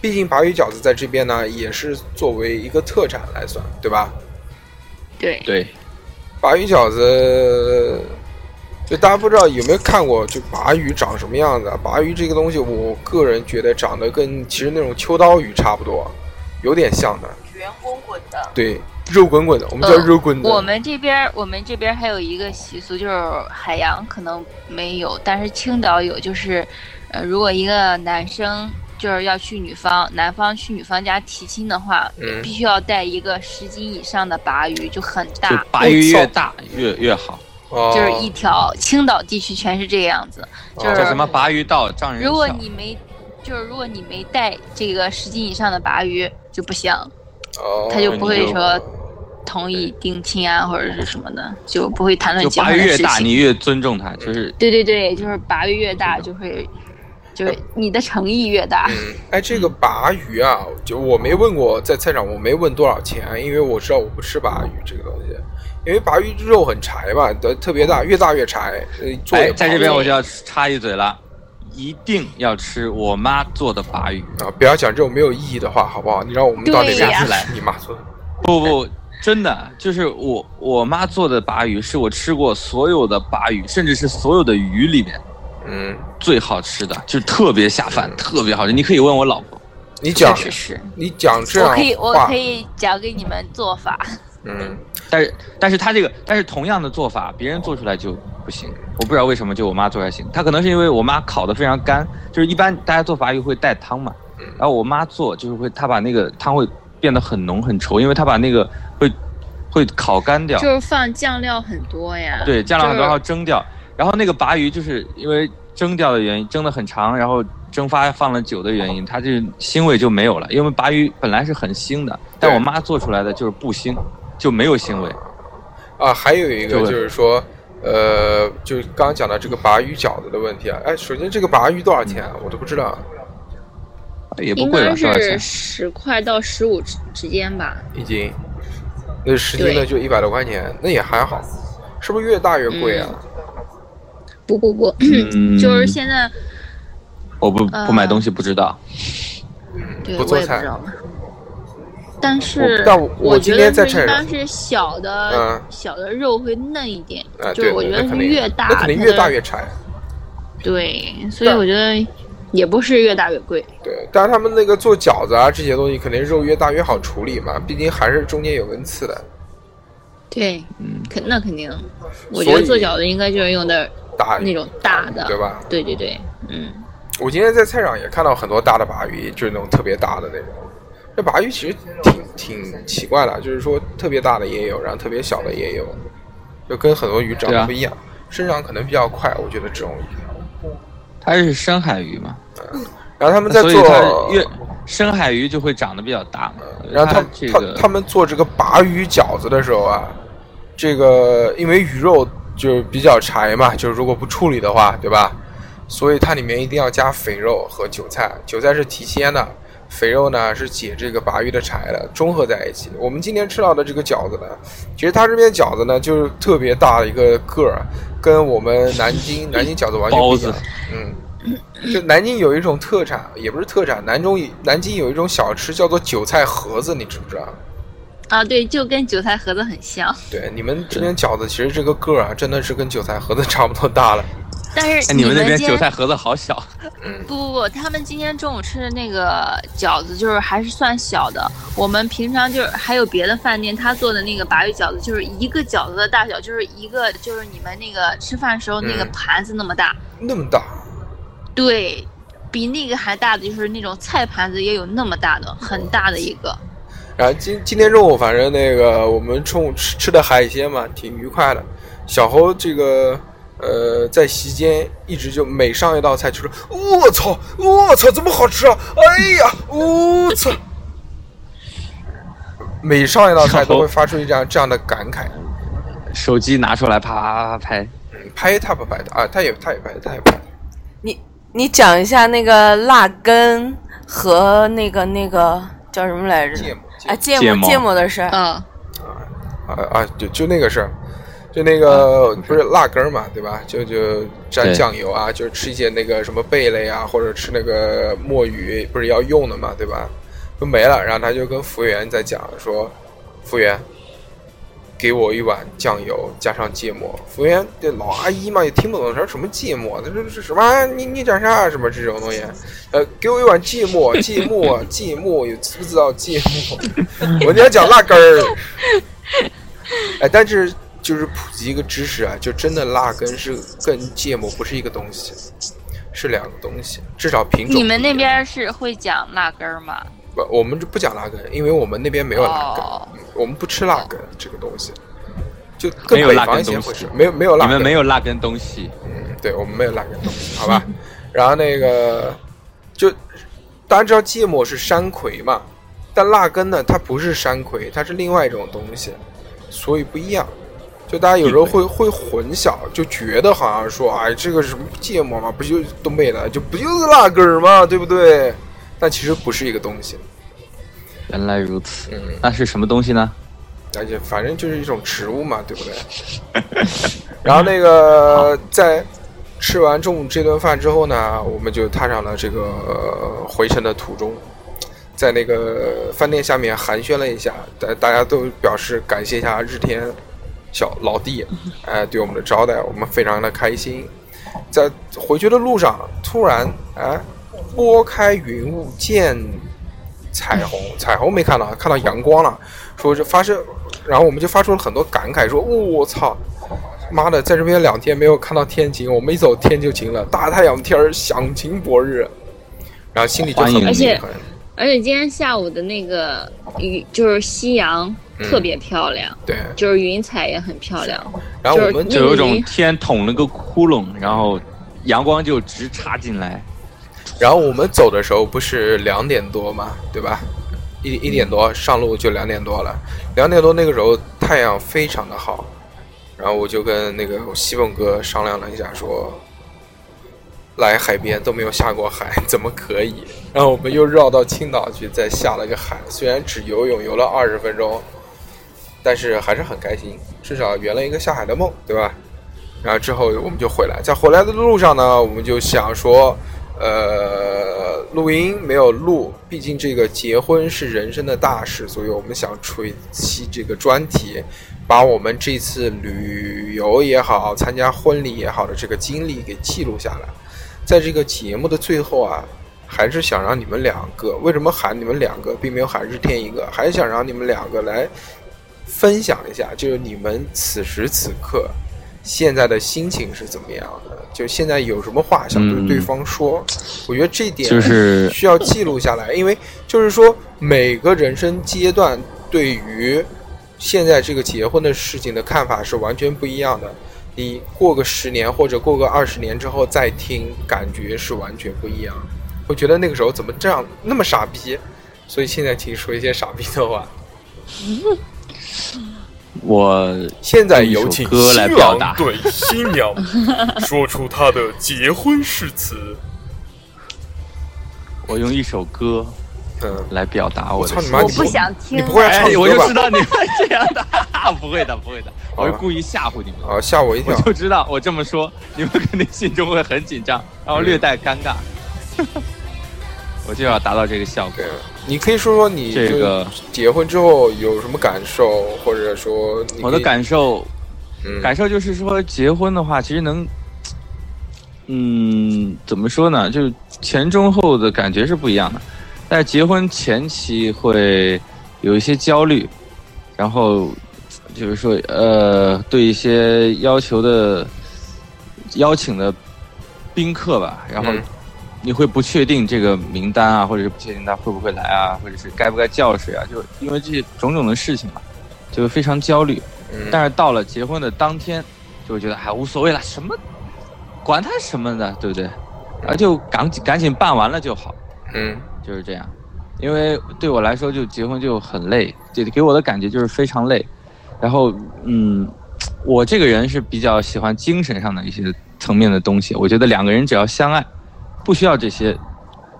C: 毕竟鲅鱼饺子在这边呢，也是作为一个特产来算，对吧？
I: 对，
F: 对，
C: 鲅鱼饺子，就大家不知道有没有看过，就鲅鱼长什么样子啊？鲅鱼这个东西，我个人觉得长得跟其实那种秋刀鱼差不多，有点像的，
A: 圆滚滚的，
C: 对，肉滚滚的，我们叫
I: 呃
C: 肉滚的。
I: 我们这边我们这边还有一个习俗，就是海洋可能没有，但是青岛有，就是呃，如果一个男生就是要去女方男方去女方家提亲的话，
C: 嗯
I: 必须要带一个十斤以上的鲅鱼，就很
F: 就
I: 大，
F: 鲅鱼越大越越好，
C: 哦
I: 就是一条。青岛地区全是这个样子，就
C: 哦
I: 是
F: 叫什么鲅鱼道丈人笑。
I: 嗯如果你没，就是如果你没带这个十斤以上的鲅鱼就不行，
C: 哦
I: 他就不会
F: 你就
I: 说同意定亲啊或者是什么的，就不会谈论
F: 就
I: 结
F: 鲅
I: 婚
F: 鱼
I: 的
F: 越
I: 事
F: 大，
I: 情。
F: 你越尊重它，就是
I: 对对对，就是鲅鱼越大就会，就是你的诚意越大。
C: 嗯，哎，这个鲅鱼啊，就我没问过，在菜场我没问多少钱，因为我知道我不吃鲅鱼这个东西，因为鲅鱼肉很柴嘛，特特别大，越大越柴。呃，做也
F: 哎，
C: 不
F: 在
C: 好
F: 这边我就要插一嘴了，一定要吃我妈做的鲅鱼。
C: 啊，不要讲这种没有意义的话，好不好？你让我们到那边
I: 对呀
C: 去来，你妈说，
F: 不不，真的就是我我妈做的鲅鱼，是我吃过所有的鲅鱼，甚至是所有的鱼里面
C: 嗯，
F: 最好吃的，就是特别下饭，特别好吃。你可以问我老婆，
C: 你讲
I: 确实是，
C: 你讲这
I: 我
F: 啊
C: 样
I: 可以我
C: 话
I: 可，以讲给你们做法。
C: 嗯，
F: 但是但是她这个但是同样的做法，别人做出来就不行。我不知道为什么，就我妈做出来行。她可能是因为我妈烤的非常干，就是一般大家做鲅鱼会带汤嘛，然后我妈做就是会她把那个汤会变得很浓很稠，因为她把那个会会烤干掉。
I: 就是放酱料很多 呀，
F: 啊对，加了很多，然
I: 就
F: 后蒸掉。然后那个鲅鱼就是因为蒸掉的原因，蒸的很长，然后蒸发放了久的原因，它这腥味就没有了。因为鲅鱼本来是很腥的，但
C: 对
F: 我妈做出来的就是不腥，就没有腥味。
C: 啊，还有一个
F: 这个
C: 就是说，呃，就是刚刚讲到这个鲅鱼饺子的问题啊，哎，首先这个鲅鱼多少钱
I: 嗯
C: 啊？我都不知道，
F: 也不
I: 应
F: 贵吧，
I: 该
F: 多少
I: 是
F: 钱？
I: 十块到十五之之间吧。
C: 一斤，那十斤的
I: 对
C: 就一百多块钱，那也还好，是不是越大越贵啊？
I: 不不不，
F: 嗯
I: 就是现在，
F: 我不
I: 呃
F: 不买东西不知道。
I: 对
C: 不
I: 我
C: 做
I: 也不
C: 菜
I: 知道。但是
C: 我，但我我今
I: 觉
C: 天
I: 得
C: 在
I: 是
C: 菜上
I: 一般是小的、
C: 嗯
I: 小的肉会嫩一点，
C: 啊，
I: 嗯就
C: 对，
I: 是我觉
C: 那
I: 得
C: 肯
I: 是
C: 定
I: 越大，
C: 那肯定
I: 它
C: 越
I: 的
C: 大越柴。
I: 对，所以
C: 但
I: 我觉得也不是越大越贵。
C: 对，但是他们那个做饺子啊这些东西，肯定肉越大越好处理嘛，毕竟还是中间有根刺的，
I: 对，
F: 嗯，
I: 肯那肯定，我觉
C: 所
I: 得
C: 以
I: 做饺子应该就是用的
C: 大
I: 那种大的，
C: 对吧？
I: 对对对，嗯，
C: 我今天在菜场也看到很多大的鲅鱼，就是那种特别大的那种。这鲅鱼其实挺挺奇怪的，就是说特别大的也有，然后特别小的也有，就跟很多鱼长
F: 对
C: 得
F: 啊
C: 不一样，生长可能比较快，我觉得这种鱼。
F: 它是深海鱼嘛，
C: 然后他们在
F: 所以它
C: 做
F: 越深海鱼就会长得比较大嘛。
C: 然后他
F: 它
C: 们
F: 这
C: 他
F: 个
C: 他们做这个鲅鱼饺子的时候啊，这个因为鱼肉就比较柴嘛，就是如果不处理的话，对吧？所以它里面一定要加肥肉和韭菜，韭菜是提鲜的，肥肉呢是解这个鲅鱼的柴的，中和在一起。我们今天吃到的这个饺子呢，其实它这边饺子呢就是特别大的一个个儿，跟我们南京南京饺子完全不一样
F: 包子。
C: 嗯，就南京有一种特产，也不是特产，南中南京有一种小吃叫做韭菜盒子，你知不知道？
I: 啊，对，就跟韭菜盒子很像，
C: 对，你们这边饺子其实这个个儿啊，真的是跟韭菜盒子差不多大了。
I: 但是
F: 哎，你们那边
I: 今
F: 韭菜盒子好小，
I: 不不不，他们今天中午吃的那个饺子就是还是算小的。我们平常就是还有别的饭店他做的那个鲅鱼饺子，就是一个饺子的大小，就是一个就是你们那个吃饭时候那个
C: 嗯
I: 盘子那么大，
C: 那么大，
I: 对比那个还大的就是那种菜盘子也有那么大的，很大的一个。
C: 然后今今天中午反正那个我们中午吃吃的海鲜嘛，挺愉快的。小侯这个呃在席间一直就每上一道菜就说：“我操，我操，怎么好吃啊？哎呀，我操！”每上一道菜都会发出一这样这样的感慨。
F: 手机拿出来啪啪啪啪拍。
C: 嗯拍他不拍他啊，他也他也拍他也拍。
B: 你你讲一下那个辣根和那个那个叫什么来着
C: 芥末芥末
B: 啊芥
F: 芥
B: 末
F: 末
B: 芥末的事儿。
I: 嗯，
C: 啊啊，就就那个事儿，就那个、
F: 啊
C: 不是辣根儿嘛，对吧？就就沾
F: 对
C: 酱油啊，就是吃一些那个什么贝类啊，或者吃那个墨鱼，不是要用的嘛，对吧？都没了，然后他就跟服务员在讲说，服务员，给我一碗酱油加上芥末。服务员这老阿姨嘛也听不懂什么什么芥末，她说这是什么啊？你你讲啥什么这种东西？呃，给我一碗芥末，芥末，芥末，有知不知道芥末？ 我就要讲辣根儿。哎，但是就是普及一个知识啊，就真的辣根是跟芥末不是一个东西，是两个东西，至少品种不一样。
I: 你们那边是会讲辣根儿吗？
C: 不，我们这不讲辣根，因为我们那边没有辣根，
I: 哦
C: 我们不吃辣根这个东西，就更
F: 没有
C: 北
F: 辣
C: 方一
F: 根
C: 些
F: 东
C: 会
F: 西
C: 吃，没有没有辣
F: 你
C: 根，
F: 们没有辣根东西，
C: 对我们没有辣根东西，好吧？然后那个就大家知道芥末是山葵嘛，但辣根呢，它不是山葵，它是另外一种东西，所以不一样。就大家有时候会会混淆，就觉得好像说，哎，这个什么芥末嘛，不就东北的，就不就是辣根儿嘛，对不对？但其实不是一个东西，
F: 原来如此。
C: 嗯。
F: 那是什么东西呢？
C: 而且反正就是一种植物嘛，对不对？ 然后那个在吃完中午这顿饭之后呢，我们就踏上了这个呃回程的途中，在那个饭店下面寒暄了一下，大大家都表示感谢一下日天小老弟，哎、对我们的招待，我们非常的开心。在回去的路上，突然哎、拨开云雾见彩虹，彩虹没看到，看到阳光了，说这发生，然后我们就发出了很多感慨，说哦我、操，妈的，在这边两天没有看到天晴，我们一走天就晴了，大太阳天儿，响晴博日，然后心里就很
F: 欢迎
C: 不
I: 而且
C: 平衡。
I: 而且今天下午的那个雨，就是夕阳
C: 嗯
I: 特别漂亮，
C: 对，
I: 就是云彩也很漂亮。
C: 然后我们
F: 就有一种天捅了个窟窿，然后阳光就直插进来。
C: 然后我们走的时候不是两点多嘛，对吧？一一点多上路就两点多了，两点多那个时候太阳非常的好，然后我就跟那个西凤哥商量了一下说。来海边都没有下过海， 怎么可以？然后我们又绕到青岛去，再下了个海。虽然只游泳游了二十分钟，但是还是很开心，至少圆了一个下海的梦，对吧？然后之后我们就回来，在回来的路上呢，我们就想说，呃，录音没有录，毕竟这个结婚是人生的大事，所以我们想出一期这个专题，把我们这次旅游也好、参加婚礼也好的这个经历给记录下来。在这个节目的最后啊，还是想让你们两个，为什么喊你们两个，并没有喊日天一个，还是想让你们两个来分享一下，就是你们此时此刻现在的心情是怎么样的？就现在有什么话想对
F: 嗯
C: 对方说？我觉得这点
F: 就是
C: 需要记录下来，因为就是说每个人生阶段对于现在这个结婚的事情的看法是完全不一样的。你过个十年或者过个二十年之后再听，感觉是完全不一样的。会觉得那个时候怎么这样那么傻逼？所以现在请说一些傻逼的话。
F: 我
C: 现
F: 哎
C: 在有请
F: 用一首歌来
H: 新
F: 表
H: 郎
F: 达，
H: 对新娘 说出他的结婚誓词。
F: 我用一首歌
C: 嗯，
F: 来表达
C: 我
F: 我
C: 操
F: 的
C: 你妈！你不
F: 心情。
C: 想听？你不会要唱歌吧？
F: 我就知道你会这样的， 不会的，不会的，
C: 好
F: 我
C: 吧
F: 是故意吓唬你们。
C: 啊，吓我一
F: 我
C: 跳！
F: 就知道，我这么说，你们肯定心中会很紧张，然后略带尴尬。 我就要达到这个效果
C: 对。，你可以说说你
F: 这个
C: 就是结婚之后有什么感受，或者说你
F: 我的
C: 可以
F: 感受，
C: 嗯
F: 感受就是说，结婚的话，其实能，嗯，怎么说呢？就是前中后的感觉是不一样的。但是结婚前期会有一些焦虑，然后就是说，呃，对一些要求的邀请的宾客吧，然后
C: 嗯
F: 你会不确定这个名单啊，或者是不确定他会不会来啊，或者是该不该叫谁啊，就因为这些种种的事情嘛，就非常焦虑。
C: 嗯
F: 但是到了结婚的当天，就会觉得哎无所谓了，什么管他什么的，对不对？啊，就赶紧赶紧办完了就好，
C: 嗯
F: 就是这样。因为对我来说，就结婚就很累，就给我的感觉就是非常累。然后，嗯，我这个人是比较喜欢精神上的一些层面的东西。我觉得两个人只要相爱，不需要这些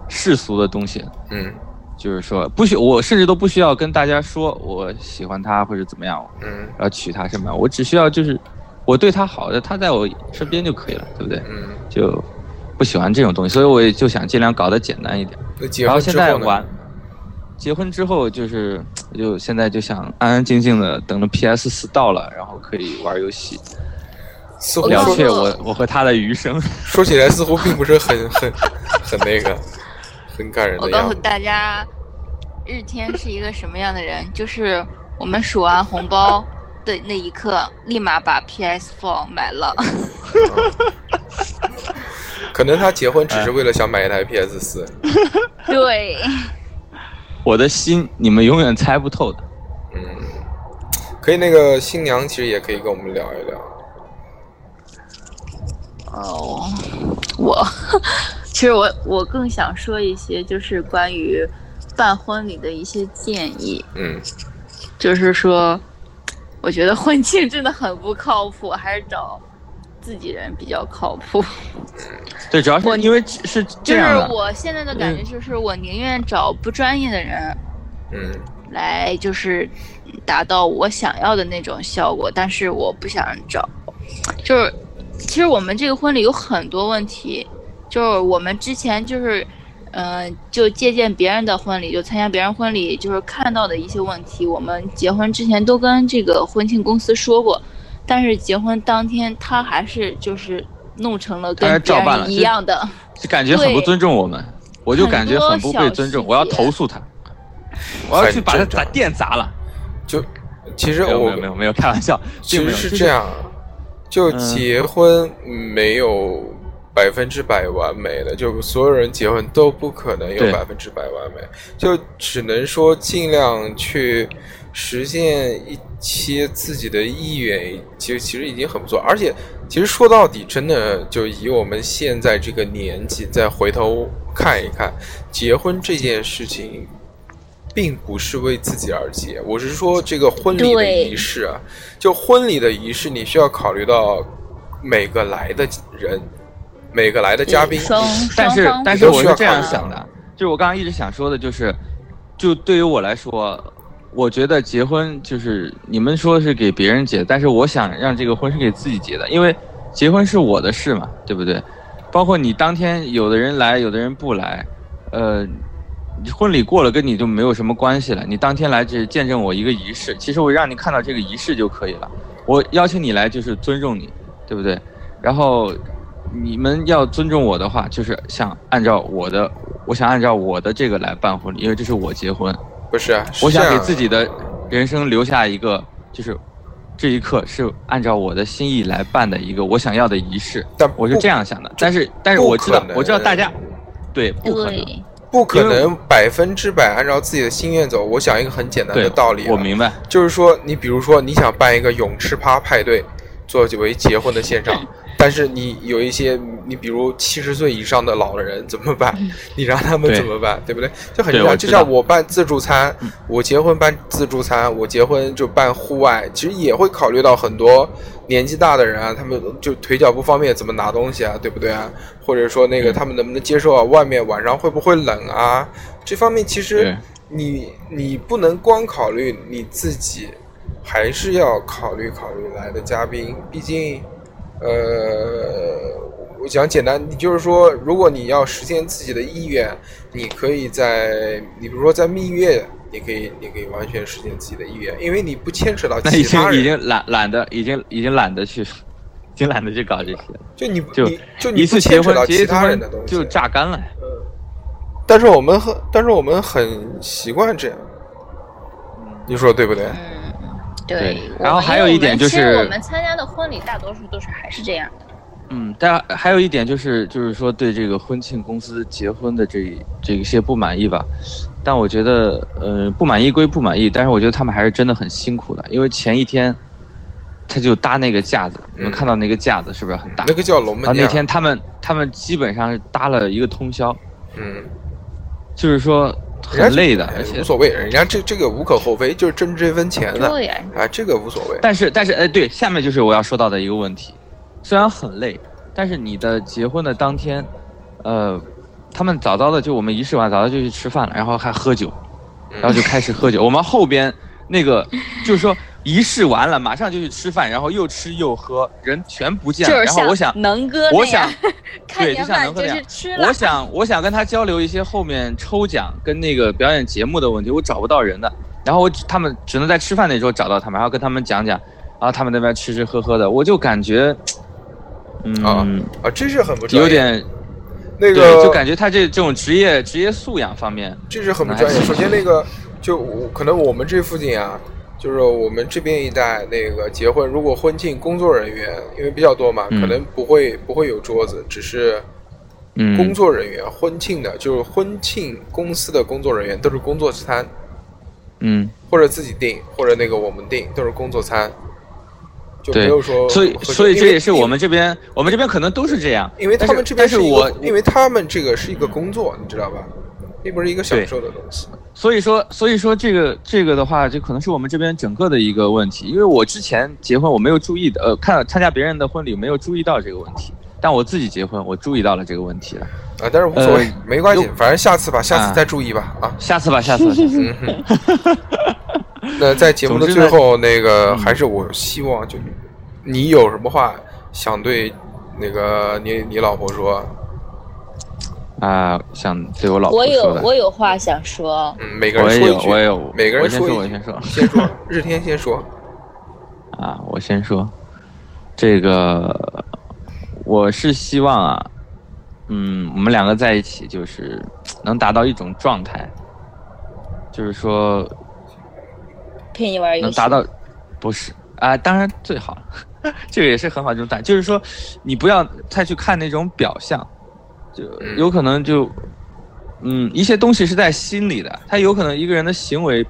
F: 世俗的东西，
C: 嗯
F: 就是说不需我甚至都不需要跟大家说我喜欢他或者怎么样，
C: 嗯
F: 要娶她什么，我只需要就是我对他好的，他在我身边就可以了，对不对？
C: 嗯，
F: 就不喜欢这种东西，所以我也就想尽量搞得简单一点。
C: 那结
F: 然后
C: 婚
F: 现
C: 之
F: 在
C: 后呢
F: 玩？，结婚之后就是，就现在就想安安静静的等着 PS 四到了，然后可以玩游戏，
C: 似乎
F: 了
C: 说
F: 却我我和他的余生。
C: 说起来似乎并不是很 很很那个，很感人
I: 我
C: 的
I: 告
C: 样
I: 诉
C: 子。
I: 大家，日天是一个什么样的人？就是我们数完红包的那一刻，立马把 PS4 买了。
C: 可能他结婚只是为了想买一台 PS 四。
I: 对，
F: 我的心你们永远猜不透的。
C: 嗯，可以，那个新娘其实也可以跟我们聊一聊。
I: 哦，我 其实我我更想说一些，就是关于办婚礼的一些建议。
C: 嗯，
I: 就是说，我觉得婚庆真的很不靠谱，还是找自己人比较靠谱。
F: 对，主要是因为是
I: 就
F: 这
I: 是
F: 样的，嗯
I: 我现在的感觉就是，我宁愿找不专业的人
C: 嗯，
I: 来，就是达到我想要的那种效果，但是我不想找，就是其实我们这个婚礼有很多问题，就是我们之前就是。嗯、就借鉴别人的婚礼，就参加别人婚礼，就是看到的一些问题，我们结婚之前都跟这个婚庆公司说过，但是结婚当天他还是就是弄成了
F: 还
I: 跟
F: 是
I: 别
F: 照办了
I: 人一
F: 就
I: 样的，
F: 就感觉很不
I: 对
F: 尊重我们，我就感觉很不被尊重，
I: 很多
F: 我要
I: 小细节
F: 投诉他，我要去把他
C: 很正
F: 砸
C: 常
F: 店砸了。
C: 就其实
F: 没有没
C: 我
F: 有没有没有开玩笑，
C: 其
F: 并没
C: 实
F: 有
C: 是
F: 就
C: 这样，就
F: 嗯
C: 结婚没有百分之百完美的，就所有人结婚都不可能有
F: 对
C: 百分之百完美，就只能说尽量去实现一些自己的意愿，其实其实已经很不错。而且其实说到底，真的就以我们现在这个年纪再回头看一看，结婚这件事情。并不是为自己而结，我是说这个婚礼的
I: 对
C: 仪式啊，就婚礼的仪式，你需要考虑到每个来的人，每个来的嘉宾，
I: 双
F: 但是
I: 双方
F: 但
I: 不
F: 是
C: 都
F: 我
C: 需
F: 是
C: 要
F: 这
C: 考
F: 样
C: 虑
F: 想的，就是我刚刚一直想说的，就是，就对于我来说，我觉得结婚就是你们说是给别人结，但是我想让这个婚是给自己结的，因为结婚是我的事嘛，对不对？包括你当天有的人来，有的人不来，呃，你婚礼过了跟你就没有什么关系了。你当天来只是见证我一个仪式，其实我让你看到这个仪式就可以了。我邀请你来就是尊重你，对不对？然后你们要尊重我的话，就是想按照我的，我想按照我的这个来办婚礼，因为这是我结婚，
C: 不是啊，是
F: 我想
C: 这
F: 给
C: 样
F: 自己的人生留下一个，就是这一刻是按照我的心意来办的一个我想要的仪式。
C: 但
F: 我是
C: 不
F: 这样想的，但是但是
C: 不
F: 我知道
C: 可能
F: 我知道大家对不可能
I: 对，
C: 不可
F: 因为
C: 能百分之百按照自己的心愿走。我想一个很简单
F: 对
C: 的道理啊、
F: 我明白。
C: 就是说，你比如说你想办一个泳池趴派对，作为结婚的现
F: 嗯
C: 场，但是你有一些，你比如七十岁以上的老人怎么办？ 你让他们
F: 嗯对
C: 怎么办？对不对？就很
F: 对
C: 正
F: 我
C: 常。
F: 知
C: 就像
F: 道嗯
C: 我办自助餐，我结婚办自助餐，我结婚就办户外，其实也会考虑到很多年纪大的人啊，他们就腿脚不方便，怎么拿东西啊，对不对
F: 嗯
C: 啊？或者说那个他们能不能接受啊？外面晚上会不会冷啊？这方面其实
F: 对
C: 你你不能光考虑你自己，还是要考虑考虑来的嘉宾，毕竟，呃，我讲简单，你就是说，如果你要实现自己的意愿，你可以在你比如说在蜜月，你可以你可以完全实现自己的意愿，因为你不牵扯到
F: 那已
C: 其他
F: 经已
C: 人，
F: 经懒懒得，已经已经懒得去，已经懒得去搞这些，
C: 就你
F: 就
C: 你就你
F: 一
C: 不
F: 次结
C: 牵扯
F: 婚
C: 到
F: 直接
C: 其
F: 他
C: 他人
F: 们
C: 的东西，
F: 就榨干了。
C: 但是我们很，但是我们很习惯这样，你说对不对？
I: 嗯，
F: 对
I: 我们
F: 然后还有一点就是
I: 因为我们其实我们参加的婚礼大多数都是还是这样的，
F: 嗯，但还有一点就是，就是说对这个婚庆公司结婚的这这些不满意吧。但我觉得，呃，不满意归不满意，但是我觉得他们还是真的很辛苦的，因为前一天他就搭那个架子，你们
C: 嗯
F: 看到那个架子是不是很大？
C: 那个叫龙
F: 然后
C: 门
F: 啊那
C: 架，啊
F: 天他们他们基本上是搭了一个通宵，
C: 嗯。
F: 就是说
C: 人
F: 很
C: 家
F: 累的，
C: 哎
F: 而且
C: 无所谓，人家这这个无可厚非，就是挣这份钱的，
I: 对呀
C: 啊，这个无所谓。
F: 但是但是哎，对，下面就是我要说到的一个问题，虽然很累，但是你的结婚的当天，呃，他们
G: 嗯
F: 早早的就我们仪式完，早早就去吃饭了，然后还喝酒，然后就开始喝酒。我们后边 那个就是说仪式完了，马上就去吃饭，然后又吃又喝，人全不见了。
G: 就是
F: 然后
G: 像
F: 我想，
G: 能哥
F: 我
G: 那样
F: 想，
G: 看
F: 对就
G: 年
F: 像
G: 饭
F: 能哥那
G: 是
F: 样
G: 吃了
F: 我，想，我想跟他交流一些后面抽奖跟那个表演节目的问题，我找不到人的。然后我只他们只能在吃饭那时候找到他们，然后跟他们讲讲，然后他们那边吃吃喝喝的，我就感觉，嗯，
C: 啊啊，这是很不专业，
F: 有点
C: 那个
F: 对，就感觉他这这种职业职业素养方面，
C: 这是很不专业。首先，那个就我可能我们这附近啊，就是我们这边一带那个结婚，如果婚庆工作人员因为比较多嘛，
F: 嗯
C: 可能不会不会有桌子，只是
F: 嗯，
C: 工作人员、婚庆的，就是婚庆公司的工作人员都是工作餐，
F: 嗯，
C: 或者自己订，或者那个我们订，都是工作餐，就没
F: 对
C: 有说
F: 所以
C: 合作
F: 所以
C: 因
F: 这
C: 为
F: 也是我们这边我们这边可能都是这样，
C: 因为他们这边
F: 但是
C: 一个
F: 我
C: 因为他们这个是一个工作，你知道吧？并不是一个享
F: 对
C: 受的东西。
F: 所以说，所以说这个这个的话，就可能是我们这边整个的一个问题。因为我之前结婚，我没有注意的，呃，看参加别人的婚礼没有注意到这个问题，但我自己结婚，我注意到了这个问题了。
C: 啊，但是无所谓，
F: 呃
C: 没关系
F: 有，
C: 反正下次吧，下
F: 啊
C: 次再注意吧。啊，
F: 下次吧，下次吧。下次吧
C: 嗯哼。 那在节目的
F: 总之
C: 最
F: 呢
C: 后，那个还是我希望，就你有什么话想对那个你你老婆说？
F: 啊，想对我老婆
I: 我有
F: 说的，
I: 我有话想说，
C: 嗯，每个
F: 我
C: 人
F: 也
C: 说
F: 有
C: 一，句，
F: 我也有，
C: 每个人
F: 我先
C: 说一
F: 说，我
C: 句，
F: 先说
C: 先说，日天先说。
F: 啊，我先说，这个我是希望啊，嗯，我们两个在一起就是能达到一种状态，就是说
I: 陪你玩游
F: 能
I: 戏
F: 达，到，不是啊、当然最好， 这个也是很好的一种打，就是说你不要太去看那种表象，就
C: 嗯
F: 有可能就，嗯，一些东西是在心里的，他有可能一个人的行为，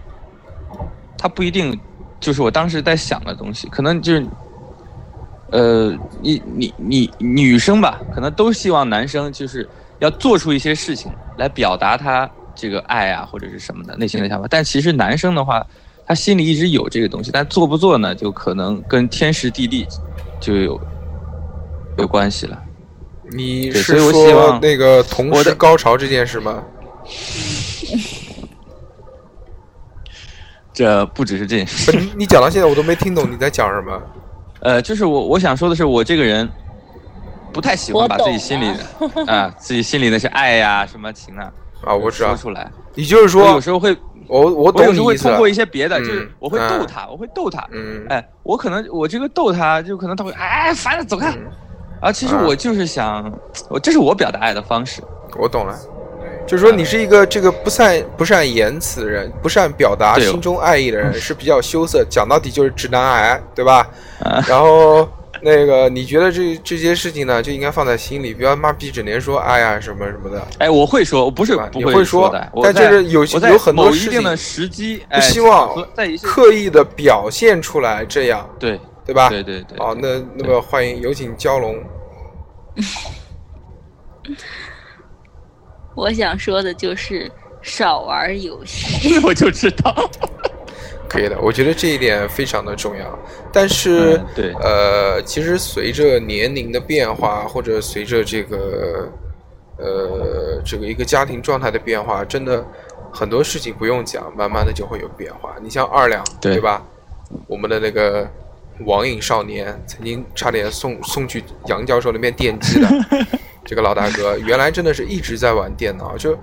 F: 他不一定就是我当时在想的东西，可能就是。呃，你你你女生吧，可能都希望男生就是要做出一些事情来表达他这个爱啊，或者是什么的内心的想法。但其实男生的话，他心里一直有这个东西，但做不做呢，就可能跟天时地利就有有关系了。
C: 你
F: 对
C: 是
F: 所以我希
C: 说
F: 望
C: 那个同
F: 我
C: 时
F: 的
C: 高潮这件事 吗？
F: 这不只是这件
C: 不
F: 事，
C: 是，你你讲到现在我都没听懂你在讲什么。
F: 呃，就是我我想说的是，我这个人不太喜欢
I: 我
F: 把
I: 懂
F: 自己心里的啊，自己心里那些爱呀、什么情啊，
C: 啊，我知
F: 说
C: 道，
F: 出来。
C: 你就是
F: 我
C: 说
F: 有，时候会，
C: 我我
F: 我
C: 懂
F: 有时
C: 你
F: 候
C: 意
F: 会
C: 思
F: 通
C: 了
F: 过。一些别的，
C: 嗯
F: 就是我会
C: 嗯
F: 逗他，我会逗他，
C: 嗯，
F: 哎，我可能我这个逗他，就可能他会哎烦了，走开。
C: 嗯
F: 啊，其实
C: 嗯
F: 我就是想，我这是我表达爱的方式。
C: 我懂了，就是说你是一个这个不善不善言辞的人，不善表达
F: 对哦
C: 心中爱意的人，是比较羞涩，讲到底就是直男癌，对吧？
F: 啊
C: 然后那个你觉得这这些事情呢，就应该放在心里，不要妈逼整天说哎呀什么什么的。
F: 哎，我会说，我不是
C: 对吧
F: 不
C: 你会说
F: 说的，我
C: 但
F: 在
C: 就是有
F: 我在
C: 有很多
F: 某
C: 事
F: 一定
C: 情
F: 的时机，
C: 不
F: 哎，
C: 希望
F: 场合在一些
C: 刻意的表现出来，这样
F: 对
C: 对吧？
F: 对对对。
C: 好，
F: 对
C: 那那么欢迎有请蛟龙。
I: 我想说的就是少玩游戏。
F: 我就知道，
C: 可以的，我觉得这一点非常的重要。但是，
F: 嗯对
C: 呃，其实随着年龄的变化，或者随着这个，呃，这个一个家庭状态的变化，真的很多事情不用讲，慢慢的就会有变化。你像二两，
F: 对
C: 吧？我们的那个网瘾少年，曾经差点送送去杨教授那边电击 的这个老大哥，原来真的是一直在玩电脑，就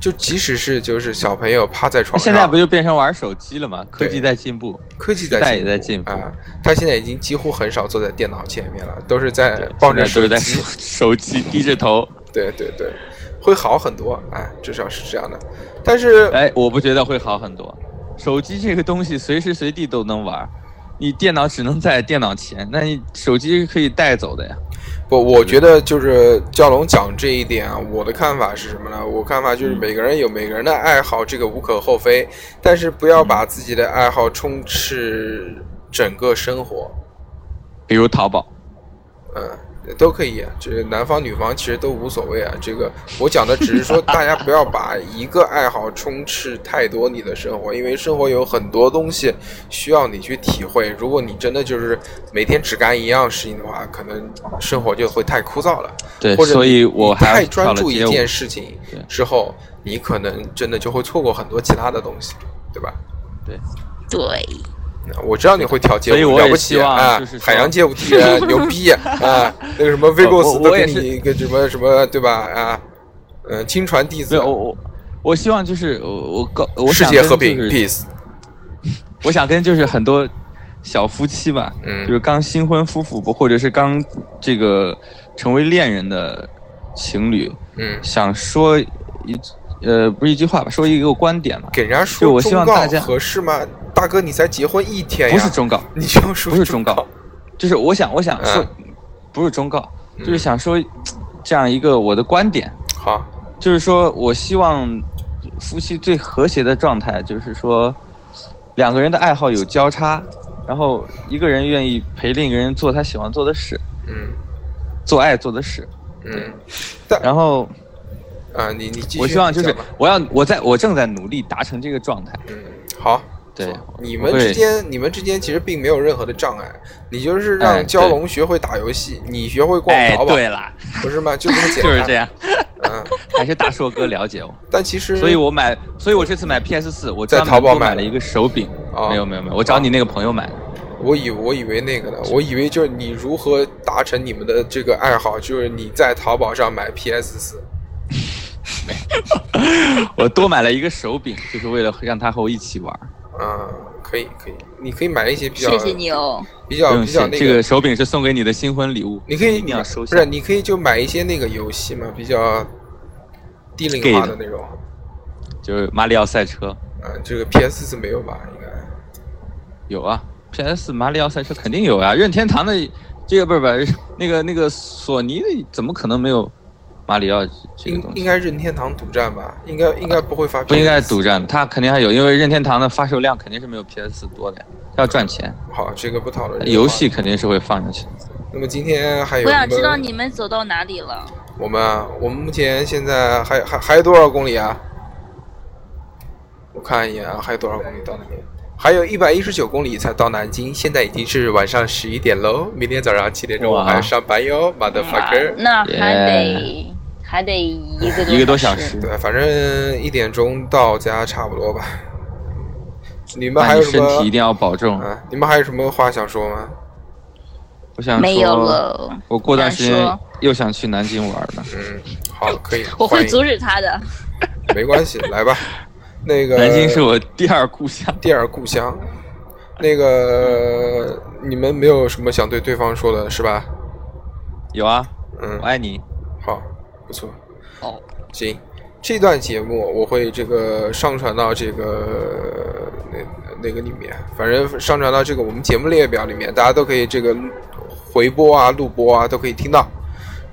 C: 就即使是就是小朋友趴在床上，
F: 现在不就变成玩手机了吗？科技
C: 对
F: 在进步，
C: 科技
F: 时代
C: 在
F: 也在进步
C: 啊，他现在已经几乎很少坐在电脑前面了，都是在抱
F: 现
C: 着
F: 在都
C: 手
F: 是在
C: 机
F: 手。手机低着头。
C: 对对对，会好很多，哎，至少是这样的。但是
F: 哎，我不觉得会好很多。手机这个东西随时随地都能玩，你电脑只能在电脑前，那你手机是可以带走的呀。
C: 不，我觉得就是蛟龙讲这一点啊，我的看法是什么呢？我看法
F: 嗯
C: 就是每个人有每个人的爱好，这个无可厚非，但是不要
F: 嗯
C: 把自己的爱好充斥整个生活，
F: 比如淘宝，
C: 嗯，都可以啊，就是男方女方其实都无所谓啊。这个我讲的只是说，大家不要把一个爱好充斥太多你的生活，因为生活有很多东西需要你去体会。如果你真的就是每天只干一样事情的话，可能生活就会太枯燥了。
F: 对，
C: 或者
F: 呃所
C: 你
F: 以我
C: 你
F: 还
C: 太
F: 要跳
C: 专
F: 了
C: 注一
F: 街舞
C: 件事情
F: 对
C: 之后，你可能真的就会错过很多其他的东西，对吧？
I: 对，
C: 我知道你会跳街
F: 所以
C: 舞，
F: 我也
C: 了不起
F: 希望
C: 啊
F: 就是！说
C: 海洋街舞第一 人，牛逼啊！那个什么 v i g o s
F: 我
C: 都
F: 我
C: 给
F: 也是
C: 你一个什么什么，对吧？啊，嗯，亲传弟
F: 没
C: 子
F: 有，，我我我希望就是我我搞我
C: 世
F: 想
C: 界
F: 跟
C: 和平
F: 就是
C: ，peace。
F: 我想跟就是很多小夫妻嘛，
C: 嗯
F: 就是刚新婚夫妇或者是刚这个成为恋人的情侣，
C: 嗯，
F: 想说一呃不是一句话吧，说一个观点吧，
C: 给人家
F: 就
C: 说
F: 我希
C: 忠
F: 望
C: 告
F: 大家
C: 合适吗？大哥，你才结婚一天呀，
F: 不是忠告，
C: 你就说
F: 不是忠告，就是我想我想说、不是忠告，
C: 嗯
F: 就是想说这样一个我的观点，
C: 好，
F: 就是说我希望夫妻最和谐的状态，就是说两个人的爱好有交叉，然后一个人愿意陪另一个人做他喜欢做的事，
C: 嗯
F: 做爱做的事。
C: 嗯
F: 然后
C: 啊，你你继续
F: 我希望就
C: 讲
F: 是
C: 吧
F: 我要我在我正在努力达成这个状态。
C: 嗯，好，
F: 对，
C: 你
F: 我
C: 们
F: 会
C: 之间，你们之间其实并没有任何的障碍，你就是
F: 哎
C: 让
F: 对
C: 蛟龙学会打游戏，你学会逛
F: 哎
C: 淘，宝，
F: 对了，
C: 不是吗？就这么简单，
F: 就是这。样，
C: 嗯，
F: 还是大硕哥了解我。
C: 但其实，
F: 所以我买，所以我这次买 PS 四，
C: 嗯
F: 我
C: 在
F: 专门
C: 淘宝
F: 多
C: 买的
F: 买了一个手柄。
C: 哦
F: 没有没有没有，我找你那个朋友买的。
C: 我以我以为那个呢，我以为就是你如何达成你们的这个爱好，就是你在淘宝上买 PS 四。
F: 我多买了一个手柄，就是为了让他和我一起玩。
C: 啊，可以可以，你可以买一些比较
I: 谢谢你哦。
C: 比
F: 不
C: 较
F: 用
C: 比较
F: 谢，
C: 那
F: 这个手柄是送给你的新婚礼物，
C: 你可以
F: 一定要收
C: 不
F: 下
C: 是，。你可以就买一些那个游戏嘛，比较呃低龄
F: gay
C: 化的
F: 的
C: 那种。
F: 就是马里奥赛车
C: 啊，这个 PS 四没有吧？应该
F: 有啊，PS 马里奥赛车肯定有啊，任天堂的这个不是不是那个那个索尼的怎么可能没有马里奥这个
C: 应
F: 东
C: 应
F: 西？
C: 该任天堂独占吧？应该应该不会发 PS4。
F: 不应该独占，它肯定还有，因为任天堂的发售量肯定是没有 PS 多的，它要赚钱，
C: 好，这个不讨论这个
F: 游
C: 话
F: 戏
C: 题。
F: 肯定是会放上去的。
C: 那么今天还有
I: 我想
C: 什么
I: 知道你们走到哪里了。
C: 我们啊我们目前现在还还还有多少公里啊？我看一眼啊，还有多少公里到那边？还有一百一十九公里才到南京，现在已经是晚上十一点喽。明天早上七点钟我
F: 哇
C: 还要上班哟，motherfucker。
I: 啊那还得
F: Yeah
I: 还得一个
F: 一个多小
I: 小
F: 时。
C: 对，反正一点钟到家差不多吧。你们还
F: 那
C: 有
F: 你
C: 什
F: 身
C: 么？
F: 体一定要保重。
C: 啊，你们还有什么话想说吗？
F: 我想
I: 没有
F: 说
I: 了。
F: 我过段时
I: 不敢
F: 间
I: 说
F: 又想去南京玩了。
C: 嗯，好，可以，
I: 我
C: 欢
I: 会
C: 迎
I: 阻止他的。
C: 没关系，来吧。那个
F: 南京是我第二故乡。
C: 第二故乡。那个呃你们没有什么想对对方说的是吧？
F: 有啊，
C: 嗯
F: 我，爱你。
C: 好，不错，
I: 哦，
C: 行。这段节目我会这个上传到这个那那个里面，反正上传到这个我们节目列表里面，大家都可以这个回播啊、录播啊都可以听到。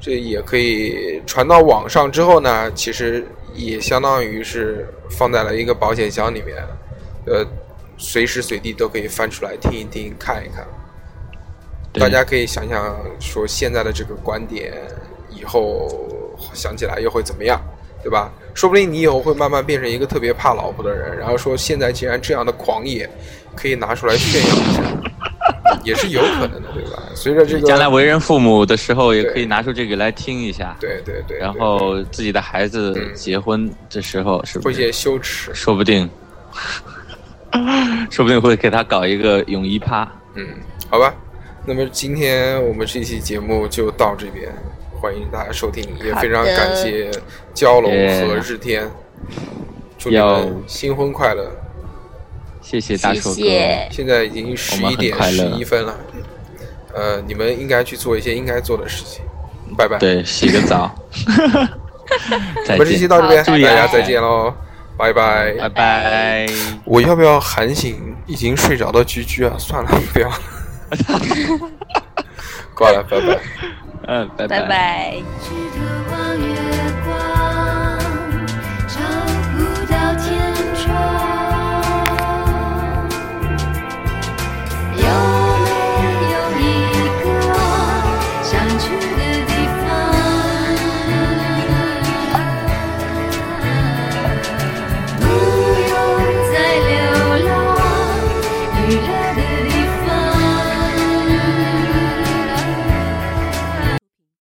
C: 这也可以传到网上之后呢，其实也相当于是放在了一个保险箱里面，呃，随时随地都可以翻出来听一听、看一看。
F: 对
C: 大家可以想想说现在的这个观点，以后想起来又会怎么样，对吧？说不定你以后会慢慢变成一个特别怕老婆的人，然后说现在竟然这样的狂野，可以拿出来炫耀一下，也是有可能的，对吧？随着这个，
F: 将来为人父母的时候，也
C: 对
F: 可以拿出这个来听一下。
C: 对对对，
F: 然
C: 对
F: 后自己的孩子
C: 嗯
F: 结婚的时候，是不
C: 会一
F: 是？
C: 些羞耻，
F: 说不定， 说不定会给他搞一个泳衣趴。
C: 嗯，好吧。那么今天我们这期节目就到这边，欢迎大家收听，也非常感谢蛟龙和日天，祝你
F: 要
C: 们新婚快乐！
F: 谢谢大
I: 谢
F: 硕哥，
I: 谢。
C: 现在已经十一点
F: 我们很快
C: 十
F: 乐
C: 一分了，呃，你们应该去做一些应该做的事情，拜拜。，
F: 嗯对，洗个 澡。
C: 我
F: 再
C: 们这期
F: 见，
C: 到这边，大家
I: 好
F: 注意
C: 再
F: 安全
C: 见喽，拜拜。
F: 拜拜。
C: 我要不要喊醒已经睡着的居居啊？算了，不 要了，挂了，拜拜。
F: 嗯，拜
I: 拜拜。
E: 知